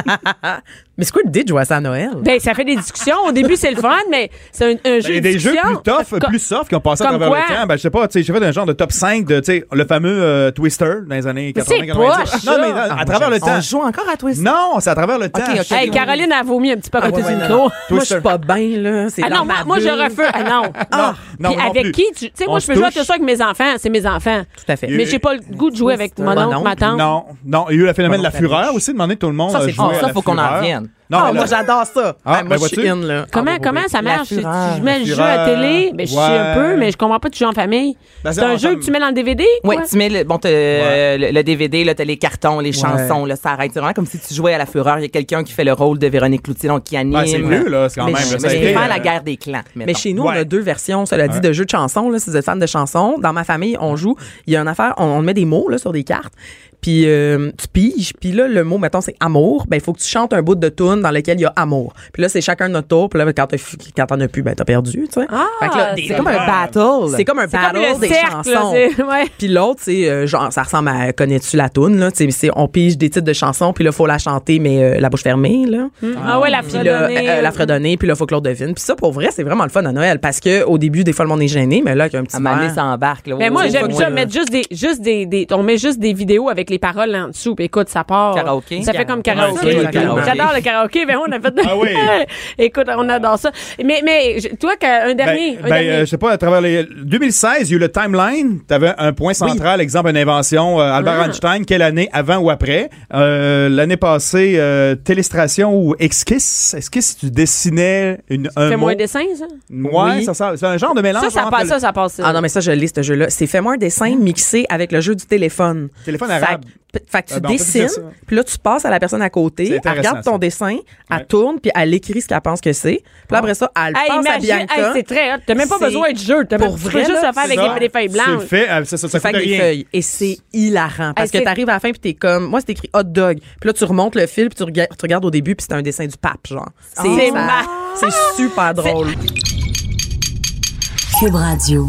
Speaker 6: Mais c'est quoi l'idée Ah. de jouer à ça à Noël?
Speaker 3: Ben, ça fait des discussions. Au début, c'est le fun, mais c'est un, un jeu
Speaker 5: Ben, Il y
Speaker 3: de
Speaker 5: a des jeux
Speaker 3: discussion.
Speaker 5: plus tough,
Speaker 3: Co-
Speaker 5: plus soft qui ont passé à
Speaker 3: Comme
Speaker 5: travers le
Speaker 3: quoi?
Speaker 5: temps. Ben, je sais pas, tu sais, j'ai fait un genre de top 5 de, tu sais, le fameux euh, Twister dans les années
Speaker 3: Mais c'est
Speaker 5: 80, 90.
Speaker 3: poche,
Speaker 5: non,
Speaker 3: ça.
Speaker 5: mais dans- à travers le temps.
Speaker 4: On joue encore à Twister.
Speaker 5: Non, c'est à travers le temps.
Speaker 4: ok.
Speaker 5: Je-
Speaker 3: Hey, Caroline a vomi un petit
Speaker 6: Ah,
Speaker 3: peu à côté
Speaker 4: ouais,
Speaker 3: du
Speaker 4: ouais,
Speaker 3: micro.
Speaker 6: Moi, je suis
Speaker 5: Twister.
Speaker 6: pas bien, là. C'est
Speaker 3: Ah
Speaker 6: dans
Speaker 3: non,
Speaker 6: ma
Speaker 3: moi, moi, je
Speaker 6: bulle.
Speaker 3: refuse. Ah non.
Speaker 5: Non, non,
Speaker 3: Puis
Speaker 5: moi non
Speaker 3: avec
Speaker 5: plus.
Speaker 3: qui? Tu tu sais,
Speaker 5: On
Speaker 3: moi, je
Speaker 5: se
Speaker 3: peux jouer à
Speaker 5: touche.
Speaker 3: tout ça avec mes enfants. C'est mes enfants.
Speaker 6: Tout à fait. Ah,
Speaker 5: Il-
Speaker 3: Mais j'ai pas le goût de jouer avec mon
Speaker 6: Mon
Speaker 3: oncle, ma
Speaker 6: oncle,
Speaker 3: tante.
Speaker 4: Hein?
Speaker 5: Non, non, il y a eu la phénomène de la
Speaker 6: Comment on
Speaker 5: fureur aussi, demander tout le monde.
Speaker 4: Ça,
Speaker 5: euh,
Speaker 4: c'est
Speaker 5: jouer
Speaker 4: bon.
Speaker 5: à
Speaker 4: Ah, Ça,
Speaker 5: la
Speaker 4: faut qu'on en
Speaker 5: fureur.
Speaker 4: revienne.
Speaker 5: Non,
Speaker 6: Ah,
Speaker 5: mais
Speaker 6: moi,
Speaker 5: la-
Speaker 6: j'adore ça.
Speaker 5: Ah,
Speaker 6: Ah, moi,
Speaker 5: ben,
Speaker 6: je suis
Speaker 5: vois-tu?
Speaker 6: in, là.
Speaker 3: Comment,
Speaker 6: Ah,
Speaker 3: comment
Speaker 6: oui,
Speaker 3: ça
Speaker 6: oui.
Speaker 3: marche? Si
Speaker 4: fureur.
Speaker 3: je mets le
Speaker 5: La
Speaker 3: jeu à la
Speaker 5: fureur.
Speaker 3: télé, ben, je chie un
Speaker 5: Ouais.
Speaker 3: peu, mais je comprends pas que tu joues en famille.
Speaker 5: Ben,
Speaker 3: c'est un
Speaker 5: on
Speaker 3: jeu
Speaker 5: s'en-
Speaker 3: que tu mets dans le DVD?
Speaker 4: Oui,
Speaker 3: quoi?
Speaker 4: tu mets le, bon, t'as, euh, le, le DVD, là, t'as les cartons, les chansons, là, ça arrête. C'est vraiment comme si tu jouais à la fureur. Il y a quelqu'un qui fait le rôle de Véronique Cloutier, donc qui anime.
Speaker 5: Ouais, c'est mieux, là, c'est quand
Speaker 4: Mais
Speaker 5: même.
Speaker 4: je-
Speaker 5: là,
Speaker 4: mais
Speaker 5: ça a
Speaker 4: je
Speaker 5: été,
Speaker 4: préfère
Speaker 5: euh,
Speaker 4: la guerre des clans.
Speaker 6: Mais chez nous, on
Speaker 5: Ouais.
Speaker 6: a deux versions, cela dit,
Speaker 5: Ouais.
Speaker 6: de jeux de chansons. Là, si vous êtes fan de chansons, dans ma famille, on joue. Il y a une affaire, on, on met des mots là, sur des cartes. Puis euh, tu piges. Puis là, le mot, mettons, c'est amour. Ben, il faut que tu chantes un bout de tune dans lequel il y a amour. Puis là, c'est chacun notre tour. Puis là, quand t'as fi- quand t'en as plus, ben, t'as perdu. Tu sais.
Speaker 3: Ah.
Speaker 6: Fait que là, des-
Speaker 3: c'est
Speaker 4: comme un battle.
Speaker 6: c'est comme un
Speaker 3: C'est comme
Speaker 6: battle
Speaker 3: le
Speaker 6: des
Speaker 3: cercle. là,
Speaker 6: chansons.
Speaker 3: c'est- ouais.
Speaker 6: Puis l'autre, c'est euh, genre, ça ressemble à Connais-tu la toune, là? Tu sais, c'est- on pige des titres de chansons, puis là, faut la chanter, mais euh, la bouche fermée, là.
Speaker 3: Ah ouais, la
Speaker 6: Puis là,
Speaker 3: fredonnée.
Speaker 6: euh, euh, la fredonnée, puis là, faut que l'autre devine. Puis ça, pour vrai, c'est vraiment le fun à Noël, parce que au début, des fois, le monde est gêné, mais là, avec un petit
Speaker 4: À m'amener,
Speaker 6: verre-
Speaker 4: ça embarque, là.
Speaker 3: Mais
Speaker 4: Oh,
Speaker 3: Ben, moi,
Speaker 4: c'est
Speaker 3: j'aime
Speaker 4: pas
Speaker 3: ça
Speaker 4: moi,
Speaker 3: mettre juste des, juste des, des- on met juste des vidéos avec les paroles en dessous. Puis écoute, ça part.
Speaker 4: Karaoké.
Speaker 3: Ça fait comme
Speaker 5: Karaoké.
Speaker 3: karaoké.
Speaker 5: Ouais,
Speaker 4: le karaoké.
Speaker 3: J'adore le karaoké. Ben, on a fait.
Speaker 5: Ah oui.
Speaker 3: [LAUGHS] écoute, on adore ça. Mais, mais, je- toi, qu'un- un dernier.
Speaker 5: Ben,
Speaker 3: un
Speaker 5: ben,
Speaker 3: dernier.
Speaker 5: euh, je sais pas, à travers les 2016, il y a eu le timeline. Tu avais un point central, exemple, une invention. euh,
Speaker 3: Ah.
Speaker 5: Albert Einstein, quelle année, avant ou après? Euh, L'année passée, euh, Télestration ou Exquis. Exquis, tu dessinais une, un mot.
Speaker 3: Fais-moi un dessin, ça.
Speaker 5: Ouais,
Speaker 6: Oui.
Speaker 5: ça, ça- c'est un genre de mélange.
Speaker 3: Ça, ça
Speaker 5: entre
Speaker 3: passe,
Speaker 5: le
Speaker 3: ça, ça Hein? passe.
Speaker 6: Ah non, mais ça, je lis, ce jeu-là. C'est Fais-moi un dessin mixé avec le jeu du téléphone.
Speaker 5: Téléphone arabe.
Speaker 6: Fait, que- fait que tu
Speaker 5: Ah, ben, on peut plus dire ça.
Speaker 6: dessines, puis là, tu passes à la personne à
Speaker 5: C'est
Speaker 6: côté, elle
Speaker 5: intéressant,
Speaker 6: regarde ton
Speaker 5: ça.
Speaker 6: dessin,
Speaker 5: Ouais. Ah.
Speaker 6: elle tourne, puis elle écrit ce qu'elle pense que c'est. Puis là, après ça, elle
Speaker 3: Hey,
Speaker 6: passe
Speaker 3: imagine,
Speaker 6: à
Speaker 3: hey,
Speaker 6: Bianca.
Speaker 3: c'est très hot. T'as même pas
Speaker 6: C'est-
Speaker 3: besoin de jeu. T'as
Speaker 6: pour
Speaker 3: même tu
Speaker 6: vrai,
Speaker 3: peux juste
Speaker 6: là,
Speaker 3: le faire avec
Speaker 5: ça.
Speaker 3: les, les feuilles blanches.
Speaker 5: C'est fait, euh, c'est ça, ça
Speaker 6: fait
Speaker 5: coûte
Speaker 6: avec des
Speaker 5: rien.
Speaker 6: feuilles. Et c'est hilarant. Parce
Speaker 3: Ah,
Speaker 6: que
Speaker 3: c'est-
Speaker 6: t'arrives à la fin puis t'es comme, moi, c'est écrit hot dog. Puis là, tu remontes le fil puis tu, rega- tu regardes au début puis c'est un dessin du pape, genre.
Speaker 3: C'est
Speaker 6: ça-
Speaker 3: ma-
Speaker 6: C'est super drôle.
Speaker 1: Cube Radio.